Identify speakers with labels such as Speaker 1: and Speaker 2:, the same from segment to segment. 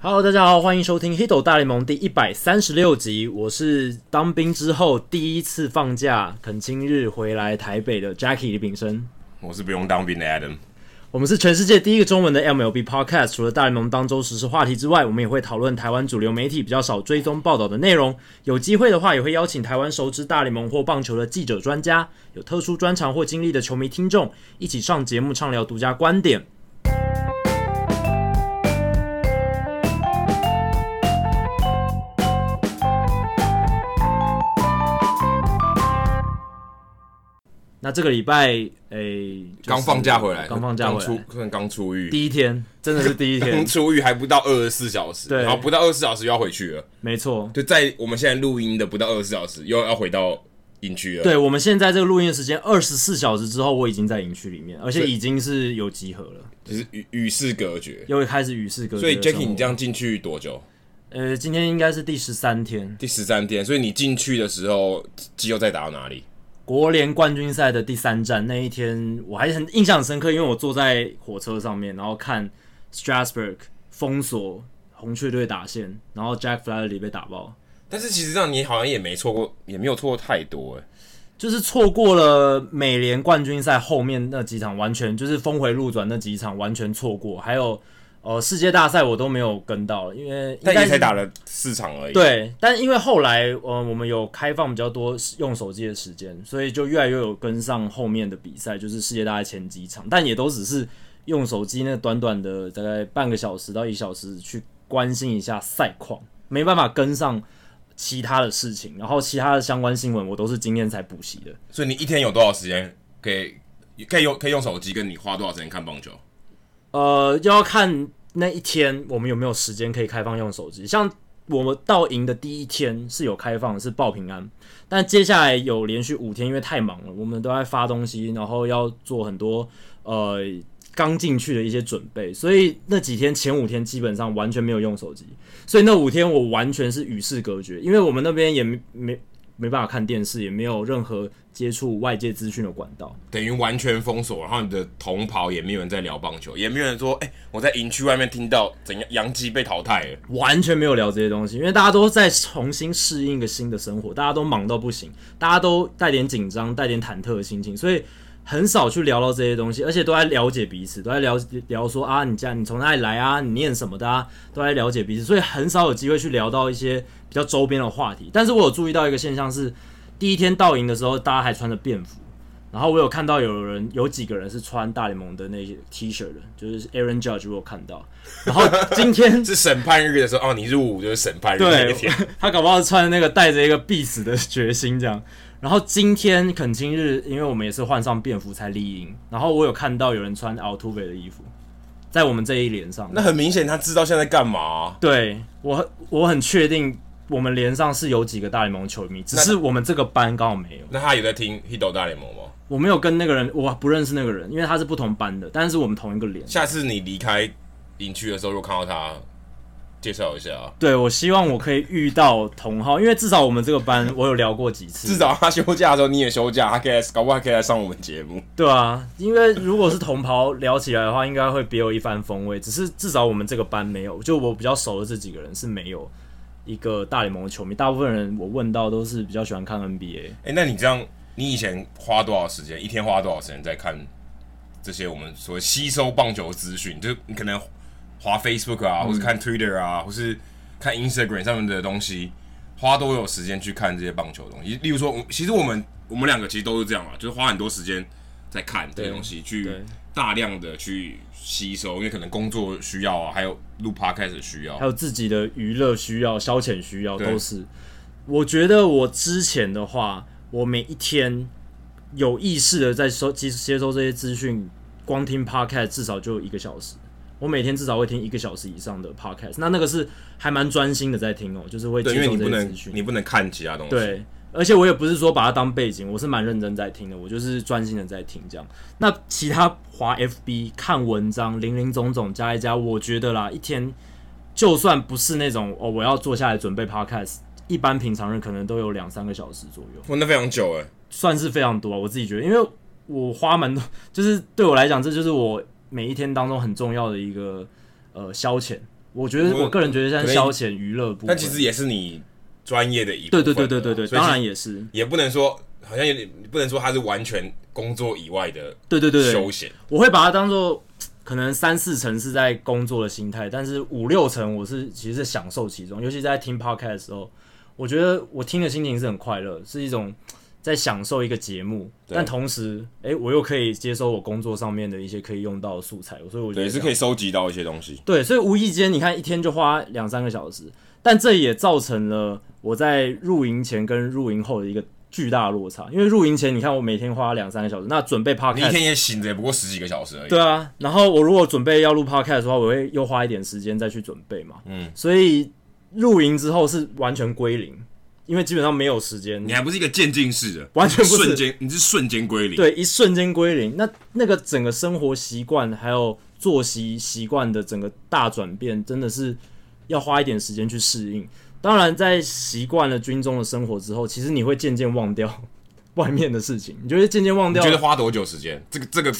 Speaker 1: Hello，大家好，欢迎收听《Hito 大联盟》第一百三十六集。我是当兵之后第一次放假，恳今日回来台北的 Jackie 李炳生。
Speaker 2: 我是不用当兵的 Adam。
Speaker 1: 我们是全世界第一个中文的 MLB Podcast。除了大联盟当周实时话题之外，我们也会讨论台湾主流媒体比较少追踪报道的内容。有机会的话，也会邀请台湾熟知大联盟或棒球的记者、专家，有特殊专长或经历的球迷听众，一起上节目畅聊独家观点。那这个礼拜，诶、就是
Speaker 2: 刚放假回来，
Speaker 1: 刚放假回来，
Speaker 2: 刚出，可能刚出狱，
Speaker 1: 第一天，真的是第一
Speaker 2: 刚
Speaker 1: 天，
Speaker 2: 出狱还不到二十四小时，
Speaker 1: 对
Speaker 2: 然后不到二十四小时又要回去了，
Speaker 1: 没错。
Speaker 2: 就在我们现在录音的不到二十四小时又要回到营区了。
Speaker 1: 对，我们现在这个录音的时间，二十四小时之后，我已经在营区里面，而且
Speaker 2: 对
Speaker 1: 已经是有集合了，
Speaker 2: 就是与与世隔绝。
Speaker 1: 又开始与世隔绝。
Speaker 2: 所以 Jackie，你这，样进去多久？
Speaker 1: 呃，今天应该是第十三天，
Speaker 2: 第十三天，所以你进去的时候，肌肉在打到哪里？
Speaker 1: 国联冠军赛的第三站那一天，我还很印象很深刻，因为我坐在火车上面，然后看 Strasburg 封锁红雀队打线，然后 Jack Flaherty 被打爆，
Speaker 2: 但是其实让你好像也没错过，也没有错过太多哎。
Speaker 1: 就是错过了美联冠军赛后面那几场，完全就是峰回路转那几场完全错过，还有呃世界大赛我都没有跟到，因为应
Speaker 2: 但
Speaker 1: 该
Speaker 2: 也
Speaker 1: 是
Speaker 2: 才打了四场而已。，
Speaker 1: 对，但因为后来呃我们有开放比较多用手机的时间，所以就越来越有跟上后面的比赛，就是世界大赛前几场，但也都只是用手机那短短的大概半个小时到一小时去关心一下赛况，没办法跟上其他的事情，然后其他的相关新闻我都是今天才补习的。
Speaker 2: 所以你一天有多少时间可以可以用可以用手机，跟你花多少时间看棒球？
Speaker 1: 呃，要看那一天我们有没有时间可以开放用手机。像我们到营的第一天是有开放，是报平安，但接下来有连续五天，因为太忙了，我们都在发东西，然后要做很多呃刚进去的一些准备，所以那几天前五天基本上完全没有用手机，所以那五天我完全是与世隔绝，因为我们那边也没没没办法看电视，也没有任何接触外界资讯的管道。
Speaker 2: 等于完全封锁，然后你的同袍也没有人在聊棒球，也没有人说，哎、我在营区外面听到怎样杨基被淘汰了，
Speaker 1: 完全没有聊这些东西，因为大家都在重新适应一个新的生活，大家都忙到不行，大家都带点紧张、带点忐忑的心情，所以很少去聊到这些东西，而且都在了解彼此，都在聊聊说啊，你家你从哪里来啊，你念什么的啊，都在了解彼此，所以很少有机会去聊到一些比较周边的话题。但是我有注意到一个现象是，第一天到营的时候，大家还穿着便服。然后我有看到有人有几个人是穿大联盟的那些 T 恤的，就是 Aaron Judge 我有看到。然后今天
Speaker 2: 是审判日的时候，哦，你入伍就是审判日那
Speaker 1: 对
Speaker 2: 一天，，
Speaker 1: 他搞不好穿那个带着一个必死的决心这样。然后今天恳亲日，因为我们也是换上便服才立营，然后我有看到有人穿 Altuve 的衣服，在我们这一连上。
Speaker 2: 那很明显他知道现在干嘛、
Speaker 1: 对我很我很确定，我们连上是有几个大联盟球迷，只是我们这个班刚好没有。
Speaker 2: 那他有在听《h i d o 大联盟》吗？
Speaker 1: 我没有跟那个人，我不认识那个人，因为他是不同班的，但是我们同一个连。
Speaker 2: 下次你离开营区的时候，如果看到他，介绍一下啊，
Speaker 1: 对，我希望我可以遇到同号，因为至少我们这个班，我有聊过几次，
Speaker 2: 至少他休假的时候你也休假，他可以来，搞不好他可以来上我们节目。
Speaker 1: 对啊，因为如果是同袍聊起来的话，应该会别有一番风味。只是至少我们这个班没有，就我比较熟的这几个人是没有一个大联盟的球迷。大部分人我问到都是比较喜欢看 NBA。
Speaker 2: 哎、那你这样，你以前花多少时间？一天花多少时间在看这些我们所谓吸收棒球资讯？就是你可能滑 Facebook 啊，
Speaker 1: 嗯
Speaker 2: 或是看 Twitter 啊，或是看 Instagram 上面的东西，花多有时间去看这些棒球的东西？例如说，我其实我们我们两个其实都是这样嘛，啊就是花很多时间在看这些东西，去
Speaker 1: 对
Speaker 2: 大量的去吸收，因为可能工作需要啊，还有录 Podcast 的需要
Speaker 1: 还。有自己的娱乐需要、消遣需要
Speaker 2: 对
Speaker 1: 都是。我觉得我之前的话，我每一天有意识的在收接接收这些资讯，光听 podcast 至少就有一个小时。我每天至少会听一个小时以上的 podcast，那那个是还蛮专心的在听哦，就是会接
Speaker 2: 对，因为
Speaker 1: 受
Speaker 2: 你
Speaker 1: 这
Speaker 2: 不
Speaker 1: 些
Speaker 2: 能
Speaker 1: 资讯。
Speaker 2: 你不能看其他东西。
Speaker 1: 对，而且我也不是说把它当背景，我是蛮认真在听的，我就是专心的在听这样。那其他滑 FB 看文章，零零总总加一加，我觉得啦，一天就算不是那种哦，我要坐下来准备 podcast，一般平常人可能都有两三个小时左右，
Speaker 2: 我那非常久哎、
Speaker 1: 算是非常多啊。我自己觉得，因为我花蛮多，就是对我来讲，这就是我每一天当中很重要的一个呃消遣。我觉得
Speaker 2: 我
Speaker 1: 我个人觉得像
Speaker 2: 可能
Speaker 1: 消遣娱乐部分，
Speaker 2: 但其实也是你专业的一部
Speaker 1: 对
Speaker 2: 分
Speaker 1: 对
Speaker 2: 嘛
Speaker 1: 对对对对，
Speaker 2: 所以
Speaker 1: 当
Speaker 2: 其
Speaker 1: 然也是，
Speaker 2: 也不能说好像有点不能说它是完全工作以外的
Speaker 1: 对对对对
Speaker 2: 休，闲，
Speaker 1: 我会把它当做可能三四成是在工作的心态，但是五六成我是其实是享受其中，尤其在听 podcast 的时候，我觉得我听的心情是很快乐，是一种在享受一个节目，
Speaker 2: 对
Speaker 1: 但同时，哎、我又可以接收我工作上面的一些可以用到的素材，所以我觉
Speaker 2: 对，
Speaker 1: 得
Speaker 2: 是
Speaker 1: 这样
Speaker 2: 可以收集到一些东西。
Speaker 1: 对，所以无意间你看一天就花两三个小时，但这也造成了我在入营前跟入营后的一个巨大的落差。因为入营前你看我每天花两三个小时，那准备
Speaker 2: 你一
Speaker 1: podcast，
Speaker 2: 天也醒着也不过十几个小时而已。
Speaker 1: 对啊，然后我如果准备要录 podcast 的话，我会又花一点时间再去准备嘛。
Speaker 2: 嗯，
Speaker 1: 所以入营之后是完全归零，因为基本上没有时间
Speaker 2: 你，还不是一个渐进式的，
Speaker 1: 完全不是
Speaker 2: 瞬间，你是瞬间归零。，
Speaker 1: 对，一瞬间归零。那那个整个生活习惯还有作息习惯的整个大转变，真的是要花一点时间去适应。当然，在习惯了军中的生活之后，其实你会渐渐忘掉 外面的事情，你就会渐渐忘
Speaker 2: 你
Speaker 1: 掉
Speaker 2: 觉。得花多久时间？这个这个，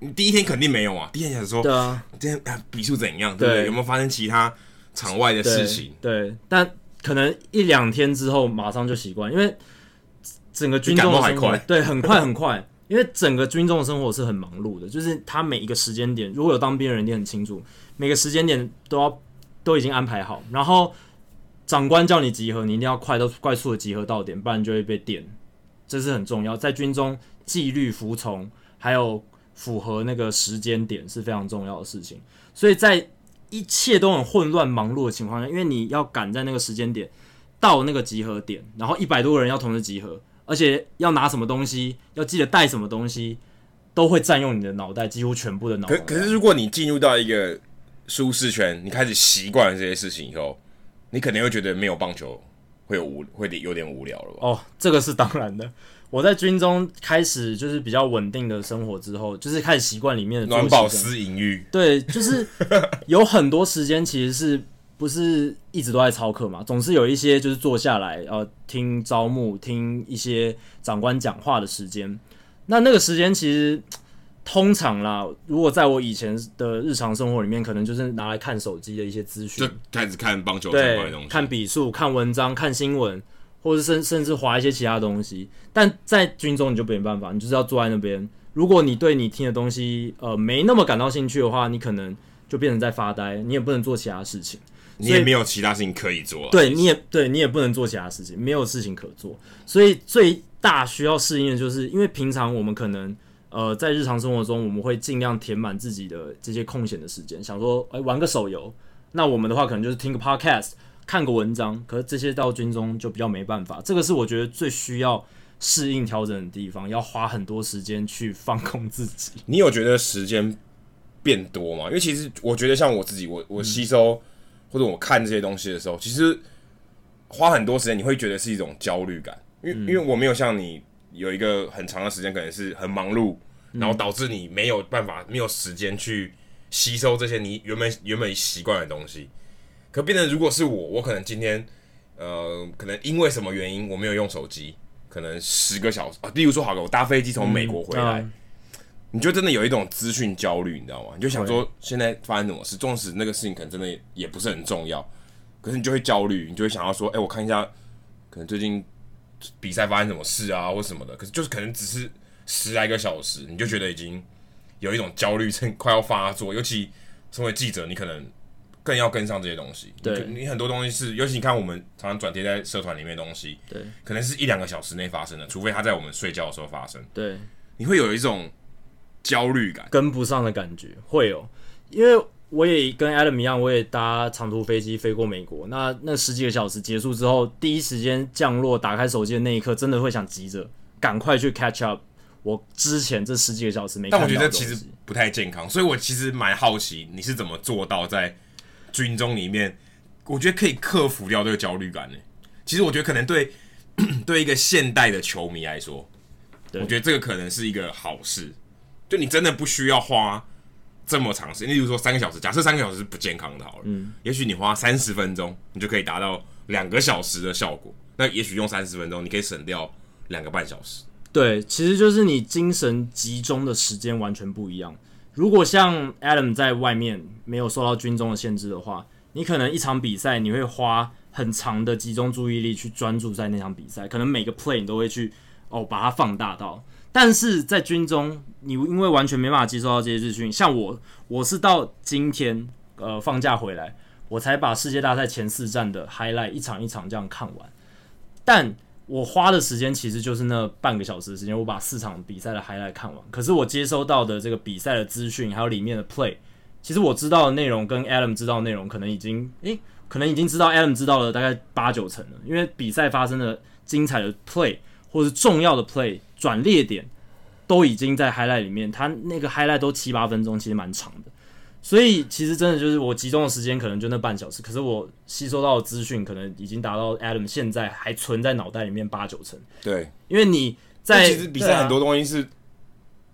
Speaker 2: 你第一天肯定没有啊。第一天想说
Speaker 1: 对，啊，
Speaker 2: 今天啊比数怎样，对不对？
Speaker 1: 对
Speaker 2: 有没有发生其他场外的
Speaker 1: 对
Speaker 2: 事情？
Speaker 1: 对，但可能一两天之后马上就习惯，因为整个军
Speaker 2: 比感
Speaker 1: 中
Speaker 2: 冒
Speaker 1: 的
Speaker 2: 还
Speaker 1: 生活
Speaker 2: 快，
Speaker 1: 对，很快很快。 因为整个军中的生活是很忙碌的，就是他每一个时间点，如果有当兵的人一定很清楚，每个时间点都要都已经安排好，然后长官叫你集合，你一定要快到快速的集合到点，不然就会被点，这是很重要。在军中，纪律服从还有符合那个时间点是非常重要的事情。所以在一切都很混乱忙碌的情况下，因为你要赶在那个时间点到那个集合点，然后一百多个人要同时集合，而且要拿什么东西，要记得带什么东西，都会占用你的脑袋，几乎全部的脑
Speaker 2: 可
Speaker 1: 袋。
Speaker 2: 可是，如果你进入到一个舒适圈，你开始习惯了这些事情以后，你肯定会觉得没有棒球会有无会有点无聊了吧？
Speaker 1: 哦，这个是当然的。我在军中开始就是比较稳定的生活之后，就是开始习惯里面的作息
Speaker 2: 暖宝
Speaker 1: 这样
Speaker 2: 思淫欲，
Speaker 1: 对，就是有很多时间其实是不是一直都在操课嘛？总是有一些就是坐下来呃听招募、听一些长官讲话的时间。那那个时间其实通常啦，如果在我以前的日常生活里面，可能就是拿来看手机的一些资讯
Speaker 2: 就，开始看棒球相关的东
Speaker 1: 对，
Speaker 2: 西。
Speaker 1: 看笔数、看文章、看新闻，或者甚甚至划一些其他东西。但在军中你就没办法，你就是要坐在那边。如果你对你听的东西呃没那么感到兴趣的话，你可能就变成在发呆，你也不能做其他事情。
Speaker 2: 你
Speaker 1: 所
Speaker 2: 也
Speaker 1: 以
Speaker 2: 没有其他事情可以做、啊。
Speaker 1: 对，你也对你也不能做其他事情，没有事情可做，所以最大需要适应的就是，因为平常我们可能呃在日常生活中，我们会尽量填满自己的这些空闲的时间，想说哎、玩个手游，那我们的话可能就是听个 podcast，看个文章，可是这些到军中就比较没办法，这个是我觉得最需要适应调整的地方，要花很多时间去放空自己。
Speaker 2: 你有觉得时间变多吗？因为其实我觉得像我自己，我我吸收、或者我看这些东西的时候，其实花很多时间，你会觉得是一种焦虑感，因为、因为我没有像你有一个很长的时间，可能是很忙碌，然后导致你没有办法没有时间去吸收这些你原本原本习惯的东西。可变成如果是我，我可能今天呃，可能因为什么原因我没有用手机，可能十个小时啊，例如说好了，我搭飞机从美国回来。
Speaker 1: 嗯
Speaker 2: 你就真的有一种资讯焦虑，你知道吗？你就想说现在发生什么事，纵使那个事情可能真的也不是很重要，可是你就会焦虑，你就会想要说，哎、我看一下，可能最近比赛发生什么事啊，或什么的。可是就是可能只是十来个小时，你就觉得已经有一种焦虑症快要发作。尤其身为记者，你可能更要跟上这些东西。
Speaker 1: 对
Speaker 2: 你你很多东西是，尤其你看我们常常转贴在社团里面的东西，
Speaker 1: 对
Speaker 2: 可能是一两个小时内发生的，除非它在我们睡觉的时候发生。
Speaker 1: 对。
Speaker 2: 你会有一种焦虑感。
Speaker 1: 跟不上的感觉，会有，因为我也跟 Adam 一样，我也搭长途飞机飞过美国。那那十几个小时结束之后，第一时间降落，打开手机的那一刻，真的会想急着赶快去 catch up 我之前这十几个小时没看
Speaker 2: 但
Speaker 1: 到
Speaker 2: 我
Speaker 1: 的
Speaker 2: 觉
Speaker 1: 东西。
Speaker 2: 得其实不太健康，所以我其实蛮好奇你是怎么做到在军中里面，我觉得可以克服掉这个焦虑感呢、其实我觉得可能对 对一个现代的球迷来说，
Speaker 1: 对
Speaker 2: 我觉得这个可能是一个好事，就你真的不需要花这么长时间，例如说三个小时，假设三个小时是不健康的好了，嗯，也许你花三十分钟，你就可以达到两个小时的效果，那也许用三十分钟，你可以省掉两个半小时。
Speaker 1: 对，其实就是你精神集中的时间完全不一样。如果像 Adam 在外面没有受到军中的限制的话，你可能一场比赛你会花很长的集中注意力去专注在那场比赛，可能每个 play 你都会去哦把它放大到。但是在军中，你因为完全没办法接收到这些资讯，像我，我是到今天呃放假回来，我才把世界大赛前四站的 highlight 一场一场这样看完，但我花的时间其实就是那半个小时的时间，我把四场比赛的 highlight 看完。可是我接收到的这个比赛的资讯，还有里面的 play，其实我知道的内容跟 Adam 知道的内容可能已经，诶、可能已经知道 Adam 知道了大概八九成了，因为比赛发生的精彩的 play 或是重要的 play 转列点都已经在 highlight 里面，他那个 highlight 都七八分钟，其实蛮长的。所以其实真的就是我集中的时间可能就那半小时，可是我吸收到的资讯可能已经达到 Adam 现在还存在脑袋里面八九成，
Speaker 2: 对，
Speaker 1: 因为你在
Speaker 2: 但其实比
Speaker 1: 对
Speaker 2: 赛
Speaker 1: 啊
Speaker 2: 很多东西是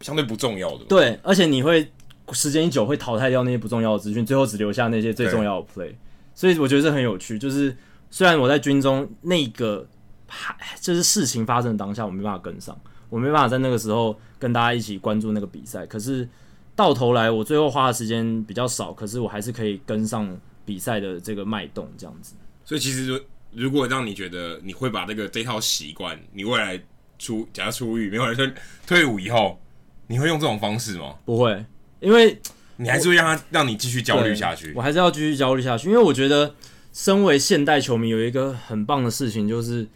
Speaker 2: 相对不重要的。
Speaker 1: 对，而且你会时间一久会淘汰掉那些不重要的资讯，最后只留下那些最重要的 play。所以我觉得这很有趣，就是虽然我在军中那个还就是事情发生的当下，我没办法跟上，我没办法在那个时候跟大家一起关注那个比赛，可是到头来我最后花的时间比较少，可是我还是可以跟上比赛的这个脉动，这样子。
Speaker 2: 所以其实如如果让你觉得你会把这个这套习惯，你未来出假如出狱，没有人说退伍以后，你会用这种方式吗？
Speaker 1: 不会，因为
Speaker 2: 你还是会让他让你继续焦虑
Speaker 1: 对
Speaker 2: 下去
Speaker 1: 我？还是要继续焦虑下去，因为我觉得身为现代球迷有一个很棒的事情，就是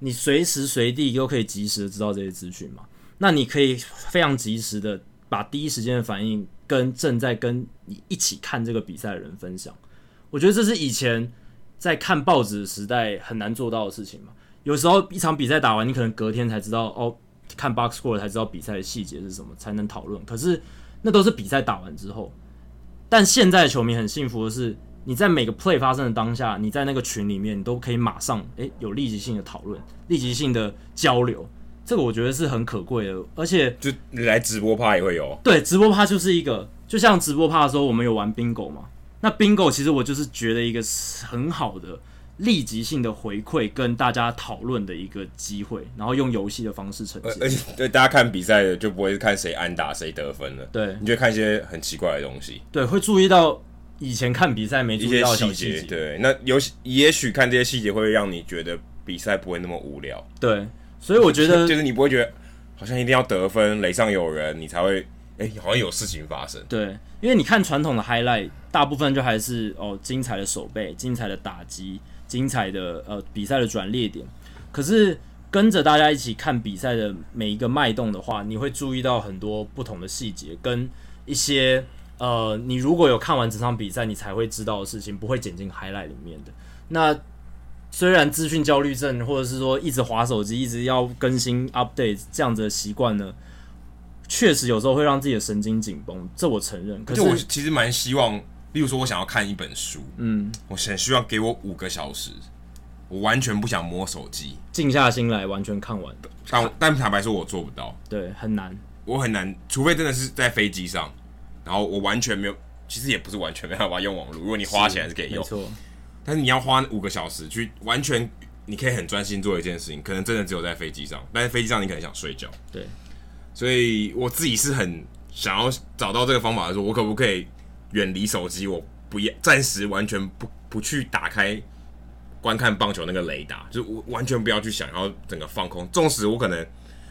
Speaker 1: 你随时随地都可以及时的知道这些资讯嘛。那你可以非常及时的把第一时间的反应跟正在跟你一起看这个比赛的人分享。我觉得这是以前在看报纸的时代很难做到的事情嘛。有时候一场比赛打完，你可能隔天才知道哦，看 box score 才知道比赛的细节是什么，才能讨论。可是那都是比赛打完之后，但现在的球迷很幸福的是，你在每个 play 发生的当下，你在那个群里面，你都可以马上诶、有立即性的讨论，立即性的交流，这个我觉得是很可贵的。而且
Speaker 2: 就来直播趴也会有，
Speaker 1: 对直播趴就是一个，就像直播趴的时候，我们有玩 bingo 嘛，那 bingo 其实我就是觉得一个很好的立即性的回馈跟大家讨论的一个机会，然后用游戏的方式呈
Speaker 2: 而而
Speaker 1: 现。
Speaker 2: 且对大家看比赛的就不会看谁安打谁得分了，
Speaker 1: 对
Speaker 2: 你就会看一些很奇怪的东西，
Speaker 1: 对，会注意到以前看比赛没
Speaker 2: 一
Speaker 1: 注意
Speaker 2: 些
Speaker 1: 到的小
Speaker 2: 细
Speaker 1: 节
Speaker 2: 节。，对，那尤其也许看这些细节会让你觉得比赛不会那么无聊。
Speaker 1: 对，所以我觉得
Speaker 2: 就是你不会觉得好像一定要得分，垒上有人，你才会哎、好像有事情发生。
Speaker 1: 对，因为你看传统的 highlight，大部分就还是哦精彩的手背、精彩的打击、精彩的呃比赛的转列点。可是跟着大家一起看比赛的每一个脉动的话，你会注意到很多不同的细节，跟一些呃你如果有看完整场比赛，你才会知道的事情，不会剪进 highlight 里面的。那虽然资讯焦虑症，或者是说一直划手机、一直要更新 update 这样子的习惯呢，确实有时候会让自己的神经紧绷，这我承认。可
Speaker 2: 而且我
Speaker 1: 是，
Speaker 2: 其实蛮希望，例如说我想要看一本书，
Speaker 1: 嗯，
Speaker 2: 我很希望给我五个小时，我完全不想摸手机。
Speaker 1: 静下心来完全看完，
Speaker 2: 但但坦白说，我做不到，
Speaker 1: 对，很难。
Speaker 2: 我很难，除非真的是在飞机上，然后我完全没有，其实也不是完全没办法用网络。如果你花钱还是可以
Speaker 1: 没
Speaker 2: 用，
Speaker 1: 错，
Speaker 2: 但是你要花五个小时去完全，你可以很专心做一件事情，可能真的只有在飞机上，但是飞机上你可能想睡觉。
Speaker 1: 对，
Speaker 2: 所以我自己是很想要找到这个方法，说我可不可以远离手机，我不要暂时完全不不去打开观看棒球那个雷达，就是我完全不要去想，要整个放空。纵使我可能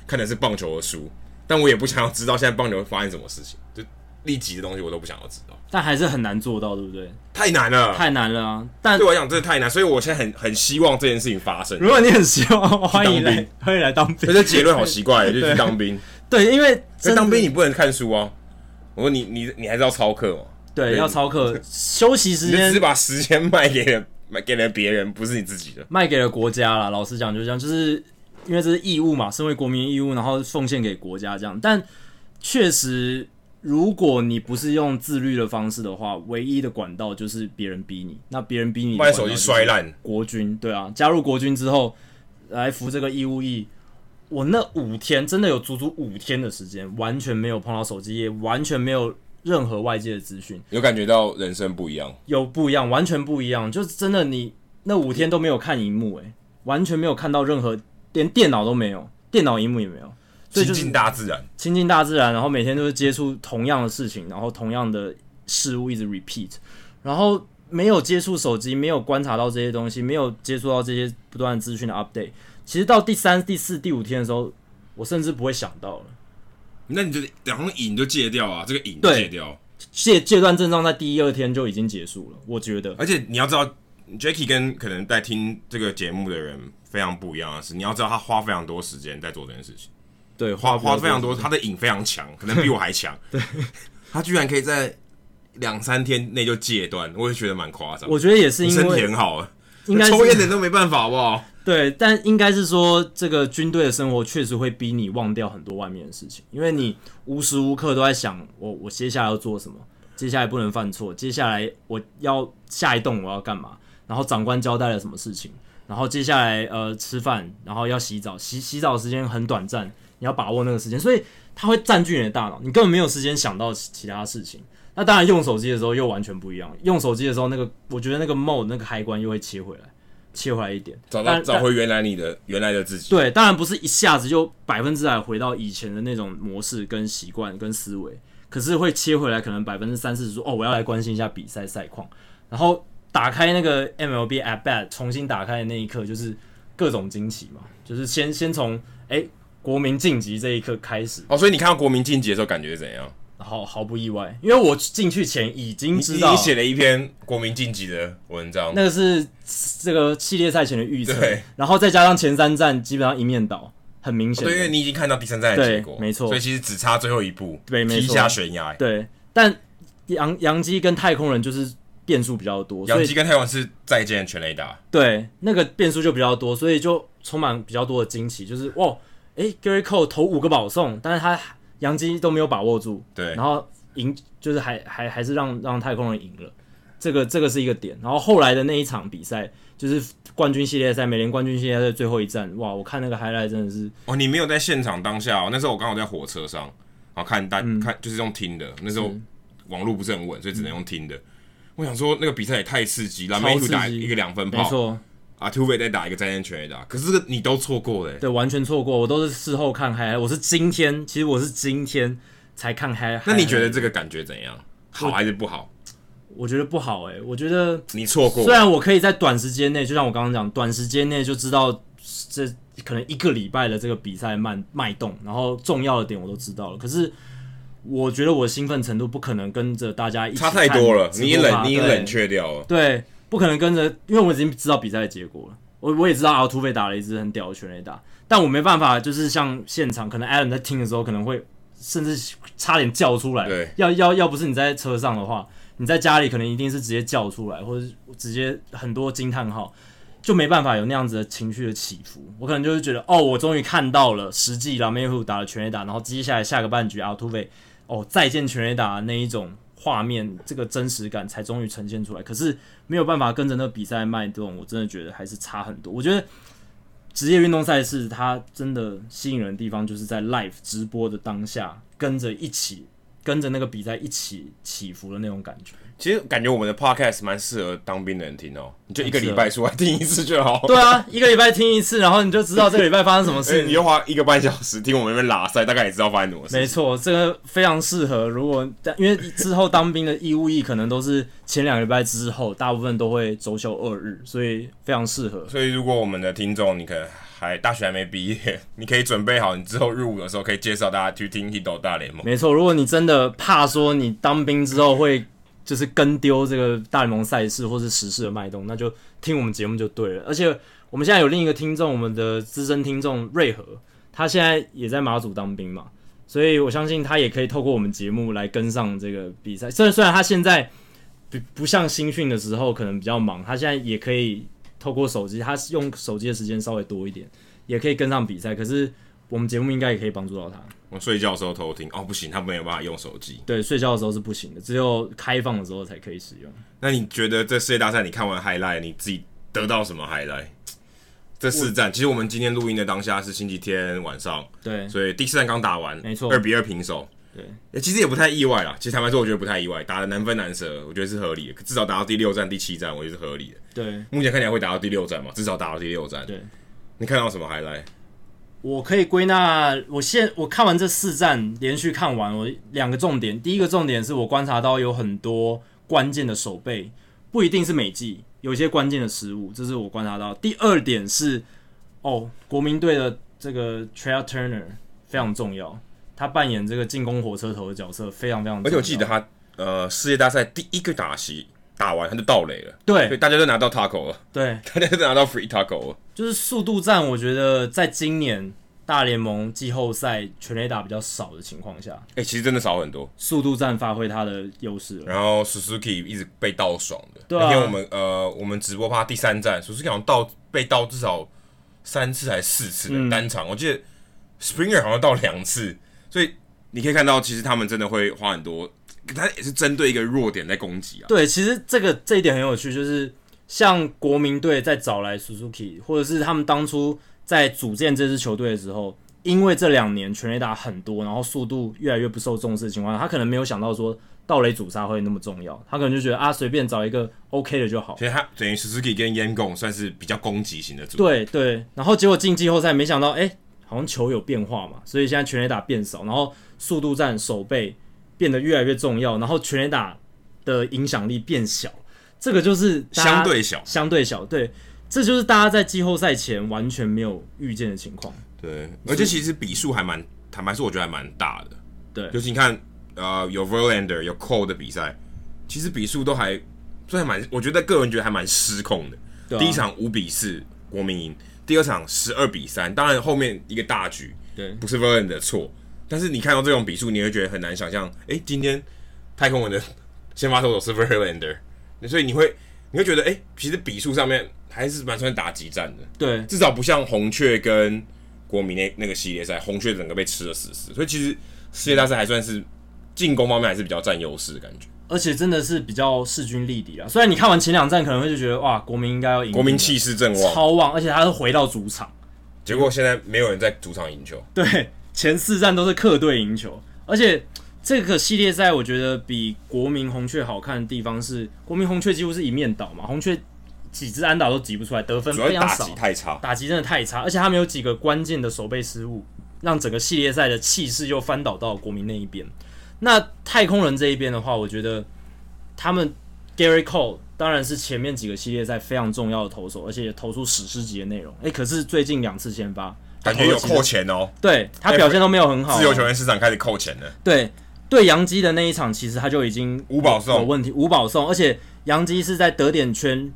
Speaker 2: 看的是棒球的书，但我也不想要知道现在棒球发生什么事情，就立即的东西我都不想要知道，
Speaker 1: 但还是很难做到，对不对？
Speaker 2: 太难了。
Speaker 1: 太难了啊！但
Speaker 2: 对我来讲，真的太难，所以我现在很很希望这件事情发生。
Speaker 1: 如果你很希望，欢迎
Speaker 2: 当
Speaker 1: 来
Speaker 2: 兵，
Speaker 1: 欢迎来当
Speaker 2: 可
Speaker 1: 兵。
Speaker 2: 是结论好奇怪，就是去当兵。
Speaker 1: 对，因为
Speaker 2: 可是
Speaker 1: 真
Speaker 2: 当
Speaker 1: 的
Speaker 2: 兵你不能看书啊！我说你你你还是要操课嘛。
Speaker 1: 对
Speaker 2: 对
Speaker 1: 要操课，休息时
Speaker 2: 你就只
Speaker 1: 间
Speaker 2: 是把时间卖给了卖给了别人，不是你自己的。
Speaker 1: 卖给了国家啦。老实讲，就这样，就是因为这是义务嘛，身为国民义务，然后奉献给国家这样。但确实，如果你不是用自律的方式的话，唯一的管道就是别人逼你。那别人逼你，
Speaker 2: 把你手机摔。烂，
Speaker 1: 国军，对啊，加入国军之后来服这个义务役，我那五天真的有足足五天的时间，完全没有碰到手机，也完全没有任何外界的资讯。
Speaker 2: 有感觉到人生不一样。
Speaker 1: 有不一样，完全不一样。就是真的你那五天都没有看荧幕、欸，完全没有看到任何，连电脑都没有，电脑荧幕也没有，所以
Speaker 2: 亲
Speaker 1: 就是
Speaker 2: 近大自然，
Speaker 1: 亲近大自然，然后每天都是接触同样的事情，然后同样的事物一直 repeat，然后没有接触手机，没有观察到这些东西，没有接触到这些不断的资讯的 update，其实到第三、第四、第五天的时候，我甚至不会想到了。
Speaker 2: 那你就然后瘾就戒掉啊，这个瘾就
Speaker 1: 对
Speaker 2: 戒掉。
Speaker 1: 戒戒断症状在第一二天就已经结束了，我觉得。
Speaker 2: 而且你要知道 j a c k i e 跟可能在听这个节目的人非常不一样的是，你要知道他花非常多时间在做这件事情，
Speaker 1: 对，
Speaker 2: 花
Speaker 1: 比较
Speaker 2: 花非常多，他的瘾非 常强，可能比我还强。对，他居然可以在两三天内就戒断，我也觉得蛮夸张。
Speaker 1: 我觉得也是
Speaker 2: 你
Speaker 1: 因
Speaker 2: 身体
Speaker 1: 为
Speaker 2: 很好啊，
Speaker 1: 应该是
Speaker 2: 抽烟的人都没办法，好不好？
Speaker 1: 对，但应该是说这个军队的生活确实会逼你忘掉很多外面的事情，因为你无时无刻都在想我我接下来要做什么，接下来不能犯错，接下来我要下一栋我要干嘛，然后长官交代了什么事情，然后接下来呃吃饭，然后要洗澡，洗洗澡的时间很短暂，你要把握那个时间，所以它会占据你的大脑，你根本没有时间想到其其他事情。那当然，用手机的时候又完全不一样。用手机的时候，那个我觉得那个 mode 那个开关又会切回来，切回来一点。
Speaker 2: 找到
Speaker 1: 但
Speaker 2: 找回原来你的原来的自己。
Speaker 1: 对，当然不是一下子就百分之百回到以前的那种模式、跟习惯、跟思维，可是会切回来，可能百分之三四十说哦，我要来关心一下比赛赛况，然后打开那个 MLB at bat，重新打开的那一刻，就是各种惊奇嘛，就是先先从哎、国民晋级这一刻开始，
Speaker 2: 哦，所以你看到国民晋级的时候感觉是怎样？
Speaker 1: 然后毫不意外，因为我进去前已经
Speaker 2: 你
Speaker 1: 知
Speaker 2: 你
Speaker 1: 道
Speaker 2: 你写了一篇国民晋级的文章，
Speaker 1: 那个是这个系列赛前的预测
Speaker 2: 对，
Speaker 1: 然后再加上前三站基本上一面倒，很明显的、
Speaker 2: 哦对，因为你已经看到第三站的结果，
Speaker 1: 对没错
Speaker 2: 所以其实只差最后一步，
Speaker 1: 对没错
Speaker 2: 踢下悬崖。
Speaker 1: 对，但洋洋基跟太空人就是变数比较多，所
Speaker 2: 杨
Speaker 1: 以
Speaker 2: 基跟太阳是再见全垒打，
Speaker 1: 对那个变数就比较多，所以就充满比较多的惊奇，就是哇，诶 g a r y Cole 投五个保送，但是他洋基都没有把握住，
Speaker 2: 对
Speaker 1: 然后赢就是还还还是让让太空人赢了。这个这个是一个点，然后后来的那一场比赛就是冠军系列赛，美联冠军系列赛最后一战，哇！我看那个 highlight 真的是
Speaker 2: 哦，你没有在现场当下、哦，那时候我刚好在火车上，然后看大、
Speaker 1: 嗯
Speaker 2: 看就是用听的，那时候网络不是很稳，所以只能用听的。我想说那个比赛也太刺激
Speaker 1: 嗯
Speaker 2: 了，
Speaker 1: 超
Speaker 2: 梅
Speaker 1: 刺
Speaker 2: 图
Speaker 1: 激
Speaker 2: 打一个两分
Speaker 1: 没
Speaker 2: 炮，
Speaker 1: 错，
Speaker 2: 啊，突围再打一个再见全垒打，可是这个你都错过了欸、
Speaker 1: 对，完全错过，我都是事后看 highlight，我是今天，其实我是今天才看 highlight。
Speaker 2: 那你觉得这个感觉怎样？好还是不好？
Speaker 1: 我觉得不好哎、我觉得
Speaker 2: 你错过
Speaker 1: 虽然我可以在短时间内，就像我刚刚讲，短时间内就知道这可能一个礼拜的这个比赛脉脉动，然后重要的点我都知道了，可是我觉得我兴奋程度不可能跟着大家一起
Speaker 2: 差太多了，
Speaker 1: 看
Speaker 2: 你已
Speaker 1: 直播吧
Speaker 2: 冷你已
Speaker 1: 对
Speaker 2: 冷却掉了。
Speaker 1: 对，不可能跟着，因为我已经知道比赛的结果了。我我也知道啊，土匪打了一支很屌的全垒打，但我没办法，就是像现场，可能 Adam 在听的时候，可能会甚至差点叫出来。
Speaker 2: 对，
Speaker 1: 要要要不是你在车上的话，你在家里可能一定是直接叫出来，或者是直接很多惊叹号，就没办法有那样子的情绪的起伏。我可能就是觉得，哦，我终于看到了实际拉梅虎打了全垒打，然后接下来下个半局啊，土匪哦再见全垒打的那一种画面，这个真实感才终于呈现出来。可是没有办法跟着那个比赛脉动，我真的觉得还是差很多。我觉得职业运动赛事它真的吸引人的地方，就是在 live 直播的当下，跟着一起跟着那个比赛一起起伏的那种感觉。
Speaker 2: 其实感觉我们的 podcast 蛮适合当兵的人听哦，你就一
Speaker 1: 蛮
Speaker 2: 个
Speaker 1: 适
Speaker 2: 礼
Speaker 1: 合
Speaker 2: 拜出来听一次就好。
Speaker 1: 对啊，一个礼拜听一次，然后你就知道这个礼拜发生什么
Speaker 2: 所以
Speaker 1: 事
Speaker 2: 哎你。就花一个半小时听我们那边拉塞，大概也知道发生什么
Speaker 1: 没
Speaker 2: 事。
Speaker 1: 错，这个非常适合。如果但因为之后当兵的义务役可能都是前两个礼拜之后，大部分都会周休二日，所以非常适合。
Speaker 2: 所以如果我们的听众你可能还大学还没毕业，你可以准备好，你之后入伍的时候可以介绍大家去听《h i d o 大联盟》。
Speaker 1: 没错，如果你真的怕说你当兵之后会就是跟丢这个大联盟赛事或是时事的脉动，那就听我们节目就对了。而且我们现在有另一个听众，我们的资深听众瑞和，他现在也在马祖当兵嘛，所以我相信他也可以透过我们节目来跟上这个比赛。虽然虽然他现在不不像新训的时候可能比较忙，他现在也可以透过手机，他是用手机的时间稍微多一点，也可以跟上比赛。可是我们节目应该也可以帮助到他。
Speaker 2: 我睡觉的时候偷听，哦不行，他没有办法用手机。
Speaker 1: 对，睡觉的时候是不行的，只有开放的时候才可以使用。
Speaker 2: 那你觉得这世界大赛你看完 highlight，你自己得到什么 highlight？这四战，其实我们今天录音的当下是星期天晚上，
Speaker 1: 对，
Speaker 2: 所以第四战刚打完，
Speaker 1: 没错
Speaker 2: 二比二平手。
Speaker 1: 对
Speaker 2: 欸，其实也不太意外啦。其实坦白说，我觉得不太意外，打的难分难舍，我觉得是合理的。可至少打到第六战、第七战，我觉得是合理的。
Speaker 1: 对，
Speaker 2: 目前看起来会打到第六战嘛，至少打到第六战。
Speaker 1: 对，
Speaker 2: 你看到什么 highlight？
Speaker 1: 我可以归纳，我现我看完这四站，连续看完，我两个重点，第一个重点是我观察到有很多关键的手背不一定是每季，有一些关键的失误，这是我观察到。第二点是，哦，国民队的这个 Trail Turner 非常重要，他扮演这个进攻火车头的角色非常非常重要。
Speaker 2: 而且我记得他呃世界大赛第一个打席打完他就到垒了，所以
Speaker 1: 对
Speaker 2: 大家都拿到 taco 了，
Speaker 1: 对，
Speaker 2: 大家都拿到 free taco 了。
Speaker 1: 就是速度战，我觉得在今年大联盟季后赛全垒打比较少的情况下，
Speaker 2: 哎、其实真的少很多。
Speaker 1: 速度战发挥他的优势了。
Speaker 2: 然后 Suzuki 一直被盗爽的。
Speaker 1: 对啊
Speaker 2: 那天我们呃，我们直播趴第三站，Suzuki 好像盗被盗至少三次还是四次的、
Speaker 1: 嗯
Speaker 2: 单场，我记得 Springer 好像盗两次，所以你可以看到，其实他们真的会花很多，他也是针对一个弱点在攻击啊。
Speaker 1: 对，其实这个这一点很有趣，就是像国民队在找来 Suzuki，或者是他们当初在组建这支球队的时候，因为这两年全垒打很多，然后速度越来越不受重视的情况下，他可能没有想到说盗垒阻杀会那么重要，他可能就觉得啊，随便找一个 OK 的就好。
Speaker 2: 所以他等于 Suzuki 跟 y a n g o n 算是比较攻击型的组合。
Speaker 1: 对对，然后结果进季后赛，没想到哎、好像球有变化嘛，所以现在全垒打变少，然后速度战守备变得越来越重要，然后全垒打的影响力变小，这个就是大家
Speaker 2: 相对小
Speaker 1: 相对小，对，这就是大家在季后赛前完全没有预见的情况。
Speaker 2: 对，而且其实比数还蛮，坦白说，我觉得还蛮大的。
Speaker 1: 对
Speaker 2: 尤其你看，呃，有 Verlander 有 Cole 的比赛，其实比数都还，都还蛮，我觉得个人觉得还蛮失控的。
Speaker 1: 对啊
Speaker 2: 第一场五比四国民赢，第二场十二比三，当然后面一个大局
Speaker 1: 对
Speaker 2: 不是 Verlander 的错，但是你看到这种比数，你会觉得很难想象，诶，今天太空人的先发投手是 Verlander，所以你会你会觉得，诶，其实比数上面还是蛮算打击战的。
Speaker 1: 对
Speaker 2: 至少不像红雀跟国民那那个系列赛，红雀整个被吃的死死。所以其实世界大赛还算是进攻方面还是比较占优势的感觉，
Speaker 1: 而且真的是比较势均力敌啊。虽然你看完前两站可能会就觉得哇，国民应该要赢，
Speaker 2: 国民气势正旺。
Speaker 1: 超旺，而且他是回到主场。
Speaker 2: 结果现在没有人在主场赢球，
Speaker 1: 对，前四站都是客队赢球，而且这个系列赛我觉得比国民红雀好看的地方是，国民红雀几乎是一面倒嘛，红雀几支安打都挤不出来，得分
Speaker 2: 主要
Speaker 1: 非
Speaker 2: 是
Speaker 1: 常
Speaker 2: 打
Speaker 1: 少
Speaker 2: 击，太差。
Speaker 1: 打击真的太差，而且他们有几个关键的守备失误，让整个系列赛的气势又翻倒到国民那一边。那太空人这一边的话，我觉得他们 Gary Cole 当然是前面几个系列赛非常重要的投手，而且也投出史诗级的内容。诶、可是最近两次先发，
Speaker 2: 感觉有
Speaker 1: 他投
Speaker 2: 扣
Speaker 1: 了几次
Speaker 2: 钱哦，
Speaker 1: 对他表现都没有很好、啊
Speaker 2: 自由球员市场开始扣钱了。
Speaker 1: 对对，杨基的那一场其实他就已经
Speaker 2: 五保
Speaker 1: 有
Speaker 2: 送，
Speaker 1: 问题，五保送，而且杨基是在得点圈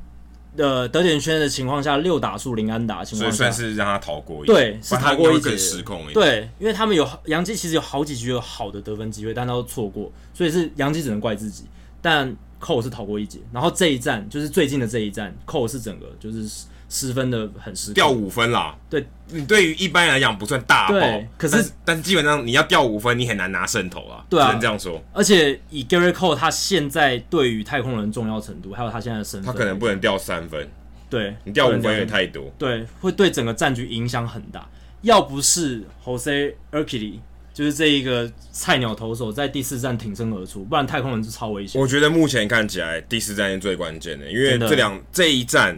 Speaker 1: 呃得点圈的情况下六打数零安打的情
Speaker 2: 所
Speaker 1: 况
Speaker 2: 以
Speaker 1: 下
Speaker 2: 算，是让他逃过一劫，
Speaker 1: 啊对是
Speaker 2: 不然他
Speaker 1: 逃过一
Speaker 2: 应
Speaker 1: 劫
Speaker 2: 该会更失控一点。
Speaker 1: 对，因为他们有杨基其实有好几局有好的得分机会，但他都错过，所以是杨基只能怪自己，但扣是逃过一劫，然后这一战就是最近的这一战，扣是整个就是失失分的很失控
Speaker 2: 掉五分啦，
Speaker 1: 对，
Speaker 2: 你对于一般人来讲不算大爆
Speaker 1: 对，可是
Speaker 2: 但但是基本上你要掉五分，你很难拿胜投啊，
Speaker 1: 对啊
Speaker 2: 只能这样说。
Speaker 1: 而且以 Gary Cole 他现在对于太空人重要程度，还有他现在的身份，
Speaker 2: 他可能不能掉三分，
Speaker 1: 对
Speaker 2: 你掉五
Speaker 1: 不能
Speaker 2: 分有点
Speaker 1: 分
Speaker 2: 太多。
Speaker 1: 对，会对整个战局影响很大。要不是 Jose Urquidy，就是这一个菜鸟投手在第四站挺身而出，不然太空人是超危险。
Speaker 2: 我觉得目前看起来第四战是最关键的，因为
Speaker 1: 真的
Speaker 2: 这两这一战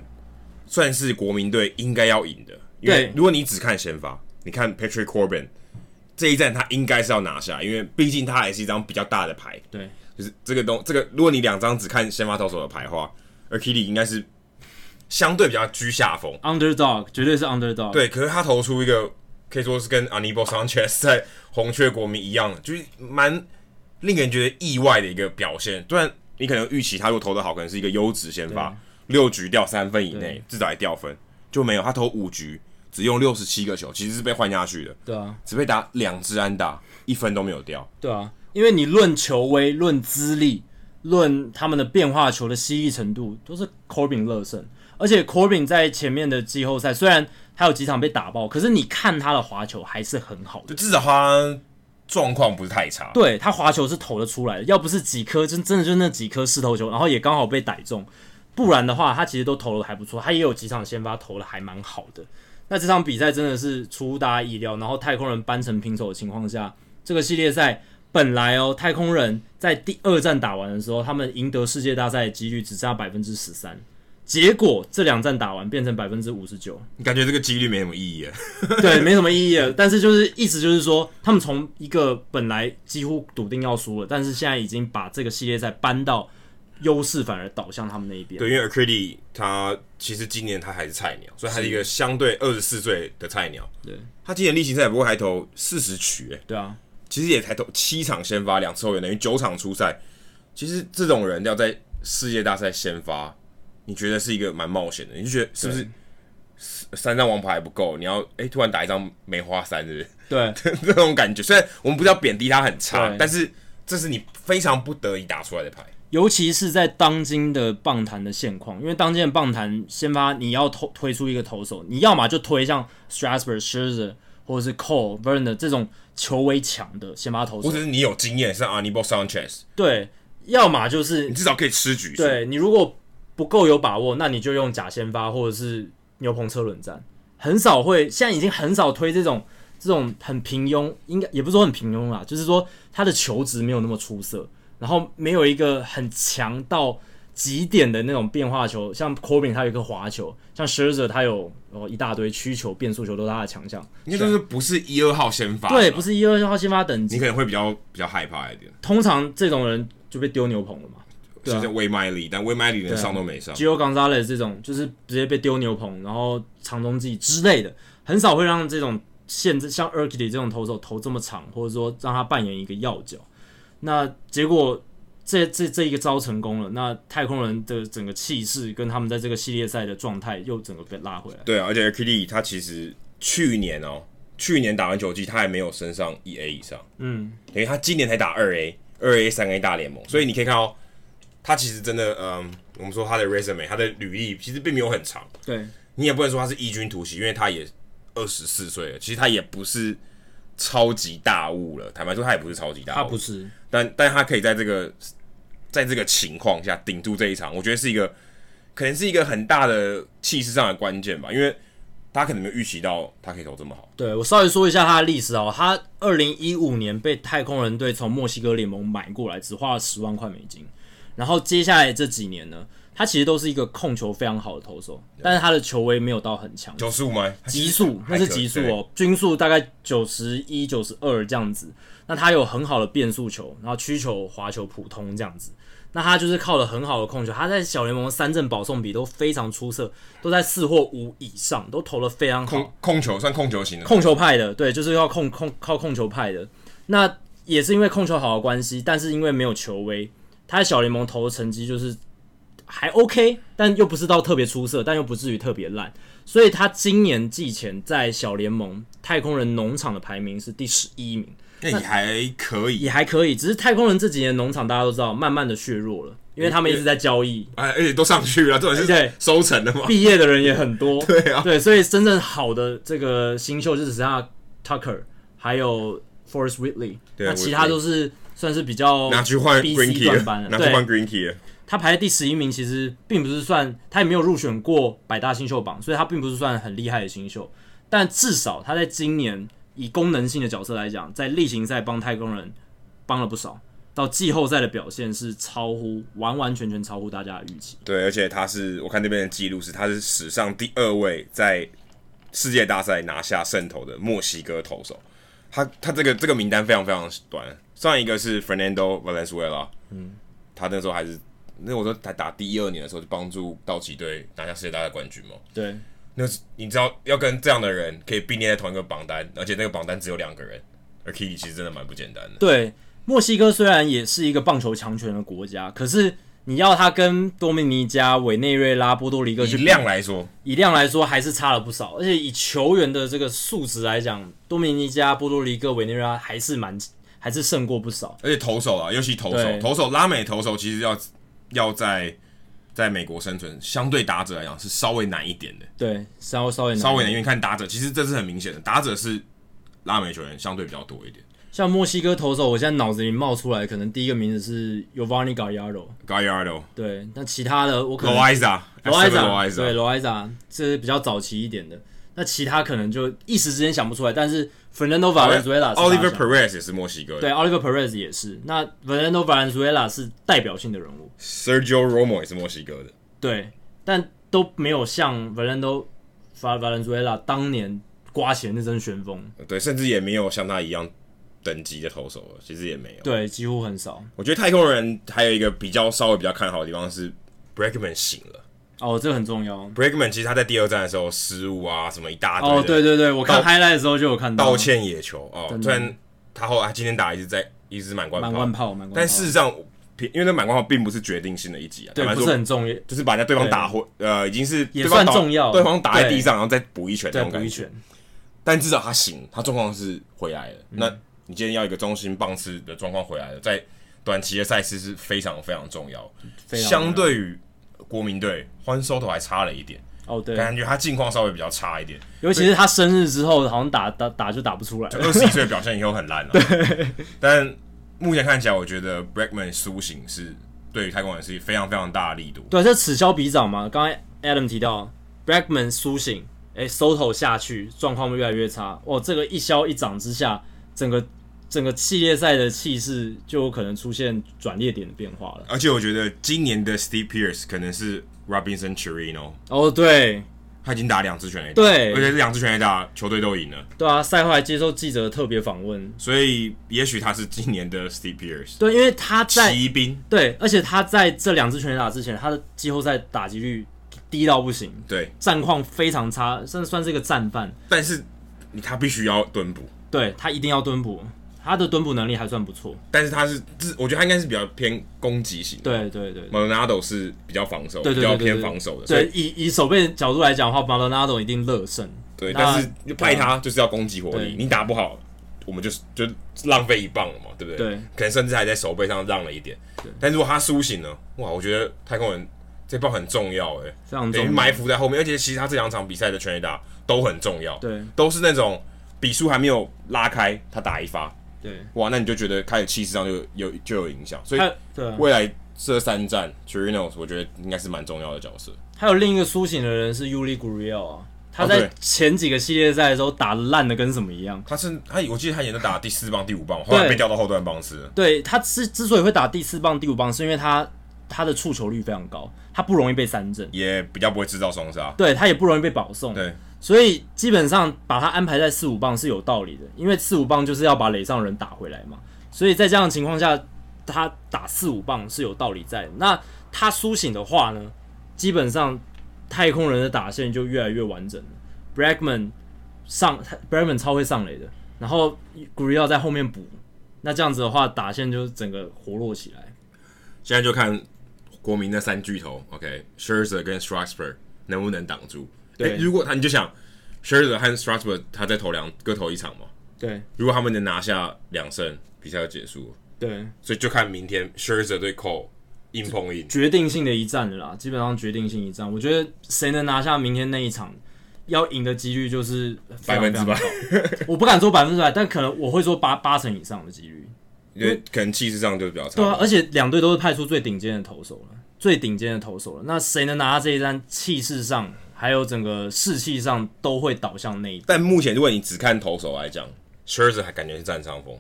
Speaker 2: 算是国民队应该要赢的。因为
Speaker 1: 对
Speaker 2: 如果你只看先发，你看 Patrick Corbin 这一战他应该是要拿下，因为毕竟他还是一张比较大的牌。
Speaker 1: 对
Speaker 2: 就是这个东这个，如果你两张只看先发投手的牌的话，而 k i t y 应该是相对比较居下风。
Speaker 1: ，Underdog 绝对是 Underdog。
Speaker 2: 对，可是他投出一个可以说是跟 Anibal Sanchez 在红雀国民一样，就是蛮令人觉得意外的一个表现。虽然你可能预期他如果投的好，可能是一个优质先发，六局掉三分以内
Speaker 1: 对，
Speaker 2: 至少也掉分，就没有他投五局只用六十七个球，其实是被换下去的，
Speaker 1: 对啊，
Speaker 2: 只被打两支安打，一分都没有掉。
Speaker 1: 对啊，因为你论球威、论资历、论他们的变化球的犀利程度，都是 Corbin 乐胜。而且 Corbin 在前面的季后赛虽然他有几场被打爆，可是你看他的滑球还是很好的
Speaker 2: 就。至少他状况不是太差。
Speaker 1: 对他滑球是投得出来的，要不是几颗真真的就那几颗石头球，然后也刚好被逮中，不然的话他其实都投的还不错，他也有几场先发投的还蛮好的。那这场比赛真的是出乎大家意料，然后太空人扳成平手的情况下，这个系列赛本来哦，太空人在第二战打完的时候，他们赢得世界大赛的几率只剩下百分之十三，结果这两战打完变成百分之五十九，
Speaker 2: 感觉这个几率没什么意义了。
Speaker 1: 对，没什么意义了。但是就是意思就是说，他们从一个本来几乎笃定要输了，但是现在已经把这个系列赛搬到优势反而倒向他们那一边。
Speaker 2: 对，因为 Acridi 他其实今年他还是菜鸟，所以他是一个相对二十四岁的菜鸟。
Speaker 1: 对
Speaker 2: 他今年例行赛不过还投四十局、欸，
Speaker 1: 对啊，
Speaker 2: 其实也才投七场先发，两次后援，等于九场出赛。其实这种人要在世界大赛先发，你觉得是一个蛮冒险的，你就觉得是不是三张王牌还不够？你要哎、诶突然打一张梅花三，是
Speaker 1: 对
Speaker 2: 不是这种感觉？虽然我们不是要贬低他很差
Speaker 1: 对，
Speaker 2: 但是这是你非常不得已打出来的牌。
Speaker 1: 尤其是在当今的棒坛的现况，因为当今的棒坛先发你要投推出一个投手，你要么就推像 Strasburg、Scherzer 或者是 Cole、Verner 这种球威强的先发投
Speaker 2: 或
Speaker 1: 手
Speaker 2: 者，是你有经验，像 Anibal Sanchez，
Speaker 1: 对，要么就是
Speaker 2: 你至少可以吃局数。
Speaker 1: 对你如果不够有把握，那你就用假先发或者是牛棚车轮战，很少会现在已经很少推这种这种很平庸，应该也不是说很平庸啦，啊就是说他的球值没有那么出色，然后没有一个很强到极点的那种变化球，像 Corbin 他有一个滑球，像 Scherzer 他有哦一大堆曲球、变速球都是他的强项，
Speaker 2: 应该说是不是一二号先发？
Speaker 1: 对，不，是一二号先发等
Speaker 2: 你
Speaker 1: 级，
Speaker 2: 可能会比较比较害怕一点，
Speaker 1: 通常这种人就被丢牛棚了嘛。对啊
Speaker 2: 像威麦利，但威麦利连上都没上。
Speaker 1: g i o Gonzalez 这种就是直接被丢牛棚，然后长中计之类的，很少会让这种限制像 Urquidy 这种投手投这么长，或者说让他扮演一个要角。那结果这这这一个招成功了，那太空人的整个气势跟他们在这个系列赛的状态又整个被拉回来。
Speaker 2: 对啊，而且 k d 他其实去年哦，去年打完九季，他还没有升上一 A 以上，
Speaker 1: 嗯，
Speaker 2: 等于他今年才打二 A、二 A、三 A 大联盟，所以你可以看到他其实真的，嗯，我们说他的 resume，他的履历其实并没有很长，
Speaker 1: 对
Speaker 2: 你也不能说他是异军突起，因为他也二十四岁了，其实他也不是超级大物了，坦白说他也不是超级大物，
Speaker 1: 他不是，
Speaker 2: 但但他可以在这个在这个情况下顶住这一场，我觉得是一个可能是一个很大的气势上的关键吧，因为大家可能没有预期到他可以投这么好。
Speaker 1: 对我稍微说一下他的历史哦，他二零一五年被太空人队从墨西哥联盟买过来，只花了十万块美金。然后接下来这几年呢，他其实都是一个控球非常好的投手，但是他的球威没有到很强，
Speaker 2: 九十五吗？
Speaker 1: 极速那是极速哦，均速大概九十一、九十二这样子。那他有很好的变速球，然后曲球、滑球普通这样子。那他就是靠了很好的控球，他在小联盟的三振保送比都非常出色，都在四或五以上，都投得非常好。
Speaker 2: 控哦控球算控球型的，
Speaker 1: 控球派的，对，就是要控控靠控球派的。那也是因为控球好的关系，但是因为没有球威，他在小联盟投的成绩就是还 OK，但又不是到特别出色，但又不至于特别烂。所以他今年季前在小联盟太空人农场的排名是第十一名，
Speaker 2: 那也哎还可以。啊
Speaker 1: 也还可以。只是太空人这几年农场大家都知道，慢慢的削弱了，因为他们一直在交易，
Speaker 2: 哎，而且都上去了，这种
Speaker 1: 对
Speaker 2: 是收成的 嘛？
Speaker 1: 毕业的人也很多，
Speaker 2: 对啊
Speaker 1: 对，所以真正好的这个新秀就只剩下 Tucker 还有 Forrest Whitley，
Speaker 2: 对
Speaker 1: 那其他
Speaker 2: Whitley
Speaker 1: 都是算是比较
Speaker 2: 拿去换 Green
Speaker 1: BC
Speaker 2: Key
Speaker 1: 段班
Speaker 2: 了，
Speaker 1: 的，
Speaker 2: 拿去换
Speaker 1: 对，
Speaker 2: Green Key 了。
Speaker 1: 他排在第十一名，其实并不是算他也没有入选过百大新秀榜，所以他并不是算很厉害的新秀，但至少他在今年以功能性的角色来讲，在例行赛帮太空人帮了不少。到季后赛的表现是超乎完完全全超乎大家的预期，
Speaker 2: 对，而且他是我看这边的记录是，他是史上第二位在世界大赛拿下胜投的墨西哥投手。他他这个这个名单非常非常短，上一个是 Fernando Valenzuela，嗯，他那时候还是那我说他打第二年的时候就帮助道奇队拿下世界大赛冠军嘛。
Speaker 1: 对，
Speaker 2: 那是你知道要跟这样的人可以并列在同一个榜单，而且那个榜单只有两个人，而 Kitty 其实真的蛮不简单的。
Speaker 1: 对，墨西哥虽然也是一个棒球强权的国家，可是你要他跟多米尼加、委内瑞拉、波多黎各
Speaker 2: 以
Speaker 1: 去比
Speaker 2: 量来说，
Speaker 1: 以量来说，还是差了不少。而且以球员的这个素质来讲，多米尼加、波多黎各、委内瑞拉还是蛮还是胜过不少。
Speaker 2: 而且投手啊，尤其投
Speaker 1: 对
Speaker 2: 手，投手拉美投手其实要要在在美国生存，相对打者来讲是稍微难一点的，
Speaker 1: 对，稍稍微难
Speaker 2: 稍微难，因为你看打者其实这是很明显的，打者是拉美球员相对比较多一点。
Speaker 1: 像墨西哥投手，我现在脑子里冒出来，可能第一个名字是 Yovani Gallardo。
Speaker 2: Gallardo、
Speaker 1: 对，那其他的我可能
Speaker 2: Loiza、
Speaker 1: 罗埃
Speaker 2: Esteban
Speaker 1: 扎，嗯对
Speaker 2: Loiza，
Speaker 1: 罗埃扎，这是比较早期一点的。那其他可能就一时之间想不出来，但是 Fernando Valenzuela 是他想
Speaker 2: Oliver Perez 也是墨西哥的
Speaker 1: 对 Oliver Perez 也是，那 Fernando Valenzuela 是代表性的人物，
Speaker 2: ，Sergio Romo 也是墨西哥的。
Speaker 1: 对，但都没有像 Fernando Valenzuela 当年刮起的那阵旋风，
Speaker 2: 对，甚至也没有像他一样等级的投手了，其实也没有。
Speaker 1: 对，几乎很少。
Speaker 2: 我觉得太空人还有一个比较稍微比较看好的地方是 Bregman 醒了
Speaker 1: 哦，这个很重要。
Speaker 2: ，Bregman 其实他在第二站的时候失误啊什么一大堆的，
Speaker 1: 哦，对对对，我看
Speaker 2: 道
Speaker 1: highlight 的时候就有看到
Speaker 2: 道，歉野球哦
Speaker 1: 真，的
Speaker 2: 虽然他后来他今天打一直在一直满贯
Speaker 1: 满
Speaker 2: 炮
Speaker 1: 贯，炮，满贯炮，
Speaker 2: 但事实上因为那满贯炮并不是决定性的一击啊，
Speaker 1: 对
Speaker 2: 坦白
Speaker 1: 不
Speaker 2: 说
Speaker 1: 是很重要，
Speaker 2: 就是把人家对方打回，呃，已经是
Speaker 1: 也
Speaker 2: 对方
Speaker 1: 算
Speaker 2: 倒
Speaker 1: 重要
Speaker 2: 对方打在
Speaker 1: 对
Speaker 2: 地上，然后再补一拳那
Speaker 1: 对
Speaker 2: 种
Speaker 1: 补
Speaker 2: 感
Speaker 1: 一
Speaker 2: 觉。
Speaker 1: 拳，
Speaker 2: 但至少他醒，他状况是回来了。
Speaker 1: 嗯
Speaker 2: 那你今天要一个中心棒次的状况回来了，在短期的赛事是非常非常重要。
Speaker 1: 非常
Speaker 2: 相对于国民队，欢收头还差了一点，
Speaker 1: 哦对，
Speaker 2: 感觉他近况稍微比较差一点。
Speaker 1: 尤其是他生日之后，好像打打打就打不出来了。
Speaker 2: 二十一岁的表现以后很烂了、啊 但目前看起来，我觉得 Blackman 苏醒是对于太空人是非常非常大的力度。
Speaker 1: 对，这此消彼长嘛。刚才 Adam 提到 Blackman 苏醒，哎、Soto 下去，状况越来越差。哦，这个一消一长之下，整个整个系列赛的气势就有可能出现转捩点的变化了。
Speaker 2: 而且我觉得今年的 Steve Pierce 可能是 Robinson Chirino，
Speaker 1: 哦，对
Speaker 2: 他已经打两支全垒打，
Speaker 1: 对
Speaker 2: 而且这两支全垒打球队都赢了，
Speaker 1: 对啊，赛后还接受记者的特别访问。
Speaker 2: 所以也许他是今年的 Steve Pierce
Speaker 1: 对，因为他在
Speaker 2: 骑兵，
Speaker 1: 对，而且他在这两支全垒打之前，他的季后赛打击率低到不行，
Speaker 2: 对，
Speaker 1: 战况非常差，甚至算是一个战犯。
Speaker 2: 但是你他必须要蹲捕，
Speaker 1: 对他一定要蹲捕，他的蹲捕能力还算不错。
Speaker 2: 但是他是，这我觉得他应该是比较偏攻击型的。
Speaker 1: 对对对
Speaker 2: m o n a d o 是比较防守，
Speaker 1: 对对
Speaker 2: 比较
Speaker 1: 对对
Speaker 2: 偏
Speaker 1: 对
Speaker 2: 防守的，所
Speaker 1: 对
Speaker 2: 以，
Speaker 1: 以以守备角度来讲的话 m a l d o n a d o 一定乐胜。
Speaker 2: 对，
Speaker 1: 那啊
Speaker 2: 但是就派他就是要攻击火力
Speaker 1: 对，
Speaker 2: 你打不好，我们就是就浪费一棒了嘛，对不对？
Speaker 1: 对，
Speaker 2: 可能甚至还在手背上让了一点，但如果他苏醒了，哇，我觉得太空人这棒很重要哎、
Speaker 1: 非常
Speaker 2: 等
Speaker 1: 重
Speaker 2: 于
Speaker 1: 要。
Speaker 2: 埋伏在后面，而且其实他这两场比赛的全垒打都很重要，
Speaker 1: 对
Speaker 2: 都是那种比数还没有拉开，他打一发，
Speaker 1: 对，
Speaker 2: 哇，那你就觉得开始气势上就有就有影响，所以
Speaker 1: 还有对啊，
Speaker 2: 未来这三战 t r i n o 我觉得应该是蛮重要的角色。
Speaker 1: 还有另一个苏醒的人是 Uli Gurriel 啊，他
Speaker 2: 哦
Speaker 1: 在
Speaker 2: 对
Speaker 1: 前几个系列赛的时候打得烂的跟什么一样。
Speaker 2: 他是他，我记得他也是打第四棒、第五棒，后来
Speaker 1: 对
Speaker 2: 被调到后段棒吃。
Speaker 1: 对他之之所以会打第四棒、第五棒，是因为他他的触球率非常高，他不容易被三振，
Speaker 2: 也比较不会制造双杀。
Speaker 1: 对他也不容易被保送。
Speaker 2: 对，
Speaker 1: 所以基本上把他安排在四五棒是有道理的，因为四五棒就是要把垒上人打回来嘛。所以在这样的情况下，他打四五棒是有道理在的。那他苏醒的话呢，基本上太空人的打线就越来越完整了。Bragman 上 Bragman 超会上垒的，然后 Gurriel 在后面补，那这样子的话，打线就整个活络起来。
Speaker 2: 现在就看国民那三巨头，OK，Scherzer、跟 Strasburg 能不能挡住？
Speaker 1: 对
Speaker 2: 诶如果他你就想 Scherzer 和 Strasburg 他在投两各投一场嘛，
Speaker 1: 对
Speaker 2: 如果他们能拿下两胜，比赛就结束了。
Speaker 1: 对，
Speaker 2: 所以就看明天 Scherzer 对 Cole 硬碰硬。
Speaker 1: 决定性的一战了啦，基本上决定性一战，我觉得谁能拿下明天那一场，要赢的几率就是非常
Speaker 2: 百分之百，
Speaker 1: 非常高我不敢说百分之百，但可能我会说八八成以上的几率。
Speaker 2: 因为可能气势上就比较差。
Speaker 1: 对啊，而且两队都是派出最顶尖的投手了，最顶尖的投手了，那谁能拿下这一战，气势上还有整个士气上都会导向那一
Speaker 2: 但目前如果你只看投手来讲，Scherzer 还感觉是占上风。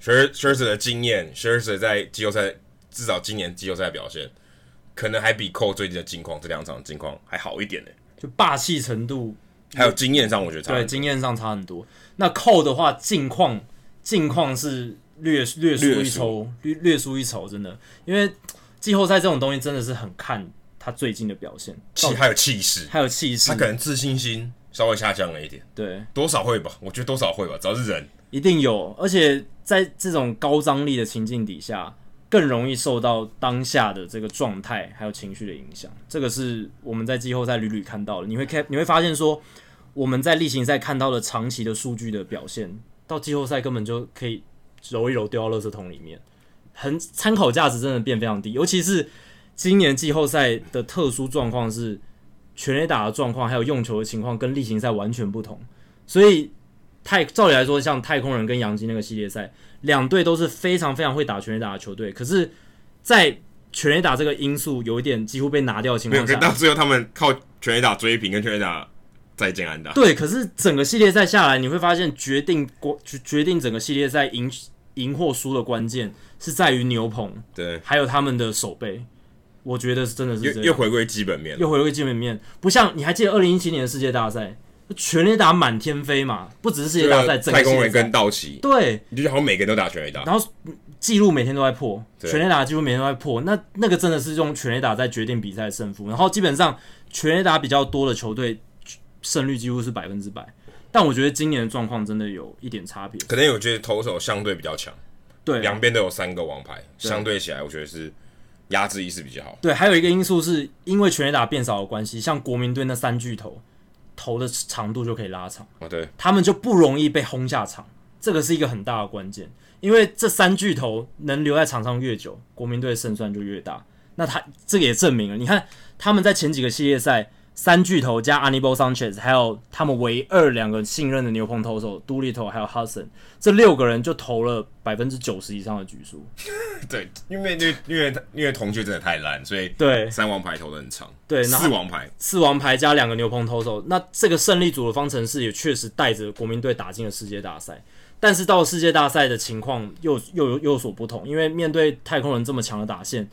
Speaker 2: Scher- Scherzer 的经验，Scherzer 在季后赛至少今年季后赛的表现，可能还比 Cole 最近的近况这两场近况还好一点呢、
Speaker 1: 就霸气程度
Speaker 2: 还有经验上，我觉得差
Speaker 1: 对
Speaker 2: 很多
Speaker 1: 经验上差很多。那扣的话，近况近况是略略输
Speaker 2: 略
Speaker 1: 一
Speaker 2: 输
Speaker 1: 筹，略略输一筹，真的，因为季后赛这种东西真的是很看他最近的表 现，
Speaker 2: 气还有气势，
Speaker 1: 还有气势
Speaker 2: 他，可能自信心稍微下降了一点，
Speaker 1: 对，
Speaker 2: 多少会吧？我觉得多少会吧，只要是人，
Speaker 1: 一定有。而且在这种高张力的情境底下，更容易受到当下的这个状态还有情绪的影响。这个是我们在季后赛屡屡看到的。你会看，你会发现说，我们在例行赛看到的长期的数据的表现，到季后赛根本就可以揉一揉丢到垃圾桶里面，很参考价值真的变非常低。尤其是今年季后赛的特殊状况是。全垒打的状况还有用球的情况跟例行赛完全不同，所以太照理来说，像太空人跟洋基那个系列赛，两队都是非常非常会打全垒打的球队，可是，在全垒打这个因素有一点几乎被拿掉的情
Speaker 2: 没有，
Speaker 1: 况
Speaker 2: 可
Speaker 1: 下
Speaker 2: 是，到最后他们靠全垒打追平跟全垒打再见安打，
Speaker 1: 对，可是整个系列赛下来，你会发现决定关决决定整个系列赛赢赢或输的关键是在于牛棚，
Speaker 2: 对，
Speaker 1: 还有他们的守备，我觉得是真的是
Speaker 2: 又
Speaker 1: 这
Speaker 2: 又
Speaker 1: 样。
Speaker 2: 回归基本面了，
Speaker 1: 又回归基本面，不像你还记得二零一七年的世界大赛，全垒打满天飞嘛，不只是世界大赛，整个
Speaker 2: 啊太空
Speaker 1: 世
Speaker 2: 人
Speaker 1: 界赛
Speaker 2: 跟道奇，
Speaker 1: 对，
Speaker 2: 你就好像每个人都打全垒打，
Speaker 1: 然后记录每天都在破，
Speaker 2: 对
Speaker 1: 全垒打几乎每天都在破。那那个真的是用全垒打在决定比赛的胜负。然后基本上全垒打比较多的球队胜率几乎是百分之百。但我觉得今年的状况真的有一点差别。
Speaker 2: 可能有觉得投手相对比较强，
Speaker 1: 对，
Speaker 2: 两边都有三个王牌，相对起来我觉得是压制意识比较好。
Speaker 1: 对，还有一个因素是因为全垒打变少的关系，像国民队那三巨头投的长度就可以拉长，
Speaker 2: 哦，对，
Speaker 1: 他们就不容易被轰下场，这个是一个很大的关键。因为这三巨头能留在场上越久，国民队的胜算就越大。那他这个也证明了，你看他们在前几个系列赛，三巨头加 Anibal Sanchez，还有他们唯二两个信任的牛棚投手杜立头还有 Hudson，这六个人就投了百分之九十以上的局数。
Speaker 2: 对，因为因为因为因为同学真的太烂，所以
Speaker 1: 对
Speaker 2: 三王牌投的很长，
Speaker 1: 对，然后
Speaker 2: 四王牌
Speaker 1: 四王牌加两个牛棚投手，那这个胜利组的方程式也确实带着国民队打进了世界大赛。但是到了世界大赛的情况又又有又有所不同，因为面对太空人这么强的打线，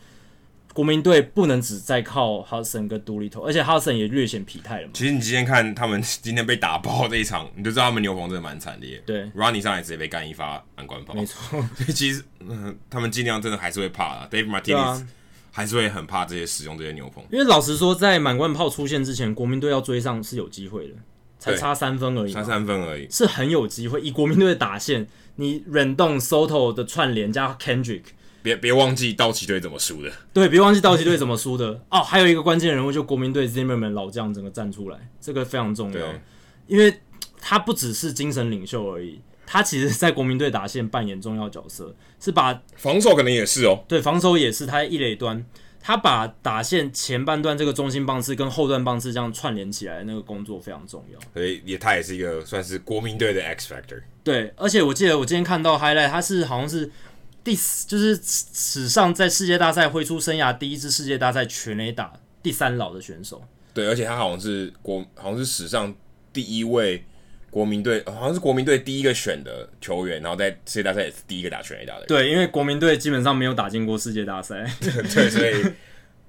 Speaker 1: 国民队不能只在靠哈森跟独立头，而且哈森也略显疲态了嘛。
Speaker 2: 其实你今天看他们今天被打爆这一场，你就知道他们牛棚真的蛮惨烈。
Speaker 1: 对
Speaker 2: ，Ronnie 上来直接被干一发安官炮。
Speaker 1: 没错，
Speaker 2: 所以 其实，嗯、他们尽量真的还是会怕的。Dave
Speaker 1: 对
Speaker 2: Martinez、
Speaker 1: 啊，
Speaker 2: 还是会很怕这些使用这些牛棚。
Speaker 1: 因为老实说，在满贯炮出现之前，国民队要追上是有机会的，才
Speaker 2: 对
Speaker 1: 差三分而已嘛
Speaker 2: 三。三分而已，
Speaker 1: 是很有机会，以国民队的打线，你忍动 Soto 的串联加 Kendrick，
Speaker 2: 别别忘记道奇队怎么输的。
Speaker 1: 对，别忘记道奇队怎么输的哦。还有一个关键人物，就国民队 Zimmerman 老将整个站出来，这个非常重要
Speaker 2: 对，
Speaker 1: 因为嘖他不只是精神领袖而已，他其实在国民队打线扮演重要角色，是把
Speaker 2: 防守可能也是哦。
Speaker 1: 对防守也是他在一垒端，他把打线前半段这个中心棒次跟后段棒次这样串联起来，那个工作非常重要。
Speaker 2: 所以也他也是一个算是国民队的 X factor。
Speaker 1: 对，而且我记得我今天看到 highlight，他是好像是第四，就是史上在世界大赛挥出生涯第一支世界大赛全垒打第三老的选手。
Speaker 2: 对，而且他好像是国，好像是史上第一位国民队，好像是国民队第一个选的球员，然后在世界大赛也是第一个打全垒打的人。
Speaker 1: 对，因为国民队基本上没有打进过世界大赛，
Speaker 2: 对，所以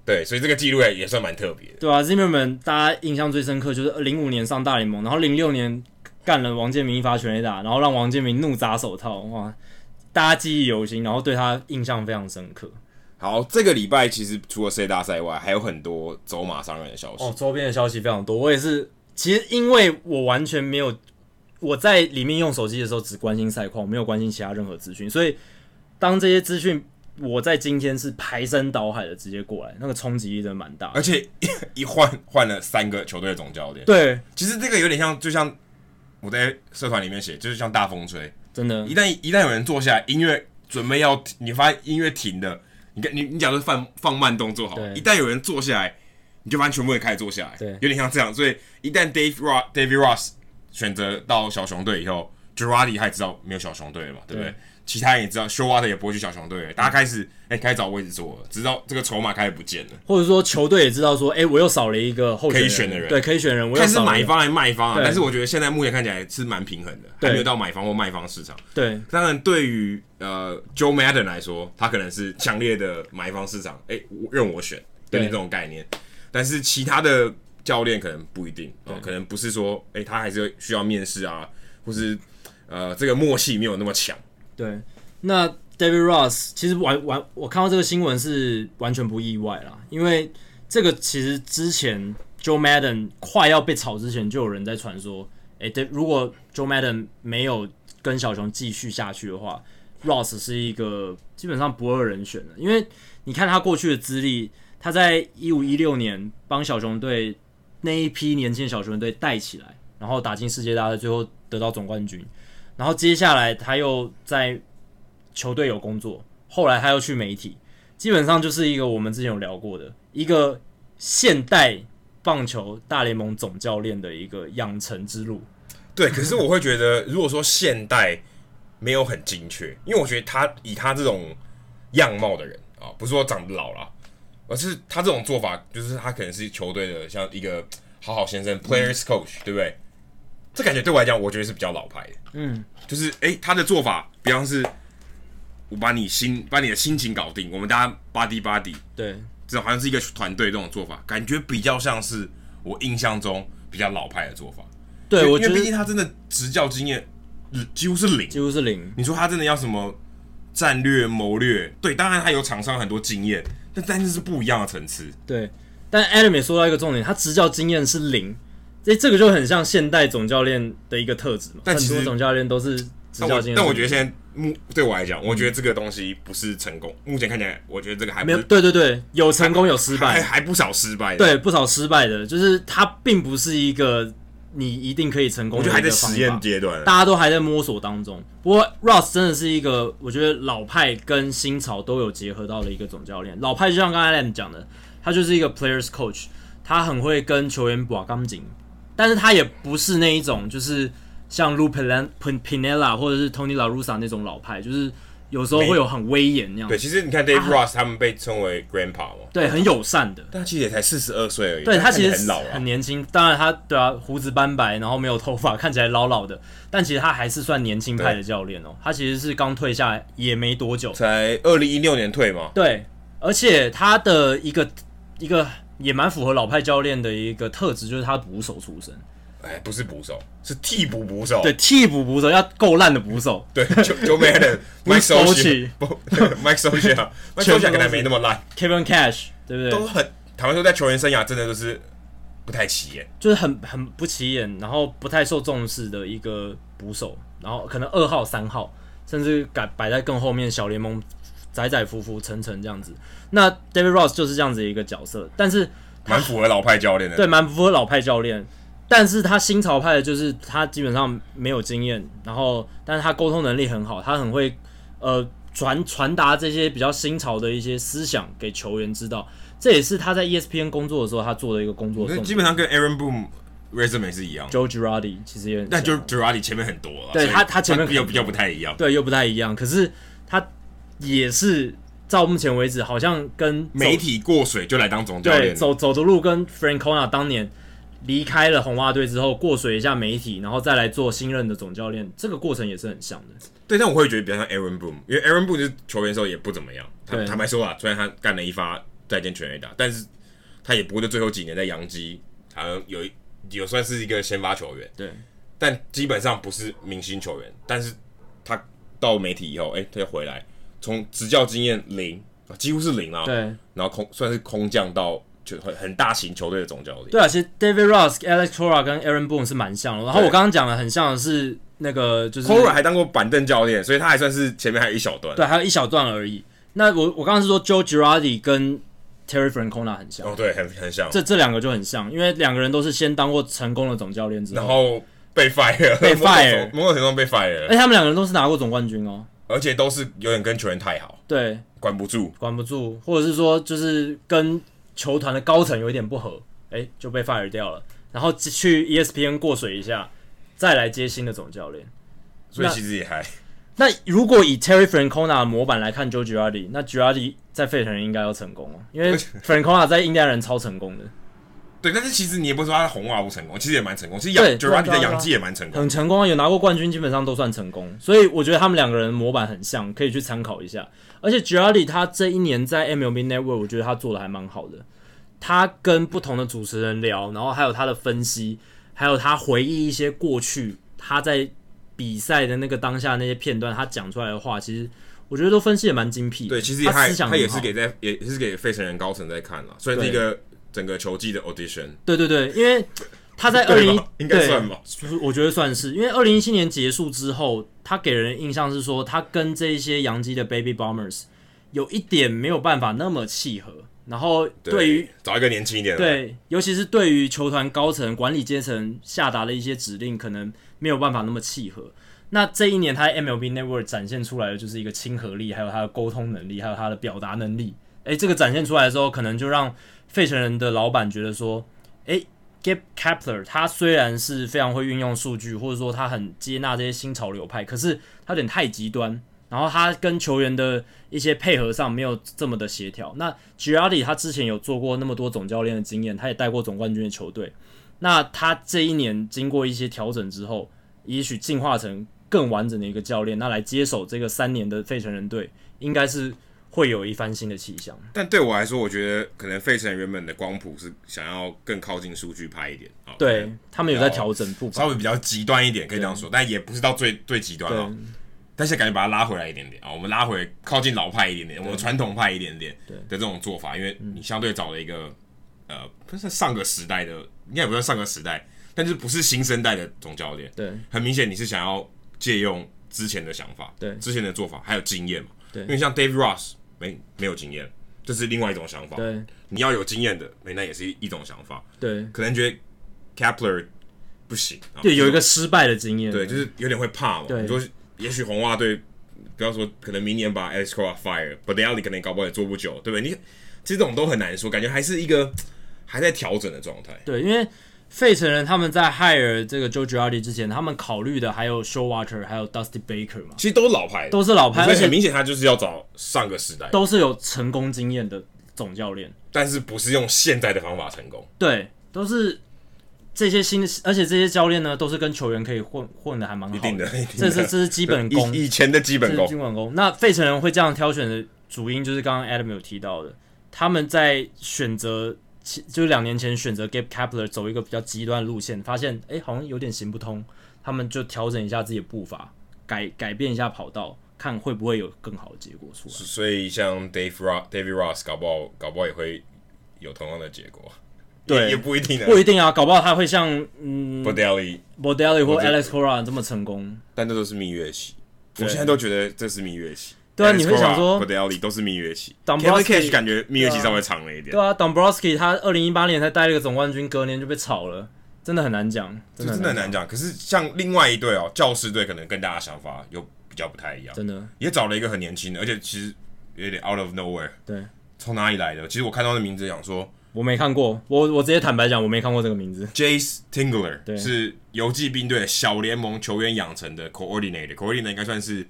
Speaker 2: 对，所以这个记录也也算蛮特别的。
Speaker 1: 对啊 Zimmerman 大家印象最深刻就是零五年上大联盟，然后零六年干了王建民一发全垒打，然后让王建民怒砸手套，哇，大家记忆犹新，然后对他印象非常深刻。
Speaker 2: 好，这个礼拜其实除了世界大赛外，还有很多走马上任的消息。
Speaker 1: 哦，周边的消息非常多。我也是，其实因为我完全没有我在里面用手机的时候只关心赛况，我没有关心其他任何资讯，所以当这些资讯我在今天是排山倒海的直接过来，那个冲击力真的蛮大的
Speaker 2: 而。且一换换了三个球队的总教练，
Speaker 1: 对，
Speaker 2: 其实这个有点像，就像我在社团里面写，就是像大风吹，
Speaker 1: 真的
Speaker 2: 一旦一旦有人坐下来，音乐准备要停，你发现音乐停了，你看你你假如放放慢动作好了，
Speaker 1: 对
Speaker 2: 一旦有人坐下来，你就发现全部人开始坐下来，
Speaker 1: 对
Speaker 2: 有点像这样。所以一旦 Dave Ross David Ross 选择到小熊队以后 g e r a r d i 他也知道没有小熊队了嘛，对不对？
Speaker 1: 对
Speaker 2: 其他人也知道 s h o w a t e 也不会去小熊队了，大家开始哎、开始找位置坐了，直到这个筹码开始不见了。
Speaker 1: 或者说球队也知道说，哎、我又少了一个候选
Speaker 2: 可以选的人
Speaker 1: 对，可以选人，我又
Speaker 2: 看是
Speaker 1: 少了
Speaker 2: 买
Speaker 1: 一个
Speaker 2: 方还是卖方啊，
Speaker 1: 对
Speaker 2: 但是我觉得现在目前看起来是蛮平衡的，还
Speaker 1: 对
Speaker 2: 没有到买方或卖方市场。
Speaker 1: 对
Speaker 2: 当然，对于呃 Joe Madden 来说，他可能是强烈的买方市场，哎、我任我选，有
Speaker 1: 对
Speaker 2: 点这种概念。但是其他的教练可能不一定，哦、可能不是说，哎、他还是需要面试啊，或是呃这个默契没有那么强。
Speaker 1: 对，那 David Ross 其实完完，我看到这个新闻是完全不意外啦，因为这个其实之前 Joe Madden 快要被炒之前，就有人在传说，诶、对，如果 Joe Madden 没有跟小熊继续下去的话，Ross 是一个基本上不二人选的，因为你看他过去的资历，他在一五一六年帮小熊队那一批年轻的小熊队带起来，然后打进世界大赛，最后得到总冠军。然后接下来他又在球队有工作，后来他又去媒体，基本上就是一个我们之前有聊过的一个现代棒球大联盟总教练的一个养成之路。
Speaker 2: 对，可是我会觉得，如果说现代没有很精确，因为我觉得他以他这种样貌的人啊，不是说长得老了，而是他这种做法，就是他可能是球队的像一个好好先生 （players coach），、对不对？这感觉对我来讲，我觉得是比较老牌的。
Speaker 1: 嗯，
Speaker 2: 就是诶，他的做法，比方是我把你心把你的心情搞定，我们大家 body body，
Speaker 1: 对，
Speaker 2: 这种好像是一个团队这种做法，感觉比较像是我印象中比较老派的做法。
Speaker 1: 对
Speaker 2: 因为
Speaker 1: 我
Speaker 2: 因
Speaker 1: 觉
Speaker 2: 为毕
Speaker 1: 得
Speaker 2: 竟他真的执教经验嗯几乎是零。
Speaker 1: 几乎是零。
Speaker 2: 你说他真的要什么战略谋略？对，当然他有场上很多经验，但但是是不一样的层次。
Speaker 1: 对，但 Adam 也说到一个重点，他执教经验是零，这这个就很像现代总教练的一个特质嘛。
Speaker 2: 但其
Speaker 1: 很
Speaker 2: 实
Speaker 1: 多总教练都是执
Speaker 2: 但
Speaker 1: 教
Speaker 2: 我
Speaker 1: 经验
Speaker 2: 但我
Speaker 1: 是
Speaker 2: 觉得现在目对我来讲，我觉得这个东西不是成功。目前看起来，我觉得这个还不
Speaker 1: 嗯没有，
Speaker 2: 是
Speaker 1: 对对对，有成功有失
Speaker 2: 还
Speaker 1: 败，
Speaker 2: 还不少失败。，
Speaker 1: 对不少失败的，就是他并不是一个你一定可以成功
Speaker 2: 我
Speaker 1: 的
Speaker 2: 觉
Speaker 1: 一
Speaker 2: 得
Speaker 1: 个方
Speaker 2: 还
Speaker 1: 法，
Speaker 2: 在实验阶段。
Speaker 1: 大家都还在摸索当中。不过 Ross 真的是一个，我觉得老派跟新潮都有结合到的一个总教练。老派就像刚才 Lam 讲的，他就是一个 players coach，他很会跟球员把钢筋，但是他也不是那一种就是像 Lu Pilan- Pin- Pinella 或者是 Tony La Russa 那种老派，就是有时候会有很威严那样
Speaker 2: 对，，其实你看 Dave
Speaker 1: 啊
Speaker 2: Ross 他们被称为 Grandpa 嘛，
Speaker 1: 对，很友善的。
Speaker 2: 但他其实也才四十二岁而已。
Speaker 1: 对他
Speaker 2: 看起
Speaker 1: 其
Speaker 2: 来
Speaker 1: 实
Speaker 2: 很老啊
Speaker 1: 很啊
Speaker 2: 了。
Speaker 1: 年轻，当然他对啊，胡子斑白，然后没有头发，看起来老老的，但其实他还是算年轻派的教练哦。他其实是刚退下来也没多久，
Speaker 2: 才二零一六年退嘛，
Speaker 1: 对，而且他的一个一个也蛮符合老派教练的一个特质，就是他捕手出身，
Speaker 2: 哎，不是捕手，是替补捕手。
Speaker 1: 对，替补捕手要够烂的捕手，
Speaker 2: 对，就就 没人。
Speaker 1: 不是
Speaker 2: Mike
Speaker 1: Sochi
Speaker 2: Socia，Mike Socia，Mike Socia 可能还没那么烂。
Speaker 1: ，Kevin Cash，对不对？
Speaker 2: 都很坦白说，在球员生涯真的都是不太起眼。
Speaker 1: 就是很很不起眼，然后不太受重视的一个捕手，然后可能二号、三号，甚至改摆在更后面小联盟载载浮浮沉沉这样子。那 David Ross 就是这样子的一个角色，但是
Speaker 2: 蛮符合老派教练的。
Speaker 1: 对蛮符合老派教练，但是他新潮派的就是他基本上没有经验，然后但是他沟通能力很好，他很会呃传传达这些比较新潮的一些思想给球员知道，这也是他在 E ESPN 工作的时候他做的一个工作
Speaker 2: 那
Speaker 1: 重点
Speaker 2: 基。本上跟 Aaron Boom resume 是一样。
Speaker 1: Joe Girardi 其实也很像，
Speaker 2: 但就 Girardi 前面很多了，
Speaker 1: 对
Speaker 2: 所以
Speaker 1: 他他前面
Speaker 2: 比较比较不太一样。
Speaker 1: 对，又不太一样。可是他也是到目前为止，好像跟走
Speaker 2: 媒体过水就来当总教
Speaker 1: 对
Speaker 2: 练，
Speaker 1: 走走的路跟 Francona 当年离开了红袜队之后，过水一下媒体，然后再来做新任的总教练，这个过程也是很像的。
Speaker 2: 对，但我会觉得比较像 Aaron Boom，因为 Aaron Boom 就是球员的时候也不怎么样。他
Speaker 1: 对
Speaker 2: 坦白说啊，虽然他干了一发再见全垒打，但是他也不过就最后几年在洋基好像有一有算是一个先发球员，
Speaker 1: 对，
Speaker 2: 但基本上不是明星球员。但是他到媒体以后，哎、他他回来，从执教经验零，啊几乎是零啊。
Speaker 1: 对，
Speaker 2: 然后空算是空降到就很很大型球队的总教练。
Speaker 1: 对啊，其实 David Ross、Alex Cora 跟 Aaron Boone 是蛮像的。然后
Speaker 2: 对
Speaker 1: 我刚刚讲的很像的是那个就是
Speaker 2: c o r a 还当过板凳教练，所以他还算是前面还有一小段。
Speaker 1: 对，还有一小段而已。那我我刚刚是说 Joe Girardi 跟 Terry Francona 很像，
Speaker 2: 哦，对，很很像。
Speaker 1: 这这两个就很像，因为两个人都是先当过成功的总教练之
Speaker 2: 然
Speaker 1: 后。
Speaker 2: 后被 fire，
Speaker 1: 被
Speaker 2: 某种
Speaker 1: fire
Speaker 2: 某种程度上被 fire，
Speaker 1: 而且他们两个人都是拿过总冠军哦。
Speaker 2: 而且都是有点跟球员太好，
Speaker 1: 对，
Speaker 2: 管不住。
Speaker 1: 管不住，或者是说就是跟球团的高层有一点不合，哎、就被 fire 掉了，然后去 E ESPN 过水一下，再来接新的总教练。
Speaker 2: 所以
Speaker 1: 那
Speaker 2: 其实也还
Speaker 1: 那如果以 Terry Francona 的模板来看 Joe Girardi，那 Girardi 在费城人应该要成功哦，因为 Francona 在印第安人超成功的，
Speaker 2: 对，但是其实你也不是说他红袜不成功，其实也蛮成功。其实
Speaker 1: 对
Speaker 2: 养 g i r a d
Speaker 1: 对啊
Speaker 2: i 在
Speaker 1: 对啊
Speaker 2: 养鸡也蛮成功。
Speaker 1: 很成功啊，有拿过冠军，基本上都算成功。所以我觉得他们两个人的模板很像，可以去参考一下。而且 Girardi 他这一年在 MLB Network，我觉得他做的还蛮好的。他跟不同的主持人聊，然后还有他的分析，还有他回忆一些过去他在比赛的那个当下那些片段，他讲出来的话，其实我觉得都分析的蛮精辟的。
Speaker 2: 对，其实也
Speaker 1: 他
Speaker 2: 还
Speaker 1: 思想
Speaker 2: 他也
Speaker 1: 很好
Speaker 2: 是给在也也是给费城人高层在看了，所以是一个整个球季的 audition。
Speaker 1: 对对对，因为他在二
Speaker 2: 对
Speaker 1: 零
Speaker 2: 吧应该算吧。
Speaker 1: 我觉得算是，因为二零一七年结束之后，他给人的印象是说，他跟这些洋基的 Baby Bombers 有一点没有办法那么契合。然后对于
Speaker 2: 找一个年轻一点的，
Speaker 1: 对，尤其是对于球团高层管理阶层下达的一些指令，可能没有办法那么契合。那这一年他在 MLB Network 展现出来的就是一个亲和力，还有他的沟通能力，还有他的表达能力。诶，这个展现出来的时候，可能就让费城人的老板觉得说，诶 g a b Kepler 他虽然是非常会运用数据，或者说他很接纳这些新潮流派，可是他有点太极端。然后他跟球员的一些配合上没有这么的协调。那 Girardi 他之前有做过那么多总教练的经验，他也带过总冠军的球队。那他这一年经过一些调整之后，也许进化成更完整的一个教练，那来接手这个三年的费城人队，应该是会有一番新的气象。
Speaker 2: 但对我来说，我觉得可能费城原本的光谱是想要更靠近数据派一点啊，可
Speaker 1: 对
Speaker 2: 能
Speaker 1: 他们有在调整步伐
Speaker 2: 稍，微比较极端一点，可以这样说，但也不是到最最极端
Speaker 1: 对
Speaker 2: 哦。但是感觉把它拉回来一点点啊，我们拉回靠近老派一点点，我们传统派一点点的这种做法，因为
Speaker 1: 嗯
Speaker 2: 你相对找了一个呃，不是上个时代的，应该也不算上个时代，但是不是新生代的总教练，
Speaker 1: 对
Speaker 2: 很明显你是想要借用之前的想法，
Speaker 1: 对
Speaker 2: 之前的做法，还有经验嘛，
Speaker 1: 对
Speaker 2: 因为像 Dave Ross 没没有经验，这是另外一种想法，
Speaker 1: 对
Speaker 2: 你要有经验的，没那也是一一种想法，
Speaker 1: 对
Speaker 2: 可能觉得 Kepler 不行，啊
Speaker 1: 对，有一个失败的经验，
Speaker 2: 对，就是有点会怕嘛。
Speaker 1: 嗯对
Speaker 2: 你说，也许红袜队不要说，可能明年把 Alex Cora fire，Badelli 可能搞不好也做不久，对不对？你其实这种都很难说，感觉还是一个还在调整的状态。
Speaker 1: 对，因为费城人他们在 hire 这个 Joe Girardi 之前，他们考虑的还有 Showalter，还有 Dusty Baker 嘛，
Speaker 2: 其实都是老牌的，
Speaker 1: 都是老牌，而
Speaker 2: 所以很
Speaker 1: 且
Speaker 2: 明显他就是要找上个时代，
Speaker 1: 都是有成功经验的总教练。
Speaker 2: 但是不是用现在的方法成功。
Speaker 1: 对，都是这些新的，而且这些教练呢，都是跟球员可以混混的还蛮好
Speaker 2: 一定的一定
Speaker 1: 这
Speaker 2: 的
Speaker 1: 是这是基本功，
Speaker 2: 以以前的基本
Speaker 1: 这是
Speaker 2: 功
Speaker 1: 基，本功。那费城人会这样挑选的主因，就是刚刚 Adam 有提到的，他们在选择其就是两年前选择 Gabe Kapler 走一个比较极端的路线，发现哎、诶好像有点行不通，他们就调整一下自己的步伐，改改变一下跑道，看会不会有更好的结果出来。
Speaker 2: 所以像 Dave Ross、David Ross 搞不好搞不好也会有同样的结果，
Speaker 1: 对
Speaker 2: 也也不一定啊。
Speaker 1: 不一定啊，搞不好他会像嗯
Speaker 2: Badelli，
Speaker 1: b o d e l l i 或
Speaker 2: 我觉得
Speaker 1: Alex Cora 这么成功。
Speaker 2: 但这都是蜜月期。我
Speaker 1: 对
Speaker 2: 现在都觉得这是蜜月期。
Speaker 1: 对啊
Speaker 2: Alex
Speaker 1: 你会想
Speaker 2: Cora
Speaker 1: 说
Speaker 2: Badelli 都是蜜月期
Speaker 1: Dombrowski-
Speaker 2: ，Kevin Cash 感觉蜜月期
Speaker 1: 对啊
Speaker 2: 稍微长了一点
Speaker 1: 对，啊，Dombrowski 他二零一八年才带了一个总冠军，隔年就被炒了，真的很难讲，
Speaker 2: 这
Speaker 1: 真的
Speaker 2: 真
Speaker 1: 很
Speaker 2: 的很
Speaker 1: 难
Speaker 2: 难讲。可是像另外一队哦，教师队可能跟大家想法又比较不太一样，
Speaker 1: 真的
Speaker 2: 也找了一个很年轻的，而且其实有点 out of nowhere，
Speaker 1: 对。
Speaker 2: 从哪里来的？其实我看到的名字想说
Speaker 1: 我没看过，我我直接坦白讲，我没看过这个名字。
Speaker 2: ，Jace Tingler
Speaker 1: 对
Speaker 2: 是游击兵队小联盟球员养成的 coordinator，coordinator 应该算是
Speaker 1: 啊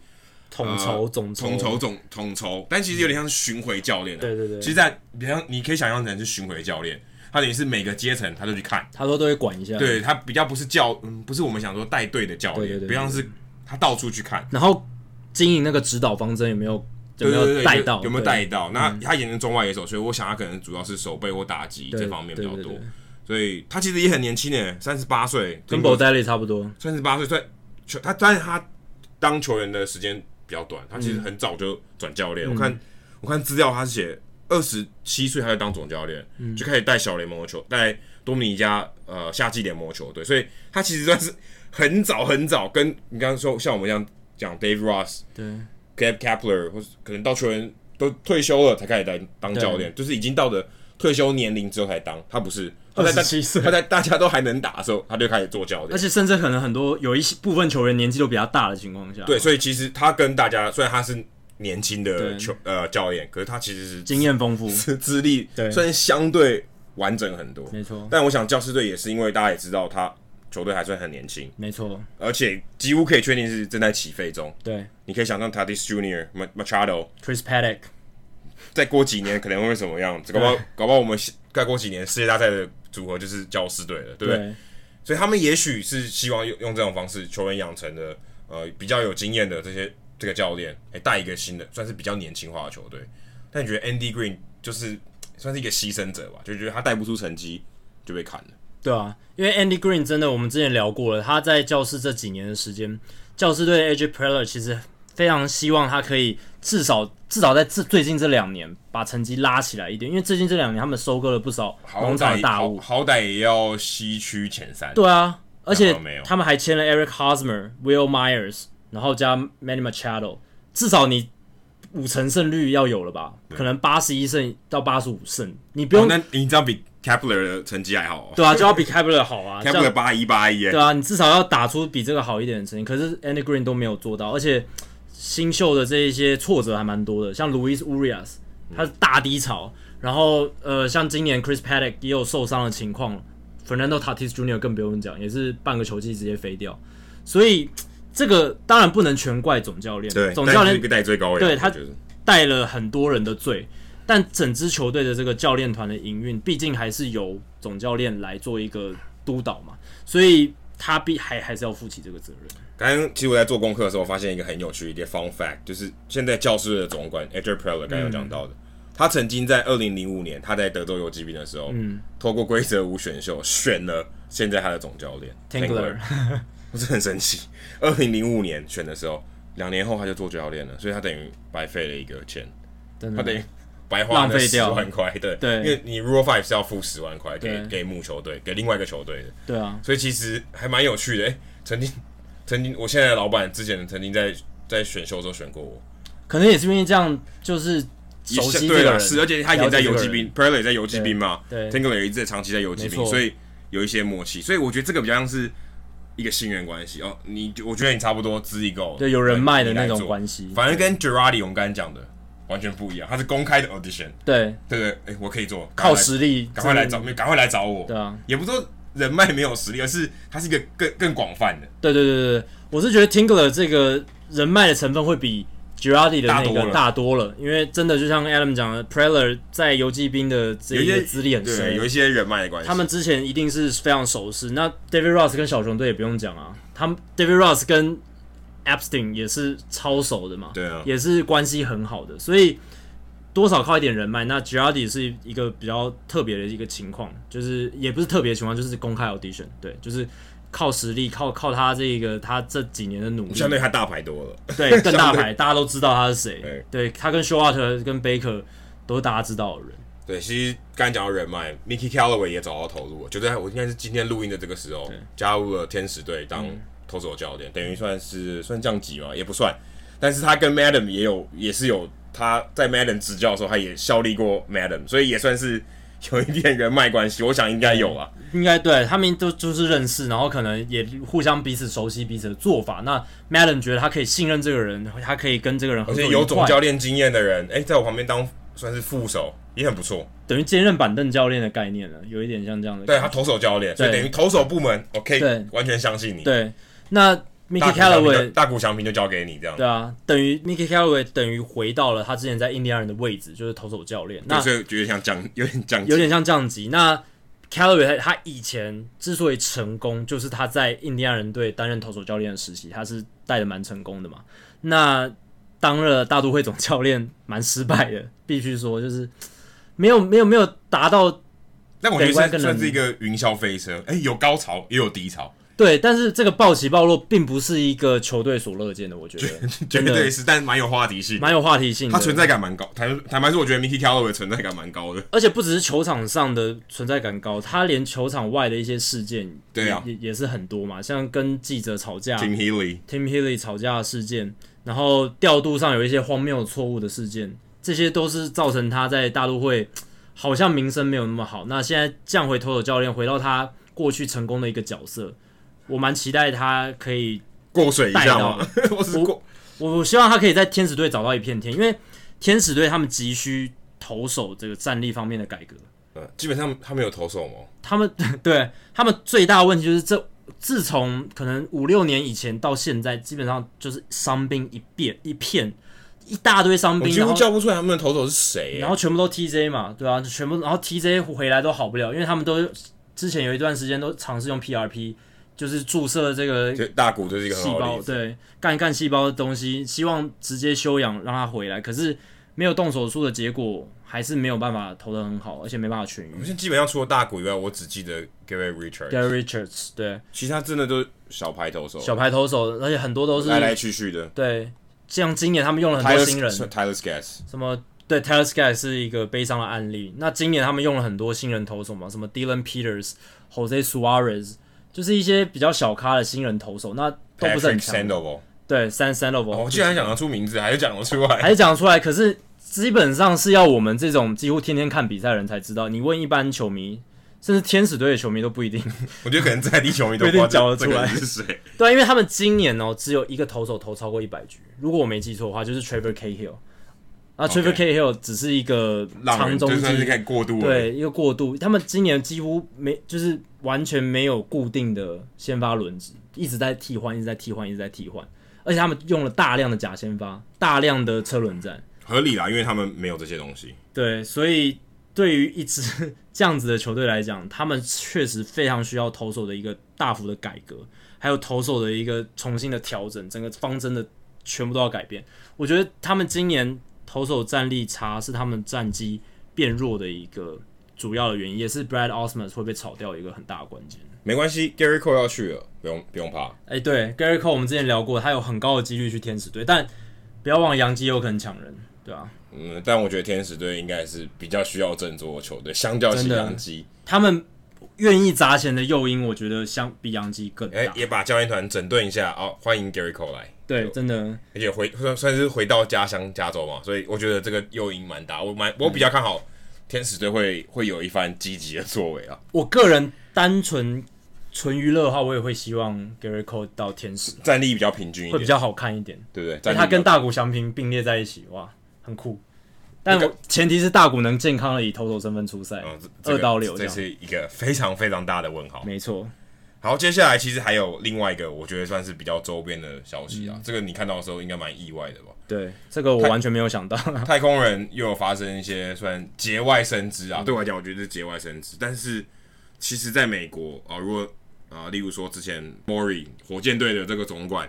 Speaker 1: 统筹、总
Speaker 2: 呃统筹总统筹，但其实有点像是巡回教练、啊。
Speaker 1: 对对对
Speaker 2: 其实在比方你可以想象成是巡回教练，他等于是每个阶层他都去看，
Speaker 1: 他都都会管一下。，
Speaker 2: 对他比较不是教，嗯，不是我们想说带队的教练，
Speaker 1: 嗯对对对对
Speaker 2: 不像是他到处去看，
Speaker 1: 然后经营那个指导方针有没有有没
Speaker 2: 对对
Speaker 1: 有
Speaker 2: 对
Speaker 1: 带到？
Speaker 2: 有没
Speaker 1: 对嗯
Speaker 2: 有带到？那他也能中外野手，所以我想他可能主要是手背或打击
Speaker 1: 对
Speaker 2: 这方面比较
Speaker 1: 对
Speaker 2: 多
Speaker 1: 对对。
Speaker 2: 所以他其实也很年轻诶，三十八岁，
Speaker 1: 跟 b o d e l l i 差不多。
Speaker 2: 三十八岁，算球他，但是他当球员的时间比较短，他其实很早就转教练。我看我看资料，他是写二十七岁他就当总教练，就开始带小联盟的球，带多米尼加呃夏季联盟的球队，所以他其实算是很早很早跟你刚刚说像我们一样讲 Dave Ross、
Speaker 1: 对
Speaker 2: Gabe Kapler，或是可能到球员都退休了才开始当当教练，就是已经到了退休年龄之后才当，他不是。他在大
Speaker 1: 27岁
Speaker 2: 他在大家都还能打的时候，他就开始做教练
Speaker 1: 而。且甚至可能很多有一些部分球员年纪都比较大的情况下，
Speaker 2: 对，所以其实他跟大家，虽然他是年轻的
Speaker 1: 对
Speaker 2: 球呃教练，可是他其实是
Speaker 1: 经验丰富，
Speaker 2: 资 资历
Speaker 1: 对
Speaker 2: 算相对完整很多。
Speaker 1: 没错
Speaker 2: 但我想教师队也是因为大家也知道他球队还算很年轻，
Speaker 1: 没错，
Speaker 2: 而且几乎可以确定是正在起飞中。
Speaker 1: 对
Speaker 2: 你可以想象 Tatis Junior、Machado
Speaker 1: Chris Paddock，
Speaker 2: 再过几年可能会什么样子，搞不好搞不好我们再过几年世界大赛的组合就是教师队了，对不对？
Speaker 1: 对
Speaker 2: 所以他们也许是希望用用这种方式，球员养成的呃比较有经验的这些这个教练，哎、带一个新的，算是比较年轻化的球队。但你觉得 Andy Green 就是算是一个牺牲者吧？就觉得他带不出成绩就被砍了。
Speaker 1: 对啊，因为 Andy Green 真的我们之前聊过了，他在教室这几年的时间，教师队的 AJ Preller 其实非常希望他可以至少至少在这最近这两年把成绩拉起来一点，因为最近这两年他们收割了不少
Speaker 2: 好
Speaker 1: 农场
Speaker 2: 歹
Speaker 1: 的大
Speaker 2: 好
Speaker 1: 物，
Speaker 2: 好歹也要西区前三。
Speaker 1: 对啊，而且
Speaker 2: 没有
Speaker 1: 他们还签了 Eric Hosmer、Will Myers，然后加 Manny Machado，至少你五成胜率要有了吧？可能八十一胜到八十五胜，你不
Speaker 2: 哦
Speaker 1: 用、
Speaker 2: 那你这样比 Kepler 的成绩还好、哦。
Speaker 1: 对啊，就要比 Kepler 好啊，这样
Speaker 2: Kepler 八一八一，
Speaker 1: 对啊，你至少要打出比这个好一点的成绩。可是 Andy Green 都没有做到，而且新秀的这一些挫折还蛮多的，像 Luis Urias
Speaker 2: 嗯
Speaker 1: 他是大低潮，然后呃，像今年 Chris Paddock 也有受伤的情况，Fernando Tatis Jr. 更不用讲，也是半个球季直接飞掉。所以这个当然不能全怪总教练，
Speaker 2: 对，
Speaker 1: 总教
Speaker 2: 但是
Speaker 1: 练
Speaker 2: 一个戴最高人，
Speaker 1: 对他
Speaker 2: 我觉得
Speaker 1: 带了很多人的罪，但整支球队的这个教练团的营运，毕竟还是由总教练来做一个督导嘛，所以他必还还是要负起这个责任。
Speaker 2: 刚刚其实我在做功课的时候，我发现一个很有趣的一个 fun fact，就是现在教师的总管 Edgar Preller 刚刚有
Speaker 1: 嗯
Speaker 2: 讲到的，他曾经在二零零五年他在德州游骑兵的时候，嗯，透过规则五选秀选了现在他的总教练
Speaker 1: Tingler，
Speaker 2: 我是很神奇。二零零五年选的时候，两年后他就做教练了，所以他等于白费了一个钱，
Speaker 1: 真
Speaker 2: 他
Speaker 1: 的
Speaker 2: 等于白花
Speaker 1: 嗯浪费
Speaker 2: 十
Speaker 1: 掉
Speaker 2: 万块，对
Speaker 1: 对
Speaker 2: 因为你 Rule Five 是要付十万块给
Speaker 1: 对
Speaker 2: 给母球队，给另外一个球队的，
Speaker 1: 对啊，
Speaker 2: 所以其实还蛮有趣的。诶曾经曾经，我现在的老板之前曾经在在选秀的时候选过我，
Speaker 1: 可能也是因为这样，就是熟悉这
Speaker 2: 对
Speaker 1: 个
Speaker 2: 了，
Speaker 1: 人，
Speaker 2: 是，而啊且他以前在游击兵 p r e l l e 也在游击兵嘛
Speaker 1: 对对
Speaker 2: ，Tingler 也一直在长期在游击
Speaker 1: 没
Speaker 2: 兵，
Speaker 1: 错
Speaker 2: 所以有一些默契，所以我觉得这个比较像是一个信任关系哦。你我觉得你差不多资历够，
Speaker 1: 对有人脉的
Speaker 2: 你来
Speaker 1: 那种
Speaker 2: 做
Speaker 1: 关系
Speaker 2: 反而跟 Gerardi 我们刚才讲的完全不一样，他是公开的 audition，
Speaker 1: 对，
Speaker 2: 对不对？哎，我可以做，赶快
Speaker 1: 靠
Speaker 2: 来，
Speaker 1: 实力，
Speaker 2: 赶快来找，赶快来找我，
Speaker 1: 对啊，
Speaker 2: 也不是说人脉没有实力，而是他是一个更更广泛的，
Speaker 1: 对对对对，对我是觉得 Tingler 这个人脉的成分会比 Girardi 的
Speaker 2: 大
Speaker 1: 那
Speaker 2: 多
Speaker 1: 个
Speaker 2: 了
Speaker 1: 大多了，因为真的就像 Adam 讲的，Preller 在游击兵的这
Speaker 2: 有一
Speaker 1: 个
Speaker 2: 些
Speaker 1: 资历很
Speaker 2: 对，有
Speaker 1: 深
Speaker 2: 一，些人脉的关系，
Speaker 1: 他们之前一定是非常熟识。那 David Ross 跟小熊队也不用讲啊，他们 David Ross 跟 Epstein 也是超熟的嘛，
Speaker 2: 对啊
Speaker 1: 也是关系很好的，所以多少靠一点人脉。那 Girardi 是一个比较特别的一个情况，就是也不是特别情况，就是公开 audition，对，就是靠实力，靠靠他这个他这几年的努力，
Speaker 2: 相对他大牌多了。
Speaker 1: 对更大牌，大家都知道他是谁
Speaker 2: 对，
Speaker 1: 对他跟 Showalter 跟 Baker 都是大家知道的人，
Speaker 2: 对，其实刚才讲到人脉，Mickey Callaway 也找到投入了，就在我应该是今天录音的这个时候，加入了天使队当投手教练，等于算是算降级嘛，也不算。但是他跟 Madam 也有，也是有他在 Madam 执教的时候，他也效力过 Madam，所以也算是有一点人脉关系，我想应该有啦。
Speaker 1: 应该对他们都就是认识，然后可能也互相彼此熟悉彼此的做法。那 Madam 觉得他可以信任这个人，他可以跟这个人合
Speaker 2: 而
Speaker 1: 作
Speaker 2: 且
Speaker 1: 愉
Speaker 2: 有总
Speaker 1: 快，
Speaker 2: 教练经验的人，哎、在我旁边当算是副手也很不错。
Speaker 1: 等于兼任板凳教练的概念了，有一点像这样的。
Speaker 2: 对他投手教练，所以
Speaker 1: 对
Speaker 2: 等于投手部门，我可以
Speaker 1: 对
Speaker 2: 完全相信你。
Speaker 1: 对，那 Mickey
Speaker 2: 大谷翔平就
Speaker 1: Callaway
Speaker 2: 大谷翔平就交给你这样。
Speaker 1: 对啊，等于 Mickey Callaway 等于回到了他之前在印第安人的位置，就是投手教练。那
Speaker 2: 对所以觉得像降，有点降级，
Speaker 1: 有点像降级。那 Callaway 他以前之所以成功，就是他在印第安人队担任投手教练的实习，他是带的蛮成功的嘛。那当了大都会总教练，蛮失败的，必须说就是没有没有没有达到
Speaker 2: 但我觉得算
Speaker 1: 北关跟
Speaker 2: 算是一个云霄飞车，哎、有高潮也有低潮，
Speaker 1: 对，但是这个暴起暴落并不是一个球队所乐见的，我觉得
Speaker 2: 绝
Speaker 1: 真的
Speaker 2: 对是，但蛮有话题性 的。
Speaker 1: 蛮有话题性的。
Speaker 2: 它存在感蛮高，坦坦白说，我觉得 Mickey Callaway 的存在感蛮高的。
Speaker 1: 而且不只是球场上的存在感高，他连球场外的一些事件也，
Speaker 2: 对啊
Speaker 1: 也也是很多嘛，像跟记者吵架，啊
Speaker 2: Tim Healy，
Speaker 1: Tim Healy 吵架的事件，然后调度上有一些荒谬错误的事件，这些都是造成他在大陆会好像名声没有那么好。那现在降回投手教练，回到他过去成功的一个角色，我蛮期待他可以，
Speaker 2: 过水一下 吗？我是过，
Speaker 1: 我我希望他可以在天使队找到一片天，因为天使队他们急需投手这个战力方面的改革。
Speaker 2: 呃，基本上他没有投手吗？
Speaker 1: 他们 对他们最大的问题就是这，自从可能五六年以前到现在，基本上就是伤兵一遍一片，一大堆伤
Speaker 2: 我
Speaker 1: 兵，
Speaker 2: 几
Speaker 1: 然
Speaker 2: 乎
Speaker 1: 后
Speaker 2: 叫不出来他们的投手是谁、啊
Speaker 1: 然后全部都 TJ 嘛，对吧、啊？全部然后 TJ 回来都好不了，因为他们都之前有一段时间都尝试用 PRP，就是注射这个
Speaker 2: 就大谷就是一个很
Speaker 1: 细
Speaker 2: 好的
Speaker 1: 胞，
Speaker 2: 例子。
Speaker 1: 对干干细胞的东西，希望直接休养让它回来，可是没有动手术的结果，还是没有办法投的很好，而且没办法痊
Speaker 2: 我
Speaker 1: 愈。
Speaker 2: 现在基本上除了大谷以外，我只记得 Gary Richard，
Speaker 1: Gary Richards 对。
Speaker 2: 其他真的都是小牌投手，
Speaker 1: 小牌投手，而且很多都是
Speaker 2: 来来去去的。
Speaker 1: 对，像今年他们用了很多
Speaker 2: Tyler
Speaker 1: 新人，
Speaker 2: Tyler Gas，
Speaker 1: 什么对 Taylor Sky 是一个悲伤的案例。那今年他们用了很多新人投手嘛，什么 Dylan Peters、Jose Suarez，就是一些比较小咖的新人投手，那都不是很
Speaker 2: Patrick
Speaker 1: 强。
Speaker 2: Sandoval，哦
Speaker 1: 对，三三 level，、
Speaker 2: 我居然讲得出名字，还是讲得出来。
Speaker 1: 还是讲出来，可是基本上是要我们这种几乎天天看比赛的人才知道。你问一般球迷，甚至天使队的球迷都不一定
Speaker 2: 我觉得可能在地球迷都
Speaker 1: 不一定讲得
Speaker 2: 这
Speaker 1: 出
Speaker 2: 个
Speaker 1: 来
Speaker 2: 人是谁。
Speaker 1: 对啊，因为他们今年哦只有一个投手投超过一百局，如果我没记错的话，就是 Trevor Cahill。啊
Speaker 2: 嗯 OK
Speaker 1: ，Trevor Cahill 只是一个
Speaker 2: 让
Speaker 1: 长
Speaker 2: 人
Speaker 1: 中
Speaker 2: 就算
Speaker 1: 继，
Speaker 2: 是看过度了，
Speaker 1: 对一个过渡。他们今年几乎没，就是完全没有固定的先发轮值，一直在替换，一直在替换，一直在替换。而且他们用了大量的假先发，大量的车轮战，
Speaker 2: 合理啦，因为他们没有这些东西。
Speaker 1: 对，所以对于一支 这样子的球队来讲，他们确实非常需要投手的一个大幅的改革，还有投手的一个重新的调整，整个方针的全部都要改变。我觉得他们今年投手战力差是他们战绩变弱的一个主要的原因，也是 Brad Osmus 会被炒掉一个很大的关键。
Speaker 2: 没关系，Gary Cole 要去了，不用不用怕。
Speaker 1: 哎、对，Gary Cole 我们之前聊过，他有很高的几率去天使队，但不要忘了杨基有可能抢人，对啊吧、
Speaker 2: 嗯，但我觉得天使队应该是比较需要振作的球队，相较起
Speaker 1: 真的
Speaker 2: 杨基，
Speaker 1: 他们愿意砸钱的诱因，我觉得相比杨基更大。
Speaker 2: 哎、也把教练团整顿一下哦。欢迎 Gary Cole 来，
Speaker 1: 对，真的，
Speaker 2: 而且回算算是回到家乡加州嘛，所以我觉得这个诱因蛮大。我蛮我比较看
Speaker 1: 嗯
Speaker 2: 好天使队会会有一番积极的作为啊。
Speaker 1: 我个人单纯纯娱乐的话，我也会希望 Gary Cole 到天使
Speaker 2: 战力比较平均一
Speaker 1: 会比
Speaker 2: 点，
Speaker 1: 较好看一点，
Speaker 2: 对不对？
Speaker 1: 因
Speaker 2: 战
Speaker 1: 为
Speaker 2: 力
Speaker 1: 他
Speaker 2: 比较
Speaker 1: 跟大谷翔平并列在一起，哇，很酷。但
Speaker 2: 那
Speaker 1: 我前提是大谷能健康的以投手身份出赛，
Speaker 2: 嗯，这这
Speaker 1: 二
Speaker 2: 个
Speaker 1: 到六这
Speaker 2: 这
Speaker 1: 样，
Speaker 2: 是一个非常非常大的问号。
Speaker 1: 没错。
Speaker 2: 好，接下来其实还有另外一个，我觉得算是比较周边的消息啊。
Speaker 1: 嗯
Speaker 2: 这个你看到的时候应该蛮意外的吧？
Speaker 1: 对，这个我完全没有想到。
Speaker 2: 太空人又有发生一些算节外生枝
Speaker 1: 嗯
Speaker 2: 啊，对我来讲，我觉得是节外生枝。但是其实在美国啊、如果啊、例如说之前 Mori 火箭队的这个总管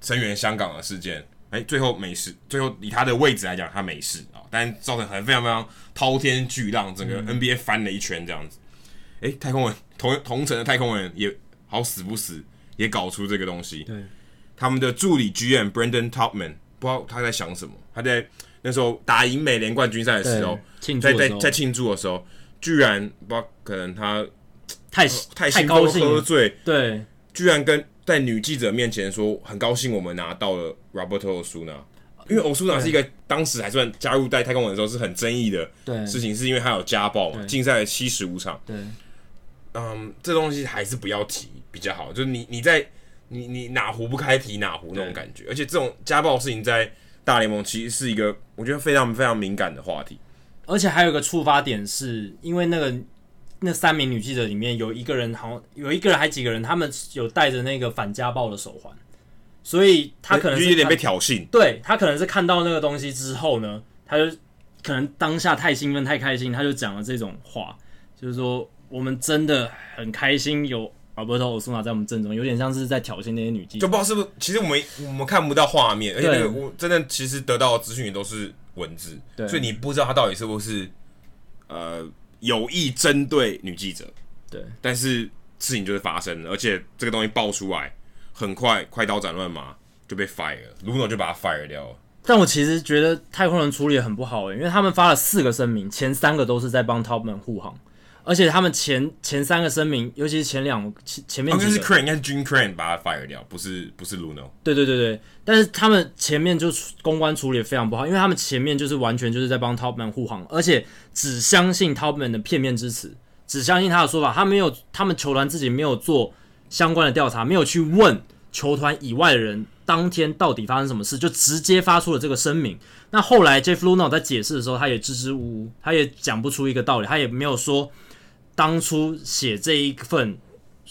Speaker 2: 声援香港的事件，哎、最后美事，最后以他的位置来讲，他没事啊，但造成很非常非常滔天巨浪，整
Speaker 1: 嗯
Speaker 2: 个 NBA 翻了一圈这样子。哎、太空人同同城的太空人也好死不死也搞出这个东西，
Speaker 1: 对，
Speaker 2: 他们的助理 GM Brandon Topman 不知道他在想什么，他在那时候打赢美联冠军赛的时候
Speaker 1: 对，庆祝
Speaker 2: 在
Speaker 1: 的
Speaker 2: 在
Speaker 1: 时候
Speaker 2: 在庆祝的时候，居然不知道可能他
Speaker 1: 太太
Speaker 2: 太兴
Speaker 1: 高
Speaker 2: 奋
Speaker 1: 兴
Speaker 2: 喝
Speaker 1: 了，
Speaker 2: 醉，
Speaker 1: 对，
Speaker 2: 居然跟在女记者面前说很高兴我们拿到了 Roberto Osuna，因为 Osuna 是一个当时还算加入在太空人的时候是很争议的
Speaker 1: 对
Speaker 2: 事情，是因为他有家暴嘛，
Speaker 1: 对
Speaker 2: 禁赛了七十五场。
Speaker 1: 对，
Speaker 2: 嗯，这东西还是不要提比较好。就是你你在你你哪壶不开提哪壶那种感觉，而且这种家暴事情在大联盟其实是一个我觉得非常非常敏感的话题。
Speaker 1: 而且还有一个触发点是，因为那个那三名女记者里面有一个人好像有一个人还几个人，他们有戴着那个反家暴的手环，所以他可能
Speaker 2: 就是有点被
Speaker 1: 看
Speaker 2: 挑衅，
Speaker 1: 对他可能是看到那个东西之后呢，他就可能当下太兴奋太开心，他就讲了这种话，就是说我们真的很开心有 Alberto Osuna 在我们阵中，有点像是在挑衅那些女记
Speaker 2: 就
Speaker 1: 者。
Speaker 2: 不知道是不是。其实我们我们看不到画面，而且那
Speaker 1: 对
Speaker 2: 个我真的其实得到的资讯也都是文字，
Speaker 1: 对
Speaker 2: 所以你不知道他到底是不是呃有意针对女记者。
Speaker 1: 对，
Speaker 2: 但是事情就是发生了，而且这个东西爆出来，很快快刀斩乱麻就被 fire，了卢 u 就把他 fire 掉了。
Speaker 1: 但我其实觉得太空人处理得很不好、欸，因为他们发了四个声明，前三个都是在帮 Topman 护航，而且他们前前三个声明，尤其是前两前前
Speaker 2: 哦，
Speaker 1: 面
Speaker 2: 就
Speaker 1: 几
Speaker 2: 是
Speaker 1: 哎个，
Speaker 2: Crane，应该是 Jim Crane 把他 fire 掉，不是不是 Luno。
Speaker 1: 对对对对，但是他们前面就处公关处理得非常不好，因为他们前面就是完全就是在帮 Topman 护航，而且只相信 Topman 的片面之词，只相信他的说法，他没有他们球团自己没有做相关的调查，没有去问球团以外的人当天到底发生什么事，就直接发出了这个声明。那后来 Jeff Luno 在解释的时候，他也支支吾吾，他也讲不出一个道理，他也没有说当初写这一份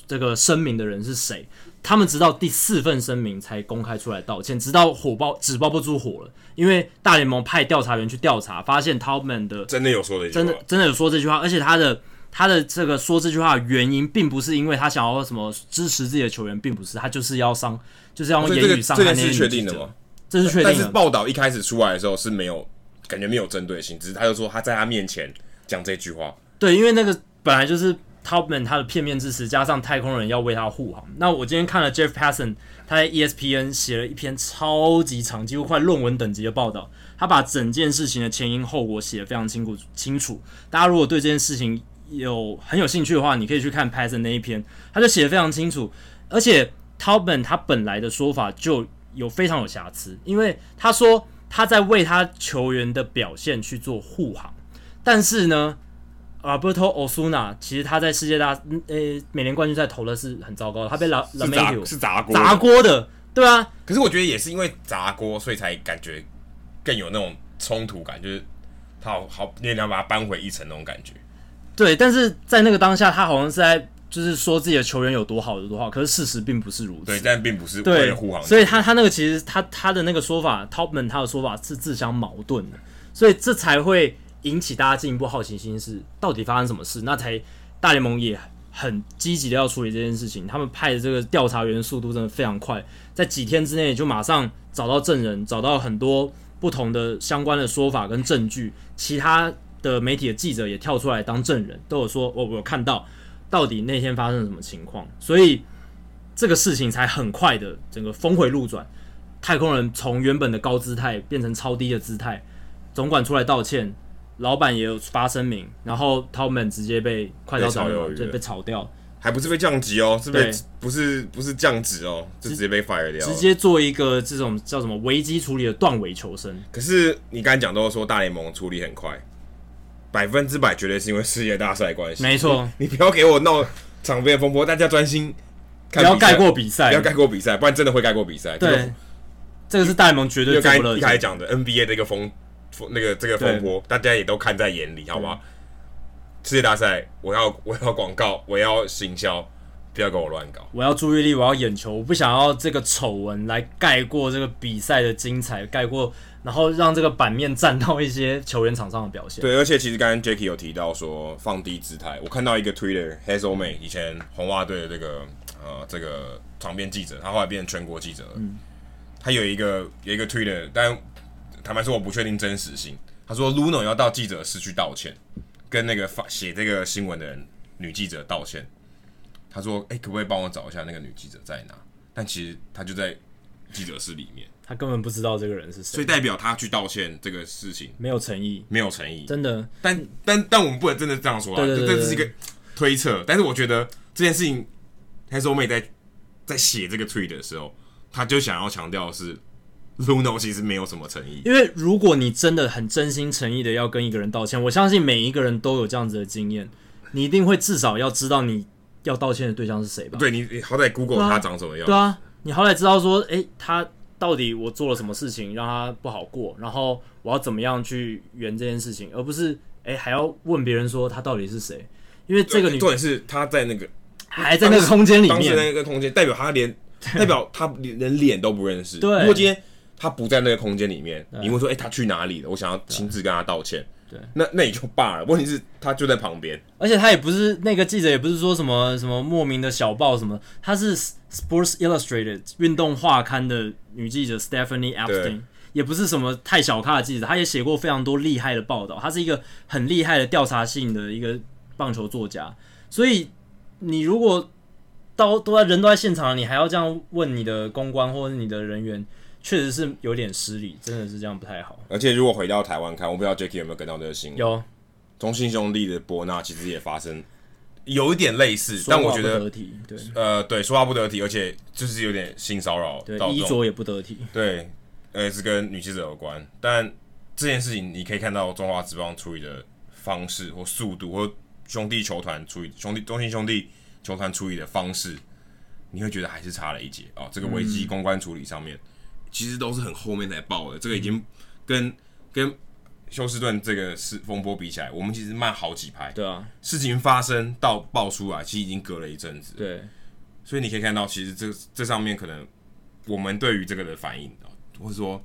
Speaker 1: 这个声明的人是谁。他们直到第四份声明才公开出来道歉，直到火爆纸包不住火了，因为大联盟派调查员去调查，发现 Topman 的
Speaker 2: 真的有说的，
Speaker 1: 真的真的有说这句话，而且他的他的这个说这句话的原因，并不是因为他想要什么支持自己的球员，并不是他就是要伤，就是要
Speaker 2: 哦所
Speaker 1: 用
Speaker 2: 以这
Speaker 1: 言
Speaker 2: 个
Speaker 1: 语
Speaker 2: 这
Speaker 1: 伤害
Speaker 2: 个
Speaker 1: 那些
Speaker 2: 是
Speaker 1: 女
Speaker 2: 确
Speaker 1: 记
Speaker 2: 定的
Speaker 1: 者
Speaker 2: 吗？？
Speaker 1: 这是确
Speaker 2: 但
Speaker 1: 定
Speaker 2: 是
Speaker 1: 的，
Speaker 2: 报道一开始出来的时候是没有，感觉没有针对性，只是他就说他在他面前讲这句话，
Speaker 1: 对，因为那个本来就是 Topman 他的片面支持，加上太空人要为他护航。那我今天看了 Jeff Passan，他在 E ESPN 写了一篇超级长，几乎快论文等级的报道，他把整件事情的前因后果写得非常清楚清楚。大家如果对这件事情有很有兴趣的话，你可以去看 Passan 那一篇，他就写得非常清楚，而且 Topman 他本来的说法就有非常有瑕疵，因为他说他在为他球员的表现去做护航，但是呢，Alberto Osuna 其实他在世界大嗯呃、美联冠军赛投的是很糟糕的，他被拉拉
Speaker 2: 是
Speaker 1: 梅
Speaker 2: 砸
Speaker 1: 丢
Speaker 2: 是砸锅
Speaker 1: 砸。锅的，对啊，
Speaker 2: 可是我觉得也是因为砸锅，所以才感觉更有那种冲突感，就是他好好你想把他扳回一城那种感觉。
Speaker 1: 对，但是在那个当下，他好像是在就是说自己的球员有多好有多好，可是事实并不是如
Speaker 2: 对，
Speaker 1: 此。
Speaker 2: 但并不是为
Speaker 1: 对
Speaker 2: 了护航，，
Speaker 1: 所以他他那个其实他他的那个说法，Topman 他的说法是自相矛盾的，所以这才会引起大家进一步好奇心是到底发生什么事，那才大联盟也很积极的要处理这件事情。他们派的这个调查员的速度真的非常快，在几天之内就马上找到证人，找到很多不同的相关的说法跟证据。其他的媒体的记者也跳出来当证人，都有说我我有看到到底那天发生了什么情况，所以这个事情才很快的整个峰回路转。太空人从原本的高姿态变成超低的姿态，总管出来道歉，老板也有发声明，然后 Tomlin 直接被快刀斩
Speaker 2: 被炒
Speaker 1: 乱
Speaker 2: 鱿鱼
Speaker 1: 麻，就
Speaker 2: 了
Speaker 1: 被炒掉，
Speaker 2: 还不是被降级哦，是被
Speaker 1: 对
Speaker 2: 不是不是降职哦，就直接被 fire 掉了。
Speaker 1: 直接做一个这种叫什么危机处理的断尾求生。
Speaker 2: 可是你刚才讲到说大联盟处理很快，百分之百绝对是因为世界大赛关系。
Speaker 1: 没错，
Speaker 2: 你不要给我闹场边的风波，大家专心
Speaker 1: 不
Speaker 2: 看
Speaker 1: 要
Speaker 2: 比赛
Speaker 1: 盖过，比赛，
Speaker 2: 不要盖过比赛，不然真的会盖过比赛。这
Speaker 1: 对
Speaker 2: 个，，
Speaker 1: 这个是大联盟绝对
Speaker 2: 就刚
Speaker 1: 最不
Speaker 2: 才
Speaker 1: 乐
Speaker 2: 一开始
Speaker 1: 见。
Speaker 2: 讲的 NBA 这个风风那个这个风波，大家也都看在眼里，好吗？世界大赛，我要我要广告，我要行销，不要给我乱搞。
Speaker 1: 我要注意力，我要眼球，我不想要这个丑闻来盖过这个比赛的精彩，盖过，然后让这个版面占到一些球员场上的表现。
Speaker 2: 对，而且其实刚刚 Jacky 有提到说放低姿态，我看到一个 Twitter Hazel May 以前红袜队的这个呃这个场边记者，他后来变成全国记者了。他有一个有一个 Twitter，但坦白说我不确定真实性。他说 Luno 要到记者室去道歉，跟那个发写这个新闻的人女记者道歉。他说：“哎、可不可以帮我找一下那个女记者在哪？”但其实他就在记者室里面，
Speaker 1: 他根本不知道这个人是
Speaker 2: 所
Speaker 1: 谁
Speaker 2: 以，代表他去道歉这个事情
Speaker 1: 没有诚意，
Speaker 2: 没有诚意。
Speaker 1: 真的。
Speaker 2: 但但但我们不能真的这样说啊，
Speaker 1: 对对对
Speaker 2: 这
Speaker 1: 对
Speaker 2: 这是一个推测。但是我觉得这件事情，黑手妹在在写这个 tweet 的时候，她就想要强调的是，Luno 其实没有什么诚意。
Speaker 1: 因为如果你真的很真心诚意的要跟一个人道歉，我相信每一个人都有这样子的经验，你一定会至少要知道你要道歉的对象是谁吧？
Speaker 2: 对你你好歹 Google
Speaker 1: 对啊
Speaker 2: 她长什么样
Speaker 1: 对，啊，你好歹知道说，诶，他到底我做了什么事情让他不好过，然后我要怎么样去圆这件事情，而不是诶还要问别人说他到底是谁，因为这个女
Speaker 2: 重点是她在那个
Speaker 1: 还在那个空间里
Speaker 2: 当时
Speaker 1: 面，
Speaker 2: 那个空间，代表她连代表她连连脸都不认识。
Speaker 1: 对
Speaker 2: 如果今天她不在那个空间里面，你会说，哎、她去哪里了？我想要亲自跟她道歉。
Speaker 1: 对，
Speaker 2: 那那也就罢了。问题是她就在旁边，
Speaker 1: 而且他也不是那个记者，也不是说什么什么莫名的小报什么，他是 Sports Illustrated 运动画刊的女记者 Stephanie
Speaker 2: 对
Speaker 1: Epstein，也不是什么太小咖的记者，她也写过非常多厉害的报道，她是一个很厉害的调查性的一个棒球作家，所以你如果到都在人都在现场，你还要这样问你的公关或者你的人员，确实是有点失礼，真的是这样不太好。
Speaker 2: 而且如果回到台湾看，我不知道 Jacky 有没有跟到这个新闻。
Speaker 1: 有，
Speaker 2: 中信兄弟的伯纳其实也发生有一点类似，
Speaker 1: 说
Speaker 2: 但我
Speaker 1: 话
Speaker 2: 觉
Speaker 1: 不
Speaker 2: 得
Speaker 1: 得体，对
Speaker 2: 呃，对，说话不得体，而且就是有点性骚扰到
Speaker 1: 对，
Speaker 2: 这
Speaker 1: 衣
Speaker 2: 种，
Speaker 1: 着也不得体。
Speaker 2: 对，呃，是跟女记者有关。但这件事情你可以看到中华职棒处理的方式或速度，或兄弟球团处理兄弟中信兄弟球团处理的方式，你会觉得还是差了一截哦。这个危
Speaker 1: 嗯
Speaker 2: 机公关处理上面，其实都是很后面才爆的，这个
Speaker 1: 嗯
Speaker 2: 已经跟、跟。休斯顿这个是风波比起来，我们其实慢好几拍。
Speaker 1: 对啊，
Speaker 2: 事情发生到爆出来，其实已经隔了一阵子，
Speaker 1: 对，
Speaker 2: 所以你可以看到，其实这这上面可能我们对于这个的反应，哦或者说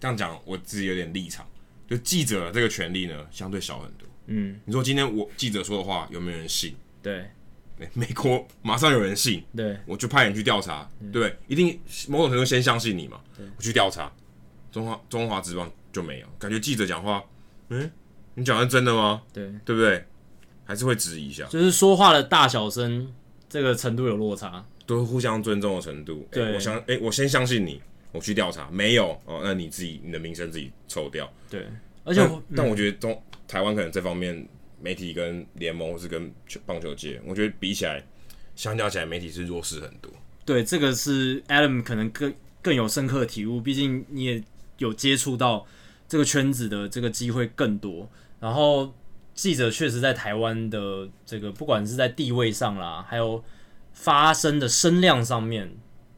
Speaker 2: 这样讲，我自己有点立场，就记者这个权利呢，相对小很多。
Speaker 1: 嗯，
Speaker 2: 你说今天我记者说的话有没有人信？
Speaker 1: 对
Speaker 2: 哎美国马上有人信，
Speaker 1: 对
Speaker 2: 我就派人去调查， 对不对？一定某种程度先相信你嘛，我去调查。中华中华职棒就没有，感觉记者讲话，嗯，你讲的是真的吗？
Speaker 1: 对，
Speaker 2: 对不对？还是会质疑一下。
Speaker 1: 就是说话的大小声这个程度有落差。
Speaker 2: 都是互相尊重的程度。诶
Speaker 1: 对
Speaker 2: 我相哎、我先相信你，我去调查，没有哦，那你自己你的名声自己抽掉。
Speaker 1: 对，而且
Speaker 2: 但
Speaker 1: 我嗯
Speaker 2: 但我觉得中台湾可能这方面媒体跟联盟或是跟球棒球界，我觉得比起来，相较起来媒体是弱势很多。
Speaker 1: 对这个是 Adam 可能更更有深刻的体悟，毕竟你也有接触到这个圈子的这个机会更多。然后记者确实在台湾的这个不管是在地位上啦，还有发声的声量上面，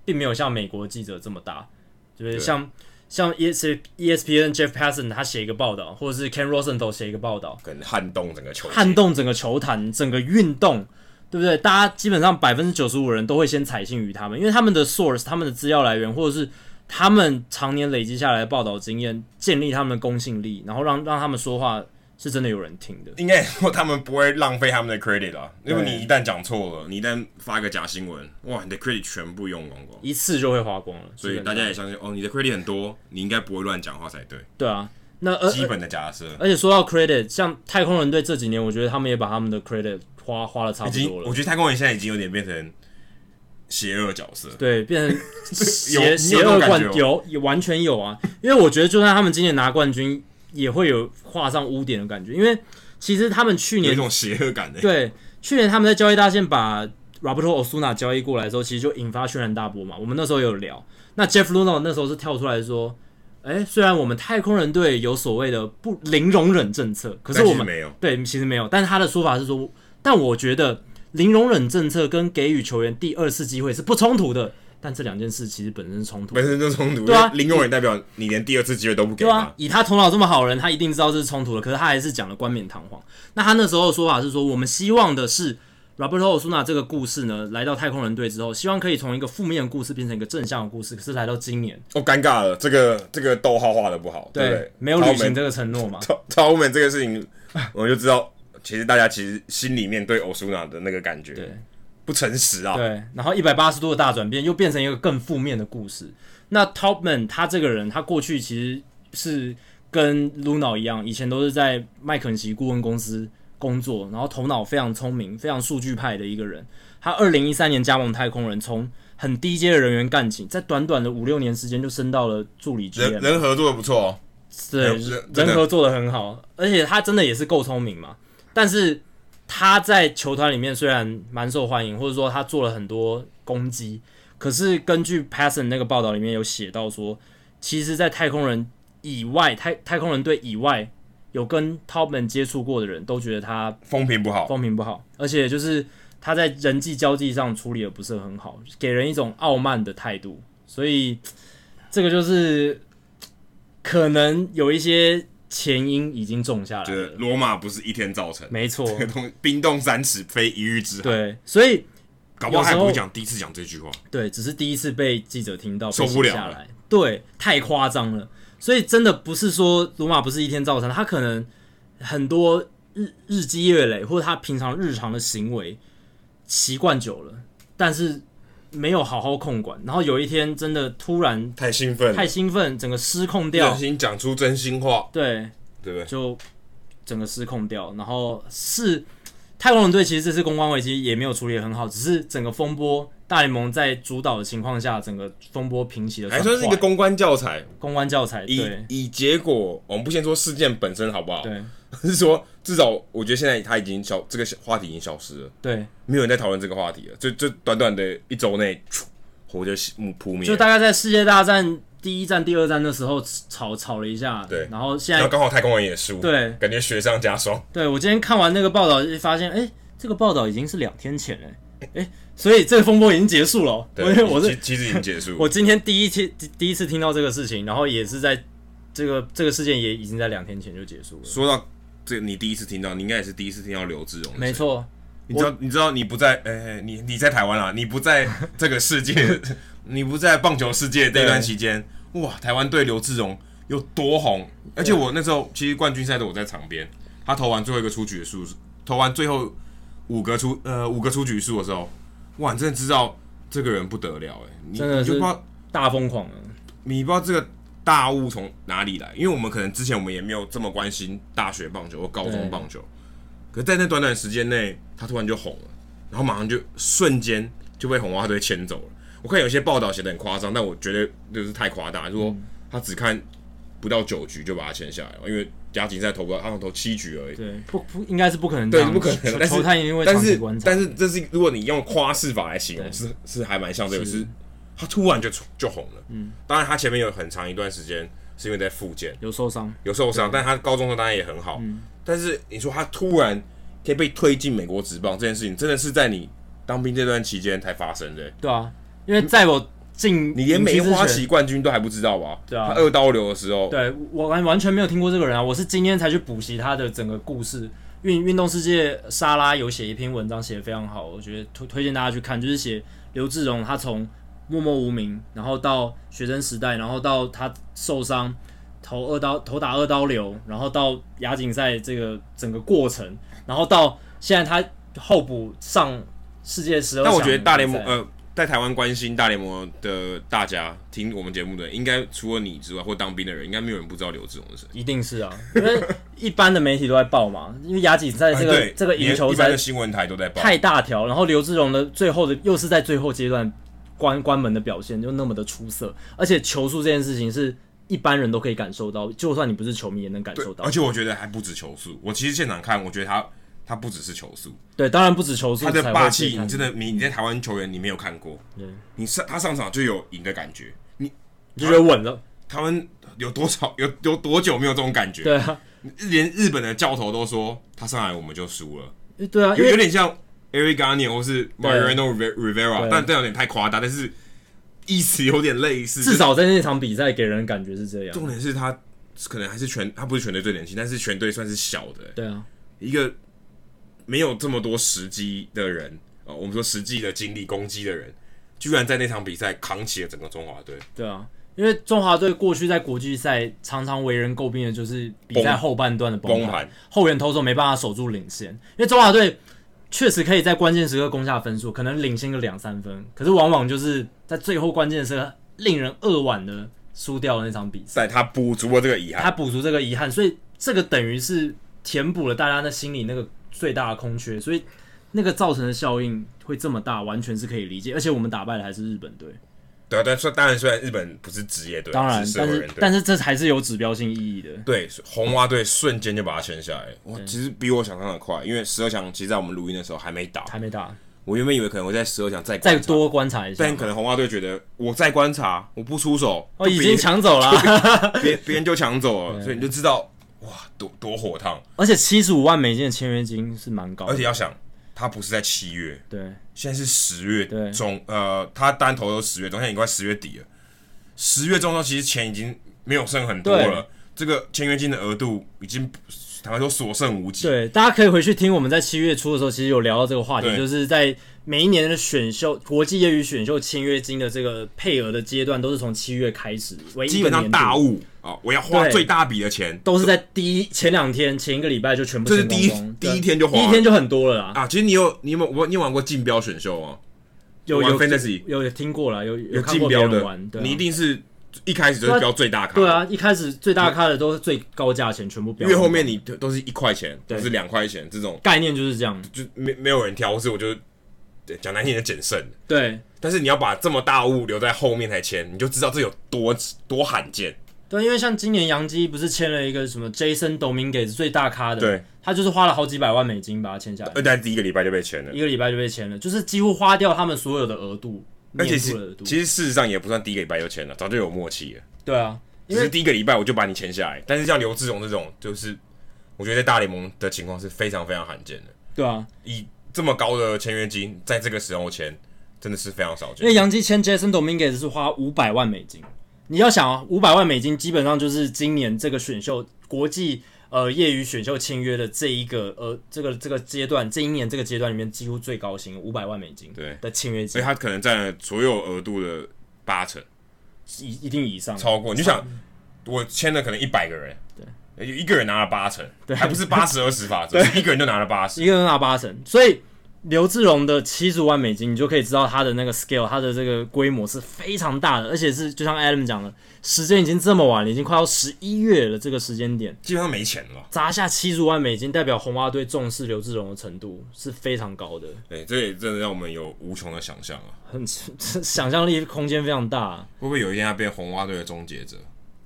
Speaker 1: 并没有像美国记者这么大，就是
Speaker 2: 对
Speaker 1: 像。像 E S E S P N Jeff Passan 他写一个报道，或者是 Ken Rosenthal 写一个报道，
Speaker 2: 可能撼动整个球界，
Speaker 1: 撼动整个球坛、整个运动，对不对？大家基本上百分之九十五人都会先采信于他们，因为他们的 source、他们的资料来源，或者是他们常年累积下来的报道经验，建立他们的公信力，然后让让他们说话是真的有人听的。
Speaker 2: 应该说他们不会浪费他们的 credit 啊，因为
Speaker 1: 对
Speaker 2: 你一旦讲错了，你一旦发个假新闻，哇，你的 credit 全部用光光。
Speaker 1: 一次就会花光了，
Speaker 2: 所以大家也相信哦，你的 credit 很多，你应该不会乱讲话才对。
Speaker 1: 对啊。那而
Speaker 2: 基本的假设
Speaker 1: 而且说到 credit，像太空人队这几年，我觉得他们也把他们的 credit 花花的差
Speaker 2: 已
Speaker 1: 不
Speaker 2: 经，
Speaker 1: 多了
Speaker 2: 我，觉得太空人现在已经有点变成邪恶角色。
Speaker 1: 对，变 成
Speaker 2: 有
Speaker 1: 邪
Speaker 2: 你
Speaker 1: 邪
Speaker 2: 有那种
Speaker 1: 恶
Speaker 2: 感
Speaker 1: 冠
Speaker 2: 觉吗
Speaker 1: 有也完全有啊，因为我觉得就算他们今年拿冠军，也会有画上污点的感觉，因为其实他们去
Speaker 2: 有一
Speaker 1: 年
Speaker 2: 种邪恶感的、
Speaker 1: 对啊去年他们在交易大线把 Roberto Osuna 交易过来的时候，其实就引发轩然大波嘛，我们那时候有聊，那 Jeff Luno 那时候是跳出来说。哎，虽然我们太空人队有所谓的不零容忍政策，可是
Speaker 2: 但其
Speaker 1: 我
Speaker 2: 实
Speaker 1: 们
Speaker 2: 没有，
Speaker 1: 对，其实没有，但是他的说法是说，但我觉得零容忍政策跟给予球员第二次机会是不冲突的，但这两件事其实本身是冲突的
Speaker 2: 本。身就冲突。
Speaker 1: 对啊
Speaker 2: 因为零容忍代表你连第二次机会都不给
Speaker 1: 对啊
Speaker 2: 他，，
Speaker 1: 以他头脑这么好的人，他一定知道这是冲突的，可是他还是讲的冠冕堂皇。那他那时候的说法是说，我们希望的是 Roberto Osuna 这个故事呢，来到太空人队之后，希望可以从一个负面的故事变成一个正向的故事。可是来到今年，
Speaker 2: 哦，尴尬了，这个这个逗号画的不好，对不对？
Speaker 1: 没有
Speaker 2: 超
Speaker 1: 履
Speaker 2: 门
Speaker 1: 行这个承诺嘛？
Speaker 2: 超超门这个事情，我就知道，其实大家其实心里面对欧苏娜的那个感觉，
Speaker 1: 对，
Speaker 2: 不诚实啊。
Speaker 1: 对，然后一百八十度的大转变，又变成一个更负面的故事。那 Topman 他这个人，他过去其实是跟 Luna 一样，以前都是在麦肯锡顾问公司工作，然后头脑非常聪明、非常数据派的一个人。他二零一三年加盟太空人，从很低阶的人员干起，在短短的五六年时间就升到了助理 GM
Speaker 2: 人。人合作的不错哦，
Speaker 1: 对，
Speaker 2: 人人真的
Speaker 1: 人和做的很好，而且他真的也是够聪明嘛。但是他在球团里面虽然蛮受欢迎，或者说他做了很多攻击，可是根据 Passon 那个报道里面有写到说，其实，在太空人以外，太太空人队以外，有跟 Topman 接触过的人都觉得他
Speaker 2: 风评不好，
Speaker 1: 风评不好，而且就是他在人际交际上处理的不是很好，给人一种傲慢的态度，所以这个就是可能有一些前因已经种下来
Speaker 2: 就是
Speaker 1: 了，
Speaker 2: 罗马不是一天造成，
Speaker 1: 没错，
Speaker 2: 这个东冰冻三尺非一日之寒，
Speaker 1: 对，所以
Speaker 2: 搞不好
Speaker 1: 有时
Speaker 2: 还
Speaker 1: 候
Speaker 2: 不会讲第一次讲这句话，
Speaker 1: 对，只是第一次被记者听到，被
Speaker 2: 受不了
Speaker 1: 写下
Speaker 2: 了
Speaker 1: 来，对，太夸张了。所以真的不是说罗马不是一天造成的，他可能很多日日积月累，或者他平常日常的行为习惯久了，但是没有好好控管，然后有一天真的突然
Speaker 2: 太兴奋
Speaker 1: 太兴奋，整个失控
Speaker 2: 不小
Speaker 1: 掉，
Speaker 2: 心讲出真心话，
Speaker 1: 对，
Speaker 2: 对不对？
Speaker 1: 就整个失控掉。然后是太空人队其实这次公关危机也没有处理得很好，只是整个风波大联盟在主导的情况下，整个风波平息的
Speaker 2: 还算是一个公关教材。
Speaker 1: 公关教材。
Speaker 2: 以
Speaker 1: 对
Speaker 2: 以结果，我们不先说事件本身好不好，
Speaker 1: 对
Speaker 2: 是说至少我觉得现在它已经消，这个话题已经消失了，
Speaker 1: 对，
Speaker 2: 没有人在讨论这个话题了。就就短短的一周内，火就扑灭了。
Speaker 1: 就大概在世界大战第一战、第二战的时候吵吵了一下，
Speaker 2: 对
Speaker 1: 然后现
Speaker 2: 然后
Speaker 1: 在
Speaker 2: 刚好太空人也输，，
Speaker 1: 对
Speaker 2: 感觉雪上加霜。
Speaker 1: 对，我今天看完那个报道，就发现哎、诶这个报道已经是两天前了、诶哎、所以这个风波已经结束了哦。我
Speaker 2: 对，
Speaker 1: 我是
Speaker 2: 其其实已经结束。
Speaker 1: 我今天第一天第第一次听到这个事情，然后也是在这个这个事件也已经在两天前就结束了。
Speaker 2: 说到这，你第一次听到，你应该也是第一次听到刘志荣。
Speaker 1: 没，错，
Speaker 2: 你知道你知道你不在，哎、你你在台湾啊，你 不在这个世界，你不在棒球世界这段期间，哇，台湾队刘志荣有多红？而且我那时候其实冠军赛的我在场边，他投完最后一个出局的数，投完最后五个出呃五个出局数的时候，哇，你真的知道这个人不得了哎、你
Speaker 1: 真的
Speaker 2: 你
Speaker 1: 是
Speaker 2: 就不知道
Speaker 1: 大疯狂了。
Speaker 2: 你不知道这个大雾从哪里来，因为我们可能之前我们也没有这么关心大学棒球或高中棒球，可是在那短短时间内，他突然就红了，然后马上就瞬间就被红袜队牵走了。我看有些报道写的很夸张，但我觉得就是太夸大，说他只看不到九局就把他签下来了，因为加锦赛投不到，他好像投七局而已。
Speaker 1: 对，不不应该是不可能这
Speaker 2: 对，
Speaker 1: 样，
Speaker 2: 是不可
Speaker 1: 球
Speaker 2: 能。但
Speaker 1: 球探因为
Speaker 2: 是，
Speaker 1: 长
Speaker 2: 但
Speaker 1: 期
Speaker 2: 是
Speaker 1: 观，察，
Speaker 2: 但是，这是如果你用夸饰法来形容，是是还蛮像这个，
Speaker 1: 是
Speaker 2: 是他突然就出就红了。嗯，当然他前面有很长一段时间是因为在复健
Speaker 1: 有受伤，
Speaker 2: 有受伤，但他高中的当然也很好。
Speaker 1: 嗯
Speaker 2: 但是你说他突然可以被推进美国职棒这件事情，真的是在你当兵这段期间才发生的、欸
Speaker 1: 对啊，因为在我进
Speaker 2: 你连
Speaker 1: 营区
Speaker 2: 梅
Speaker 1: 之
Speaker 2: 花
Speaker 1: 前
Speaker 2: 旗冠军都还不知道吧？
Speaker 1: 对啊
Speaker 2: 他二刀流的时候，
Speaker 1: 对我完完全没有听过这个人啊，我是今天才去补习他的整个故事。运运动世界莎拉有写一篇文章，写的非常好，我觉得推推荐大家去看，就是写刘志荣他从默默无名，然后到学生时代，然后到他受伤，投二刀投打二刀流，然后到亚锦赛这个整个过程，然后到现在他候补上世界十二强。
Speaker 2: 但我觉得大联盟呃，在台湾关心大联盟的大家听我们节目的，应该除了你之外，或当兵的人，应该没有人不知道刘志荣是谁。
Speaker 1: 一定是啊，因为一般的媒体都在报嘛，因为亚锦赛这个、
Speaker 2: 哎对
Speaker 1: 这个
Speaker 2: 连
Speaker 1: 赢球
Speaker 2: 一般
Speaker 1: 赛
Speaker 2: 的新闻台都在报，
Speaker 1: 太大条，然后刘志荣的最后的又是在最后阶段关关门的表现又那么的出色，而且球速这件事情是一般人都可以感受到，就算你不是球迷也能感
Speaker 2: 对
Speaker 1: 受，到
Speaker 2: 而。且我觉得还不止球速。我其实现场看，我觉得他他不只是球速，
Speaker 1: 对，当然不止球速
Speaker 2: 他的
Speaker 1: 才会
Speaker 2: 霸
Speaker 1: 去
Speaker 2: 气，
Speaker 1: 看
Speaker 2: 你真的你你在台湾球员你没有看过，
Speaker 1: 对
Speaker 2: 你上他上场就有赢的感觉。你
Speaker 1: 你就觉得稳了，
Speaker 2: 他们有多少有有多久没有这种感觉？
Speaker 1: 对啊，
Speaker 2: 连日本的教头都说他上来我们就输了，
Speaker 1: 对啊，因
Speaker 2: 有有
Speaker 1: 为
Speaker 2: 点像 Eric Garnier 或是 Mariano Rive- Rivera，
Speaker 1: 对
Speaker 2: 但但有点太夸大，但是意思有点类似。
Speaker 1: 至少在那场比赛给人感觉是这样。
Speaker 2: 重点是他可能还是全他不是全队最年轻，但是全队算是小的、
Speaker 1: 对啊，
Speaker 2: 一个没有这么多实际的人啊、呃我们说实际的经历攻击的人，居然在那场比赛扛起了整个中华队，
Speaker 1: 对啊，因为中华队过去在国际赛常常为人诟病的就是比赛
Speaker 2: 崩
Speaker 1: 后半段的
Speaker 2: 崩
Speaker 1: 崩盘，
Speaker 2: 盘。
Speaker 1: 后援投手没办法守住领先，因为中华队确实可以在关键时刻攻下分数，可能领先个两三分，可是往往就是在最后关键时刻令人扼腕的输掉了那场比赛，
Speaker 2: 在他补足了这个遗憾，
Speaker 1: 他补足这个遗憾，所以这个等于是填补了大家那心里那个最大的空缺，所以那个造成的效应会这么大，完全是可以理解，而且我们打败的还是日本队。
Speaker 2: 对啊，但虽当然虽然日本不是职业队，
Speaker 1: 当然
Speaker 2: 是，社
Speaker 1: 但
Speaker 2: 会
Speaker 1: 是
Speaker 2: 人队，
Speaker 1: 但是这还是有指标性意义的。
Speaker 2: 对，红蛙队瞬间就把他签下来。哇，其实比我想象的快，因为十二强其实在我们录音的时候还没打。
Speaker 1: 还没打，
Speaker 2: 我原本以为可能会在十二强再观
Speaker 1: 再
Speaker 2: 察，
Speaker 1: 多观察一下
Speaker 2: 但。可能红蛙队觉得我再观察，我不出手，
Speaker 1: 哦，
Speaker 2: 就
Speaker 1: 已
Speaker 2: 别
Speaker 1: 经
Speaker 2: 人
Speaker 1: 抢走了啊、
Speaker 2: 别别人就抢走了，所以你就知道哇，多多火烫。
Speaker 1: 而且七十五万美金的签约金是蛮高的。
Speaker 2: 而且要想，他不是在七月，
Speaker 1: 对，
Speaker 2: 现在是十月
Speaker 1: 对
Speaker 2: 中，呃，他单头都十月中，现在已经快十月底了。十月中的时候，其实钱已经没有剩很多
Speaker 1: 对
Speaker 2: 了，这个签约金的额度已经坦白说所剩无几。
Speaker 1: 对，大家可以回去听我们在七月初的时候，其实有聊到这个话题，
Speaker 2: 对
Speaker 1: 就是在每一年的选秀、国际业余选秀签约金的这个配额的阶段，都是从七月开始，为一
Speaker 2: 基本
Speaker 1: 个
Speaker 2: 上
Speaker 1: 年
Speaker 2: 大
Speaker 1: 度
Speaker 2: 雾啊、我要花
Speaker 1: 对
Speaker 2: 最大笔的钱，
Speaker 1: 都是在第一前两天、前一个礼拜就全部
Speaker 2: 这是
Speaker 1: 签光
Speaker 2: 第一
Speaker 1: 光
Speaker 2: 第一
Speaker 1: 对
Speaker 2: 天就花
Speaker 1: 第一
Speaker 2: 了
Speaker 1: 天就很多了啦，
Speaker 2: 啊。其实你有你有没有我你有玩过竞标选秀吗？
Speaker 1: 有
Speaker 2: 玩
Speaker 1: 有
Speaker 2: fantasy
Speaker 1: 有有听过了，有有
Speaker 2: 有
Speaker 1: 看
Speaker 2: 竞
Speaker 1: 过别
Speaker 2: 标
Speaker 1: 人
Speaker 2: 的
Speaker 1: 玩，，对啊
Speaker 2: 你一定是一开始就
Speaker 1: 对
Speaker 2: 是
Speaker 1: 啊
Speaker 2: 标最大卡，
Speaker 1: 对，啊，一开始最大咖的都是最高价钱，全部标
Speaker 2: 越后面你都都是一块钱，
Speaker 1: 对
Speaker 2: 都是两块钱这种，
Speaker 1: 概念就是这样，
Speaker 2: 就没没有人挑，或是我就对讲难听的谨慎。
Speaker 1: 对
Speaker 2: 但是你要把这么大物留在后面才签，你就知道这有多多罕见。
Speaker 1: 对，因为像今年杨基不是签了一个什么 Jason Dominguez 最大咖的，
Speaker 2: 对，呃
Speaker 1: 他就是花了好几百万美金把他签下来
Speaker 2: 而，在第一个礼拜就被签了
Speaker 1: 一，个礼拜就被签了，就是几乎花掉他们所有的额度，
Speaker 2: 而且
Speaker 1: 年
Speaker 2: 其
Speaker 1: 度的额度，
Speaker 2: 其实事实上也不算第一个礼拜就签了，早就有默契了。
Speaker 1: 对啊，因
Speaker 2: 只
Speaker 1: 为
Speaker 2: 是第一个礼拜我就把你签下来。但是像刘志荣这种，就是我觉得在大联盟的情况是非常非常罕见的，
Speaker 1: 对啊，
Speaker 2: 以这么高的签约金在这个时候签，真的是非常少
Speaker 1: 因为
Speaker 2: 见。
Speaker 1: 杨基签 Jason Dominguez 是花五百万美金，你要想啊，五百万美金基本上就是今年这个选秀国际呃业余选秀签约的这一个呃这个这个阶段，这一年这个阶段里面几乎最高薪五百万美金
Speaker 2: 对哎
Speaker 1: 的签约
Speaker 2: 所
Speaker 1: 金
Speaker 2: 以，他可能占了所有额度的八成，
Speaker 1: 一一定以上，
Speaker 2: 超过。你就想，我签了可能一百个人，对，有一个人拿了八成，还不是八十二十法则，是一个人就拿了八十。
Speaker 1: 一个人拿八成，所以刘志荣的七十万美金，你就可以知道他的那个 scale，他的这个规模是非常大的，而且是就像 Adam 讲的，时间已经这么晚了，已经快要十一月了，这个时间点
Speaker 2: 基本上没钱了吧。
Speaker 1: 砸下七十万美金，代表红袜队重视刘志荣的程度是非常高的，
Speaker 2: 对，这也真的让我们有无穷的想象啊！
Speaker 1: 很 想象力空间非常大，
Speaker 2: 会不会有一天他变红蛙队的终结者？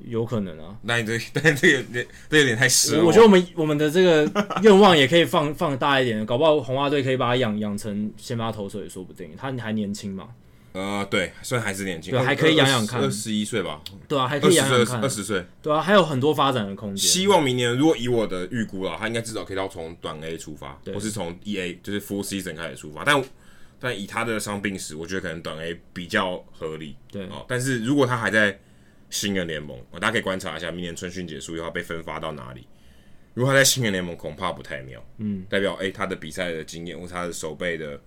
Speaker 1: 有可能啊。
Speaker 2: 那你这， 但这有点，这有点太失
Speaker 1: 我
Speaker 2: 望。
Speaker 1: 我觉得我们我们的这个愿望也可以放 放大一点，搞不好红袜队可以把他养养成先发投手也说不定，他还年轻嘛，
Speaker 2: 呃，对，虽然还是年轻，
Speaker 1: 对还可以养养看
Speaker 2: 二十一岁吧，
Speaker 1: 对啊，还可
Speaker 2: 二
Speaker 1: 以
Speaker 2: 十
Speaker 1: 养
Speaker 2: 岁
Speaker 1: 养，看
Speaker 2: 二，十岁。
Speaker 1: 对啊，还有很多发展的空间。
Speaker 2: 希望明年，如果以我的预估啦，他应该至少可以到从短 A 出发，
Speaker 1: 对
Speaker 2: 或是从 E A 就是 full season 开始出发。但但以他的伤病史，我觉得可能短 A 比较合理。
Speaker 1: 对
Speaker 2: 哦，但是如果他还在新人联盟，哦大家可以观察一下，明年春训结束以后他被分发到哪里。如果他在新人联盟，恐怕不太妙。嗯，代表诶、他的比赛的经验或是他的手背的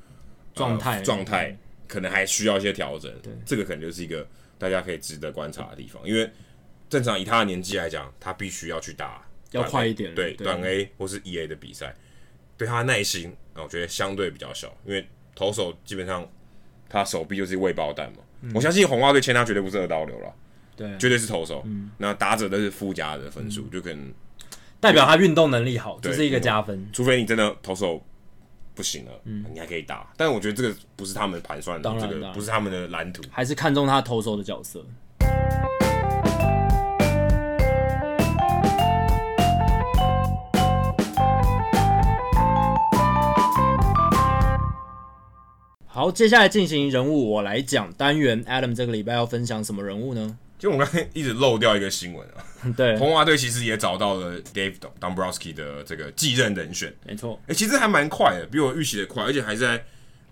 Speaker 1: 状态
Speaker 2: 呃状态可能还需要一些调整。对，这个可能就是一个大家可以值得观察的地方，因为正常以他的年纪来讲，他必须要去打
Speaker 1: 要
Speaker 2: 短 A，
Speaker 1: 快一点
Speaker 2: 对
Speaker 1: 对
Speaker 2: 短 A 或是 E A 的比赛，对他的耐心，啊我觉得相对比较小，因为投手基本上他手臂就是未爆弹嘛。
Speaker 1: 嗯
Speaker 2: 我相信红袜队签他绝对不是二刀流了，
Speaker 1: 对，
Speaker 2: 绝对是投手。那打者都是附加的分
Speaker 1: 嗯
Speaker 2: 数，就可能
Speaker 1: 代表他运动能力好，这
Speaker 2: 对
Speaker 1: 是一个加分。
Speaker 2: 除非你真的投手不行了，你还可以打。但我觉得这个不是他们盘算
Speaker 1: 嗯
Speaker 2: 的
Speaker 1: 当，然
Speaker 2: 这个
Speaker 1: 当然
Speaker 2: 不是他们的蓝图。
Speaker 1: 还是看中他投手的角色。好，接下来进行人物我来讲单元。Adam 这个礼拜要分享什么人物呢？
Speaker 2: 就我刚才一直漏掉一个新闻啊，
Speaker 1: 对，
Speaker 2: 红袜队其实也找到了 Dave Dombrowski 的这个继任人选。
Speaker 1: 没错，
Speaker 2: 哎、其实还蛮快的，比我预期的快，而且还在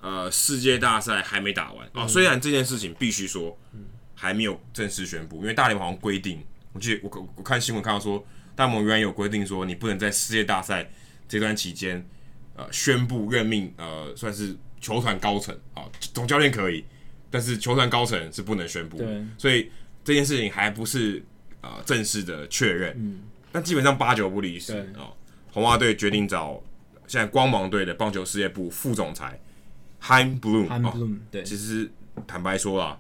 Speaker 2: 呃世界大赛还没打完啊、
Speaker 1: 嗯
Speaker 2: 虽然这件事情必须说还没有正式宣布，因为大联盟好像规定，我记得我我我看新闻看到说，大联盟原来有规定说，你不能在世界大赛这段期间呃宣布任命呃算是球团高层啊、总教练可以，但是球团高层是不能宣布的
Speaker 1: 对，
Speaker 2: 所以这件事情还不是呃正式的确认。但基本上八九不离十
Speaker 1: 嗯对
Speaker 2: 哦。红袜队决定找现在光芒队的棒球事业部副总裁 Han Bloom
Speaker 1: 安
Speaker 2: 哦
Speaker 1: Bloom 对，
Speaker 2: 其实坦白说啦，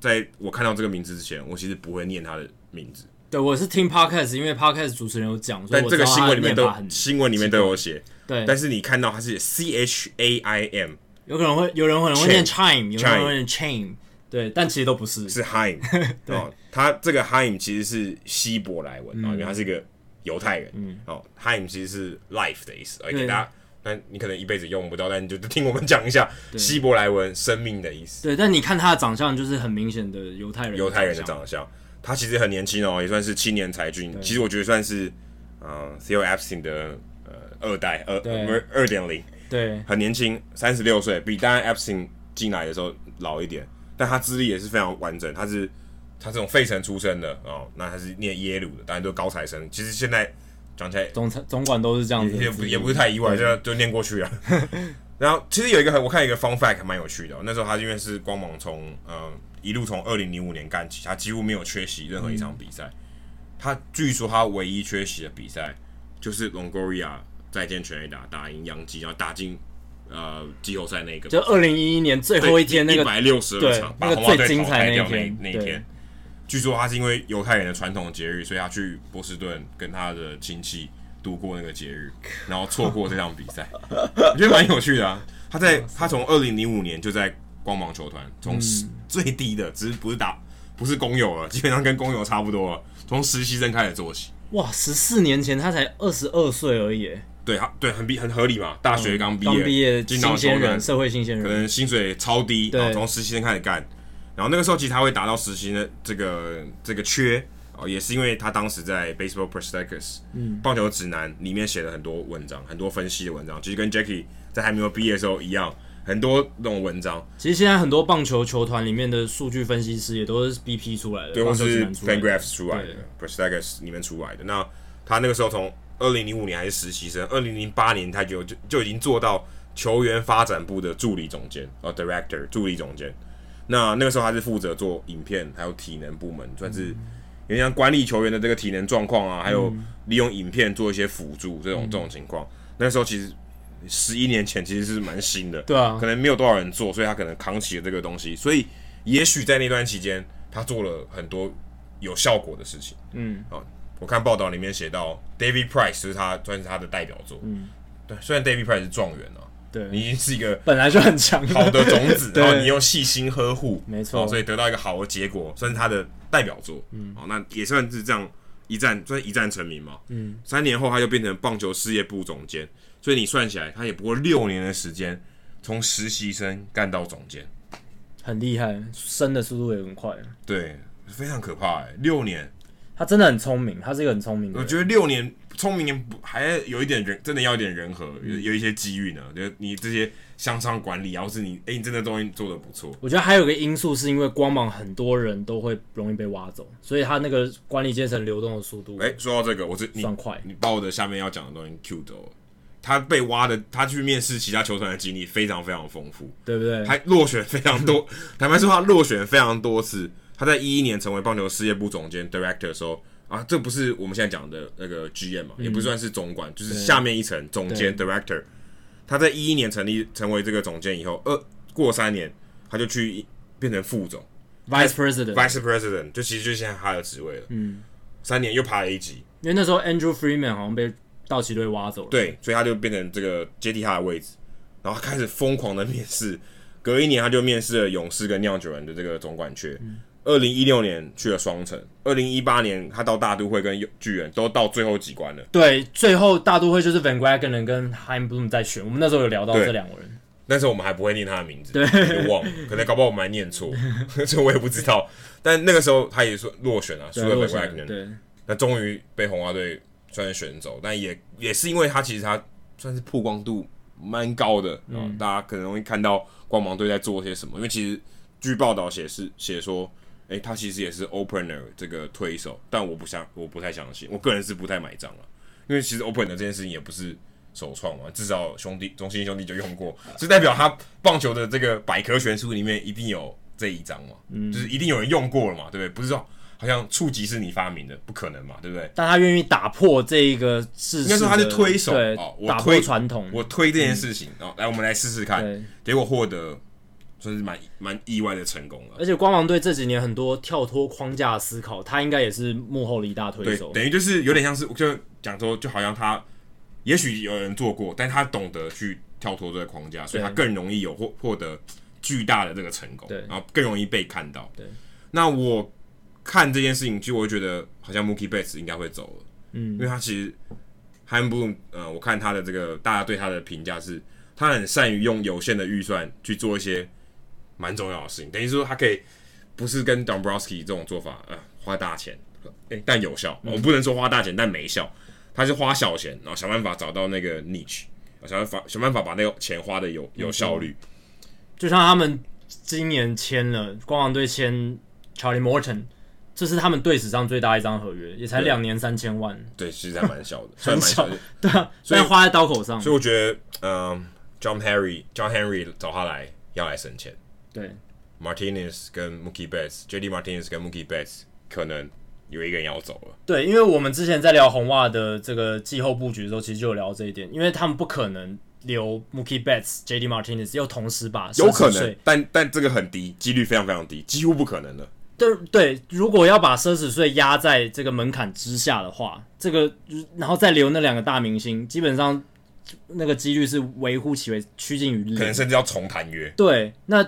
Speaker 2: 在我看到这个名字之前，我其实不会念他的名字，
Speaker 1: 对我是听 podcast，因为 podcast 主持人有讲，所以
Speaker 2: 但
Speaker 1: 我
Speaker 2: 这个
Speaker 1: 知道
Speaker 2: 新
Speaker 1: 他
Speaker 2: 闻里面
Speaker 1: 念法
Speaker 2: 都
Speaker 1: 很
Speaker 2: 新闻里面都有写。
Speaker 1: 对，
Speaker 2: 但是你看到他是 C H A I M
Speaker 1: 有可能会有人可能会念 chime，有人
Speaker 2: Chime
Speaker 1: 会念 chain，对，但其实都不是，
Speaker 2: 是 Haim 哦，他这个 Haim 其实是希伯来文
Speaker 1: 嗯
Speaker 2: 啊、哦，因为他是一个犹太人、哦，Haim 其实是 life 的意思，而
Speaker 1: 对
Speaker 2: 给大家。但你可能一辈子用不到，但你就听我们讲一下希伯来文“生命”的意思。
Speaker 1: 对，但你看他的长相，就是很明显的犹太人，
Speaker 2: 犹太人的，长相，他其实很年轻哦，也算是青年才俊。其实我觉得算是，呃 t h e o Epstein 的呃二代，二呃
Speaker 1: 对
Speaker 2: 二二点零，
Speaker 1: 对，
Speaker 2: 很年轻，三十六岁，比当然 Epstein 进来的时候老一点，但他资历也是非常完整。他是他这种费城出身的哦，那他是念耶鲁的，当然都是高材生。其实现在讲起来
Speaker 1: 总裁总管都是这样子
Speaker 2: 也
Speaker 1: 的
Speaker 2: 也
Speaker 1: 资
Speaker 2: 不
Speaker 1: 历，
Speaker 2: 也不是太意外，就就念过 去了。啊然后其实有一个很，我看有一个 fun fact 还蛮有趣的哦、那时候他因为是光芒从呃一路从二零零五年干起，他几乎没有缺席任何一
Speaker 1: 嗯
Speaker 2: 场比赛。他据说他唯一缺席的比赛就是 Longoria 再见全垒打打赢洋基，然后打进呃季后赛那个
Speaker 1: 就二零一一年最后一天那
Speaker 2: 一
Speaker 1: 个，
Speaker 2: 百六十二
Speaker 1: 对
Speaker 2: 场，
Speaker 1: 那
Speaker 2: 把
Speaker 1: 个
Speaker 2: 红袜队
Speaker 1: 最精
Speaker 2: 淘
Speaker 1: 彩
Speaker 2: 汰
Speaker 1: 那一
Speaker 2: 掉那
Speaker 1: 天
Speaker 2: 那一
Speaker 1: 对
Speaker 2: 天。据说他是因为犹太人的传统节日，所以他去波士顿跟他的亲戚度过那个节日，然后错过这场比赛，我觉得蛮有趣的啊。他在他从二零零五年就在光芒球团，从十
Speaker 1: 嗯
Speaker 2: 最低的，只是不是打不是工友了，基本上跟工友差不多了，从实习生开始做起。
Speaker 1: 哇，十四年前他才二十二岁而已耶，
Speaker 2: 对，他对很必很合理嘛，大学刚毕
Speaker 1: 嗯
Speaker 2: 业，
Speaker 1: 刚毕业
Speaker 2: 进到
Speaker 1: 新
Speaker 2: 球
Speaker 1: 鲜
Speaker 2: 团
Speaker 1: 人，社会新鲜
Speaker 2: 可
Speaker 1: 人，
Speaker 2: 能薪水超
Speaker 1: 嗯
Speaker 2: 低，
Speaker 1: 对
Speaker 2: 然后从实习生开始干，然后那个时候其实他会达到实习的这个这个缺哦，也是因为他当时在 Baseball Prospectus，嗯，棒球指南里面写了很多文章，很多分析的文章，其实跟 Jackie 在还没有毕业的时候一样，很多那种文章，
Speaker 1: 其实现在很多棒球球团里面的数据分析师也都是 BP 出来的，
Speaker 2: 对，或
Speaker 1: 棒球指
Speaker 2: 是
Speaker 1: 南出来的
Speaker 2: Fangraphs 出来的
Speaker 1: 对
Speaker 2: ，Prospectus 里面出来的。那他那个时候从二零零五年还是实习生，二零零八年他就就就已经做到球员发展部的助理总监，哦，Director 助理总监。那那个时候他是负责做影片还有体能部门，算是有点像管理球员的这个体能状况
Speaker 1: 嗯
Speaker 2: 啊，还有利用影片做一些辅助这种、这种情况。那时候其实十一年前其实是蛮新的，
Speaker 1: 对啊
Speaker 2: 可，能没有多少人做，所以他可能扛起了这个东西，所以也许在那段期间，他做了很多有效果的事情。
Speaker 1: 嗯，
Speaker 2: 哦，我看报道里面写到，David Price 就是他算是他的代表作。嗯，对，虽然 David Price 是状元啊，你
Speaker 1: 对，
Speaker 2: 已经是一个
Speaker 1: 本来就很强，
Speaker 2: 好的种 子，
Speaker 1: 对
Speaker 2: 然后你又细心呵护，
Speaker 1: 没错
Speaker 2: 哦所以得到一个好的结果，算是他的代表作。嗯，哦，那也算是这样一战，算是一战成名嘛。嗯，三年后他就变成棒球事业部总监，所以你算起来，他也不过六年的时间，从实习生干到总监，
Speaker 1: 很厉害，升的速度也很快，
Speaker 2: 对，非常可怕、欸。六年，
Speaker 1: 他真的很聪明，他是一个很聪明的
Speaker 2: 我
Speaker 1: 人，
Speaker 2: 觉得六年聪明人不还有一点人，真的要一点人和，
Speaker 1: 嗯
Speaker 2: 有有一些机遇呢。就是你这些向上管理啊，或是你哎、你真的东西做的不错，
Speaker 1: 我觉得还有个因素是因为光芒很多人都会容易被挖走，所以他那个管理阶层流动的速度
Speaker 2: 哎、说到这个，我是你
Speaker 1: 算快。
Speaker 2: 你把我的下面要讲的东西 Q 走了。他被挖的，他去面试其他球团的经历非常非常丰富，
Speaker 1: 对不对？
Speaker 2: 他落选非常多。坦白说，他落选非常多次，他在一一年成为棒球事业部总监 director 的时候啊，这不是我们现在讲的那个 GM 嘛，也不算是总管，就是下面一层总监 director。他在一一年成立成为这个总监以后，二过三年他就去变成副总
Speaker 1: Vice President，
Speaker 2: vice president，就其实就现在他的职位了。嗯，三年又爬了一级，
Speaker 1: 因为那时候 Andrew Freeman 好像被道奇队挖走了。，
Speaker 2: 对，所以他就变成这个接替他的位置，然后他开始疯狂的面试，隔一年他就面试了勇士跟酿酒人的这个总管缺。
Speaker 1: 嗯
Speaker 2: 二零一六年去了双城，二零一八年他到大都会跟巨人都到最后几关了，
Speaker 1: 对，最后大都会就是 Van g r a g e n 跟 Heim Bloom 在选，我们那时候有聊到
Speaker 2: 对
Speaker 1: 这两个人。
Speaker 2: 但是我们还不会念他的名字，就忘了，可能搞不好我们还念错， 这我也不知道。但那个时候他也说落选啊，输了
Speaker 1: 对
Speaker 2: 北
Speaker 1: 落选
Speaker 2: 外
Speaker 1: 了
Speaker 2: 人，
Speaker 1: 对，
Speaker 2: 那终于被红花队算是选走，但也也是因为他其实他算是曝光度蛮高的，嗯，大家可能容易看到光芒队在做些什么，因为其实据报道写是写说，诶、他其实也是 opener 这个推手，但我不相我不太相信，我个人是不太买账了，因为其实 opener 这件事情也不是。首创嘛，至少兄弟中心兄弟就用过，是代表他棒球的这个百科全书里面一定有这一章嘛，就是一定有人用过了嘛，对不对？不是说好像触及是你发明的，不可能嘛，对不对？
Speaker 1: 但他愿意打破这一个事实的，
Speaker 2: 应该说他是推手
Speaker 1: 对
Speaker 2: 哦，我
Speaker 1: 打破
Speaker 2: 推
Speaker 1: 传统。
Speaker 2: 我推这件事情啊、哦来，我们来试试看
Speaker 1: 嗯对，
Speaker 2: 结果获得算是蛮蛮意外的成功了。
Speaker 1: 而且光芒队这几年很多跳脱框架的思考，他应该也是幕后的一大推
Speaker 2: 对
Speaker 1: 手，。
Speaker 2: 等于就是有点像是就讲说，就好像他也许有人做过，但他懂得去跳脱这个框架，所以他更容易有获获得巨大的这个成功
Speaker 1: 对，
Speaker 2: 然后更容易被看到。
Speaker 1: 对，
Speaker 2: 那我看这件事情，其实我就觉得好像 Mookie Betts 应该会走了。因
Speaker 1: 嗯，
Speaker 2: 为他其实 h a m b l o o m 呃，我看他的这个大家对他的评价是，他很善于用有限的预算去做一些蛮重要的事情，等于说他可以不是跟 Dombrowski 这种做法，呃，花大钱，呃诶、但有效。我不能说花大钱但没效，他是花小钱，然后想办法找到那个 niche，想办法想办法把那个钱花的有有效率。
Speaker 1: 就像他们今年签了光芒队签 Charlie Morton，这是他们队史上最大一张合约，也才
Speaker 2: 对
Speaker 1: 两年三千万，
Speaker 2: 对，其实还蛮 小的，虽然蛮小的，
Speaker 1: 对啊，
Speaker 2: 所以
Speaker 1: 但花在刀口上
Speaker 2: 所。以我觉得，嗯、j o h n Henry John Henry 找他来要来省钱。
Speaker 1: 对，
Speaker 2: Martinez 跟 Mookie Betts，J.D. Martinez 跟 Mookie Betts 可能有一个人要走了，
Speaker 1: 对，因为我们之前在聊红袜的这个季后布局的时候，其实就有聊这一点，因为他们不可能留 Mookie Betts、J.D. Martinez 又同时把
Speaker 2: 有可
Speaker 1: 奢侈
Speaker 2: 能
Speaker 1: 税，
Speaker 2: 但但这个很低，几率非常非常低，几乎不可能的。
Speaker 1: 对对，如果要把奢侈税压在这个门槛之下的话，这个然后再留那两个大明星，基本上那个几率是微乎其微，趋近于
Speaker 2: 可能
Speaker 1: 零。
Speaker 2: 甚至要重谈约。
Speaker 1: 对，那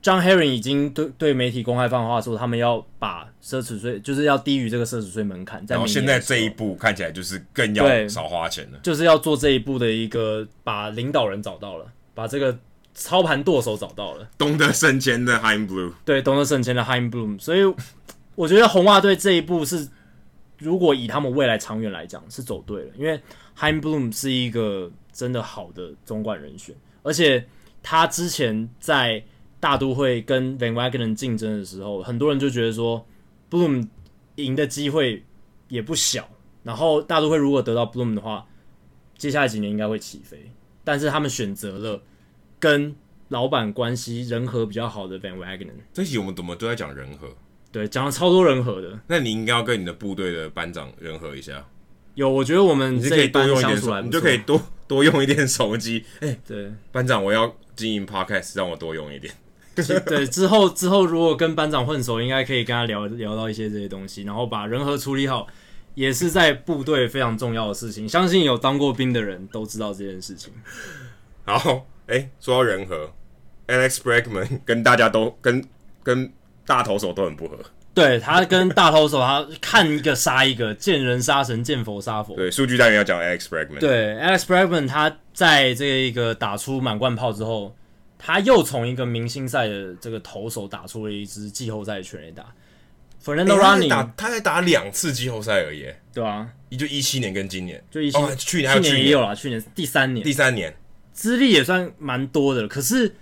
Speaker 1: John Herring 已经对对媒体公开放话说，他们要把奢侈税就是要低于这个奢侈税门槛，在
Speaker 2: 然后
Speaker 1: 明
Speaker 2: 现
Speaker 1: 年
Speaker 2: 在
Speaker 1: 的时
Speaker 2: 这一
Speaker 1: 候
Speaker 2: 步看起来就是更
Speaker 1: 对
Speaker 2: 要少花钱了。
Speaker 1: 就是要做这一步的一个把领导人找到了，把这个操盘舵手找到了，
Speaker 2: 懂得省钱的 h i m Blue，
Speaker 1: 对，懂得省钱的 Heim Bloom，所以我觉得红袜队这一步是，如果以他们未来长远来讲是走对了，因为 Heim Bloom 是一个真的好的总管人选，而且他之前在大都会跟 Van Wagenen 竞争的时候，很多人就觉得说 Bloom 赢的机会也不小，然后大都会如果得到 Bloom 的话，接下来几年应该会起飞，但是他们选择了跟老板关系人和比较好的 Van Wagenen。
Speaker 2: 这集我们怎么都在讲人和？
Speaker 1: 对，讲了超多人和的。
Speaker 2: 那你应该要跟你的部队的班长人和一下，
Speaker 1: 有，我觉得我们
Speaker 2: 你就可
Speaker 1: 这一
Speaker 2: 以多
Speaker 1: 班
Speaker 2: 用一
Speaker 1: 相
Speaker 2: 点
Speaker 1: 处来
Speaker 2: 手，你
Speaker 1: 不
Speaker 2: 就
Speaker 1: 错
Speaker 2: 可以多多用一点手机。哎、
Speaker 1: 对
Speaker 2: 班长，我要经营 Podcast，让我多用一点。
Speaker 1: 其对。之后之后，如果跟班长混熟，应该可以跟他聊聊到一些这些东西，然后把人和处理好，也是在部队非常重要的事情。相信有当过兵的人都知道这件事情。
Speaker 2: 然后，哎，说到人和，Alex Bregman 跟大家都跟跟大投手都很不合，
Speaker 1: 对他跟大投手，他看一个杀一个，见人杀神，见佛杀佛。
Speaker 2: 对，数据单元要讲 Alex Bregman，，
Speaker 1: 对，Alex Bregman 他在这个打出满贯炮之后，他又从一个明星赛的这个投手打出了一支季后赛的全垒打。Fernando
Speaker 2: 他
Speaker 1: Running，、
Speaker 2: 才打他才打两次季后赛而已，
Speaker 1: 对啊，
Speaker 2: 也就一七年跟今年，
Speaker 1: 就一些、
Speaker 2: 哦，去年还
Speaker 1: 去
Speaker 2: 有去
Speaker 1: 年也有啦，去年第三年
Speaker 2: 第三年，
Speaker 1: 资历也算蛮多的了。可是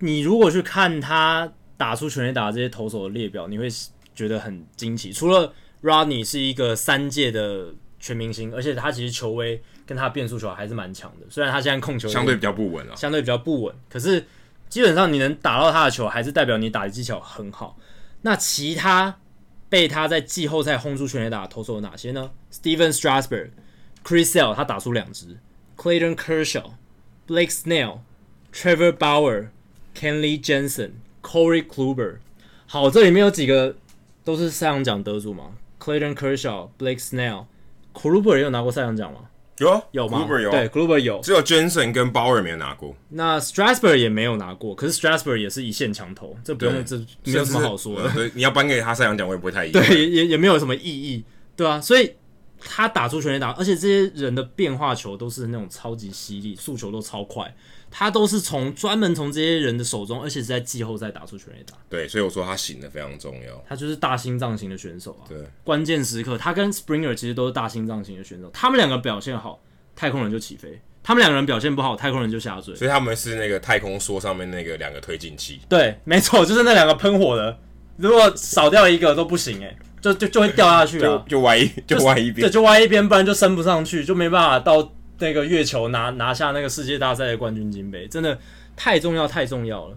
Speaker 1: 你如果去看他打出全垒打这些投手的列表，你会觉得很惊奇。除了 Rodney 是一个三届的全明星，而且他其实球威跟他变速球还是蛮强的，虽然他现在控球有点
Speaker 2: 相对比较不稳啊。
Speaker 1: 相对比较不稳，可是基本上你能打到他的球，还是代表你打击技巧很好。那其他被他在季后赛轰出全垒打的投手有哪些呢？Steven Strasburg、Chris Sale 他打出两支，Clayton Kershaw、Blake Snell、Trevor Bauer、Kenley Jensen、Corey Kluber。好，这里面有几个都是赛扬奖得主嘛？Clayton Kershaw、Blake Snell、Kluber 也有拿过赛扬奖吗？
Speaker 2: 有啊
Speaker 1: 有吗
Speaker 2: Kluber 有啊
Speaker 1: 对，Kluber 有。
Speaker 2: 只有 Jensen 跟 Bauer 没有拿过，
Speaker 1: 那 Strasburg 也没有拿过，可是 Strasburg 也是一线强投，这不用这
Speaker 2: 对
Speaker 1: 没有什么好说的
Speaker 2: 甚。至呃对，你要颁给他赛扬奖，我也不会太意外。
Speaker 1: 对，也也也没有什么意义，对啊，所以他打出全垒打，而且这些人的变化球都是那种超级犀利，速球都超快，他都是从专门从这些人的手中，而且是在季后赛打出全垒打，
Speaker 2: 对，所以我说他醒的非常重要。
Speaker 1: 他就是大心脏型的选手啊。
Speaker 2: 对，
Speaker 1: 关键时刻，他跟 Springer 其实都是大心脏型的选手，他们两个表现好，太空人就起飞；他们两个人表现不好，太空人就下坠。
Speaker 2: 所以他们是那个太空梭上面那个两个推进器，
Speaker 1: 对，没错，就是那两个喷火的，如果少掉一个都不行哎、就就就会掉下去
Speaker 2: 就
Speaker 1: 啊，
Speaker 2: 就歪一就歪一边
Speaker 1: 对，。就歪一边，不然就升不上去，就没办法到那个月球拿拿下那个世界大赛的冠军金杯，真的太重要太重要了。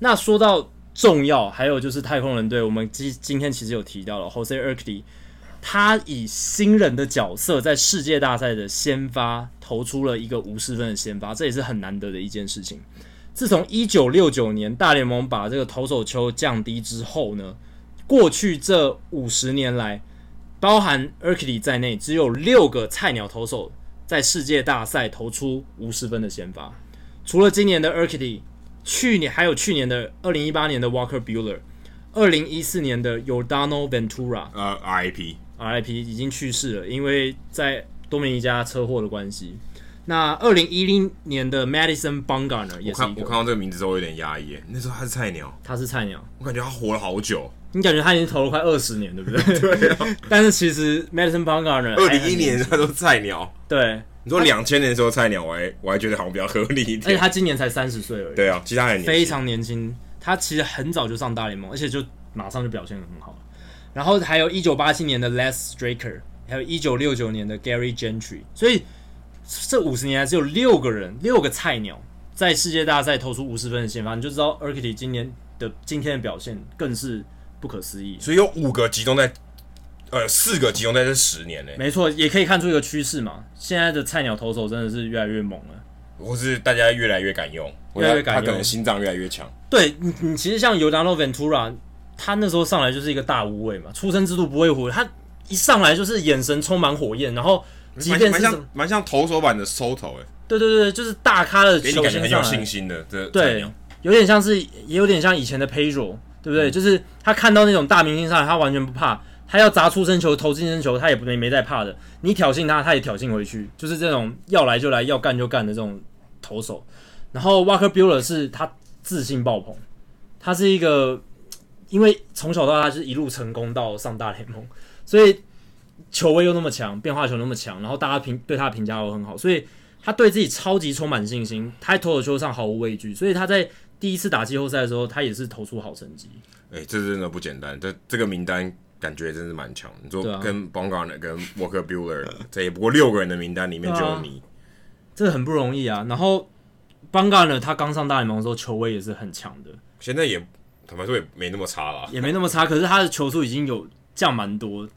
Speaker 1: 那说到重要，还有就是太空人队，我们今今天其实有提到了 Jose u r q u i d 他以新人的角色在世界大赛的先发投出了一个无失分的先发，这也是很难得的一件事情。自从一九六九年大联盟把这个投手球降低之后呢，过去这五十年来，包含 u r q u i d 在内，只有六个菜鸟投手在世界大赛投出无失分的先发，除了今年的 u r q u i d 去年还有去年的二零一八年的 Walker Bueller，二零一四年的 Yordano Ventura，
Speaker 2: 呃，RIP，
Speaker 1: RIP 已经去世了，因为在多米尼加车祸的关系。那二零一零年的 Madison Bumgarner 也
Speaker 2: 我
Speaker 1: 是
Speaker 2: 看
Speaker 1: 一
Speaker 2: 我看
Speaker 1: 个，
Speaker 2: 到这个名字之后有点压抑耶，那时候他是菜鸟，
Speaker 1: 他是菜鸟，
Speaker 2: 我感觉他活了好久。
Speaker 1: 你感觉他已经投了快二十年，对不 对？对、 但是其实 Madison Bumgarner
Speaker 2: 啊二
Speaker 1: 还
Speaker 2: 零
Speaker 1: 很
Speaker 2: 一年他都菜鸟，
Speaker 1: 对，
Speaker 2: 你说两千年的时候菜鸟，我还我还觉得好像比较合理一
Speaker 1: 而且
Speaker 2: 点。
Speaker 1: 他今年才三十岁而已，
Speaker 2: 对啊，其他很年轻
Speaker 1: 非常年轻。他其实很早就上大联盟，而且就马上就表现得很好。然后还有一九八七年的 Les Straker，还有一九六九年的 Gary Gentry，所以这五十年来只有六个人，六个菜鸟在世界大赛投出五十分的先发，你就知道 u r q u i d 今年的今天的表现更是不可思议。
Speaker 2: 所以有五个集中在，呃，四个集中在这十年呢，
Speaker 1: 没错，也可以看出一个趋势嘛，现在的菜鸟投手真的是越来越猛了。
Speaker 2: 或是大家越来越敢用，
Speaker 1: 越来越敢
Speaker 2: 他
Speaker 1: 用
Speaker 2: 可能心脏越来越强。
Speaker 1: 对你，你其实像尤达诺 Ventura，他那时候上来就是一个大无畏嘛，出生之度不畏虎，他一上来就是眼神充满火焰，然后即
Speaker 2: 蛮
Speaker 1: 便是
Speaker 2: 蛮
Speaker 1: 什
Speaker 2: 像
Speaker 1: 么
Speaker 2: 蛮像投手版的 Soto 哎，
Speaker 1: 对对对，就是大咖的
Speaker 2: 给你
Speaker 1: 球
Speaker 2: 感觉
Speaker 1: 星
Speaker 2: 很有
Speaker 1: 上
Speaker 2: 信
Speaker 1: 来，
Speaker 2: 心的这菜
Speaker 1: 对
Speaker 2: 鸟，，
Speaker 1: 有点像是也有点像以前的 Pedro，对不对？就是他看到那种大明星上来，他完全不怕，他要砸出生球、投进身球，他也没没在怕的。你挑衅他，他也挑衅回去，就是这种要来就来、要干就干的这种投手。然后 Walker Bueller 是他自信爆棚，他是一个因为从小到大就是一路成功到上大联盟，所以球威又那么强，变化球那么强，然后大家评对他的评价又很好，所以他对自己超级充满信心，他在投手球上毫无畏惧，所以他在第一次打季后赛的时候，他也是投出好成绩。
Speaker 2: 哎、这真的不简单，这这个名单感觉真是蛮强。你说
Speaker 1: 对啊
Speaker 2: 跟 b o n g a r n 跟 Walker Bueller，这也不过六个人的名单里面
Speaker 1: 对啊
Speaker 2: 就有你，
Speaker 1: 这很不容易啊。然后邦嘎呢，他刚上大联盟的时候，球威也是很强的，
Speaker 2: 现在也坦白说也没那么差啦。
Speaker 1: 也没那么差。可是他的球速已经有降蛮多，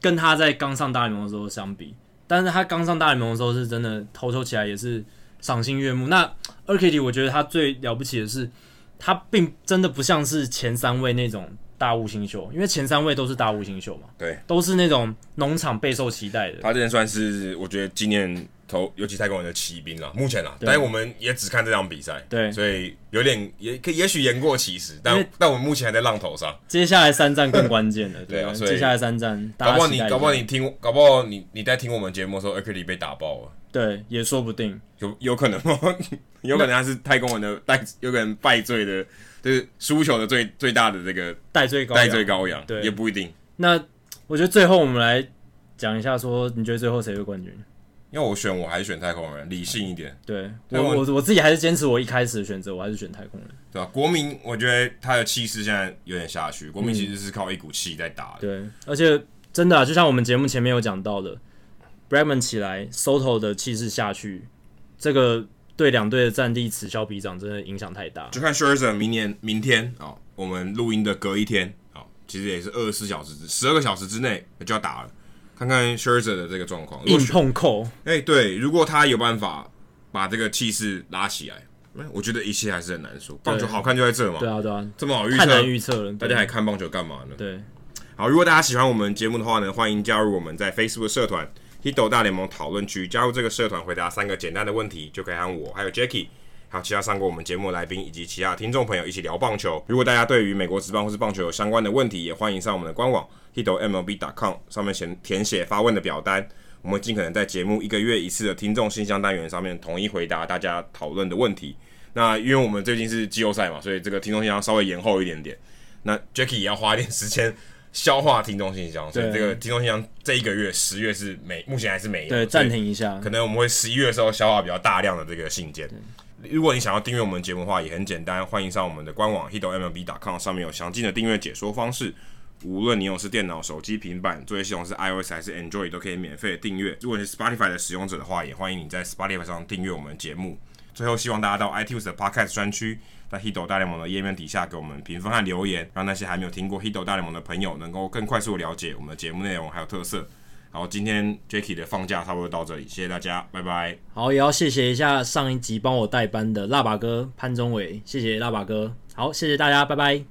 Speaker 1: 跟他在刚上大联盟的时候相比。但是他刚上大联盟的时候是真的投球起来也是赏心悦目。那 u r k i d 我觉得他最了不起的是，他并真的不像是前三位那种大物新秀，因为前三位都是大物新秀嘛，
Speaker 2: 对，
Speaker 1: 都是那种农场备受期待的。
Speaker 2: 他这算是我觉得今年投，尤其太空人的骑兵啦，目前啦，
Speaker 1: 对
Speaker 2: 但是我们也只看这场比赛，
Speaker 1: 对
Speaker 2: 所以有点也可也许言过其实，
Speaker 1: 因
Speaker 2: 但
Speaker 1: 为
Speaker 2: 但我们目前还在浪头上。
Speaker 1: 接下来三战更关键了，
Speaker 2: 对啊所以
Speaker 1: 接下来三战，大家
Speaker 2: 搞不好
Speaker 1: 期
Speaker 2: 你
Speaker 1: 待一下
Speaker 2: 搞不好你听，搞不好你你在听我们节目的时候 a c t u a l y 被打爆了，
Speaker 1: 对也说不定。
Speaker 2: 有有可能吗？ 有可能他是太空人的败，有可能败罪的，就是输球的最最大的这个
Speaker 1: 戴罪高，
Speaker 2: 戴罪。羔羊，
Speaker 1: 对
Speaker 2: 也不一定。
Speaker 1: 那我觉得最后我们来讲一下，说你觉得最后谁会冠军？
Speaker 2: 因为我选我还是选太空人，理性一点，
Speaker 1: 对我
Speaker 2: 那我
Speaker 1: 我我自己还是坚持我一开始的选择，我还是选太空人。
Speaker 2: 对吧、国民我觉得他的气势现在有点下去，国民其实是靠一股气在打的，
Speaker 1: 对，而且真的、啊、就像我们节目前面有讲到的，Bradman 起来，Soto 的气势下去，这个对两队的战力此消彼长，真的影响太大。
Speaker 2: 就看 s h i r z e r 明年明天啊、哦我们录音的隔一天啊、哦其实也是二十四小时之、十二个小时之内就要打了。看看 Scherzer 的这个状况，如
Speaker 1: 硬
Speaker 2: 果
Speaker 1: 碰扣，
Speaker 2: 哎、对，如果他有办法把这个气势拉起来，哎我觉得一切还是很难说。棒球好看就在这嘛
Speaker 1: 对，啊对啊，
Speaker 2: 这么好预
Speaker 1: 太
Speaker 2: 测
Speaker 1: 难，预测了。
Speaker 2: 大家还看棒球干嘛呢？
Speaker 1: 对，
Speaker 2: 好，如果大家喜欢我们节目的话呢，欢迎加入我们在 Facebook 社团 Hito 大联盟讨论区。加入这个社团，回答三个简单的问题，就可以和我、还有 Jacky，还有其他上过我们节目的来宾以及其他听众朋友一起聊棒球。如果大家对于美国职棒或是棒球有相关的问题，也欢迎上我们的官网 Hito MLB.com 上面填填写发问的表单。我们尽可能在节目一个月一次的听众信箱单元上面统一回答大家讨论的问题。那因为我们最近是季后赛嘛，所以这个听众信箱稍微延后一点点。那 Jacky 也要花一点时间消化听众信箱，所以
Speaker 1: 对
Speaker 2: 这个听众信箱这一个月十月是没，目前还是没有，
Speaker 1: 对，
Speaker 2: 所以
Speaker 1: 暂停一下
Speaker 2: 可。能我们会十一月的时候消化比较大量的这个信件。如果你想要订阅我们节目的话，也很简单，欢迎上我们的官网 hidomlb.com，上面有详尽的订阅解说方式。无论你用是电脑、手机、平板，作业系统是 iOS 还是 Android，都可以免费订阅。如果你是 Spotify 的使用者的话，也欢迎你在 Spotify 上订阅我们的节目。最后，希望大家到 iTunes 的 Podcast 专区，在 Hido 大联盟的页面底下给我们评分和留言，让那些还没有听过 Hido 大联盟的朋友能够更快速地了解我们的节目内容还有特色。好，今天 Jacky 的放假差不多到这里，谢谢大家，拜拜。
Speaker 1: 好，也要谢谢一下上一集帮我代班的辣爸哥潘宗伟，谢谢辣爸哥。好，谢谢大家，拜拜。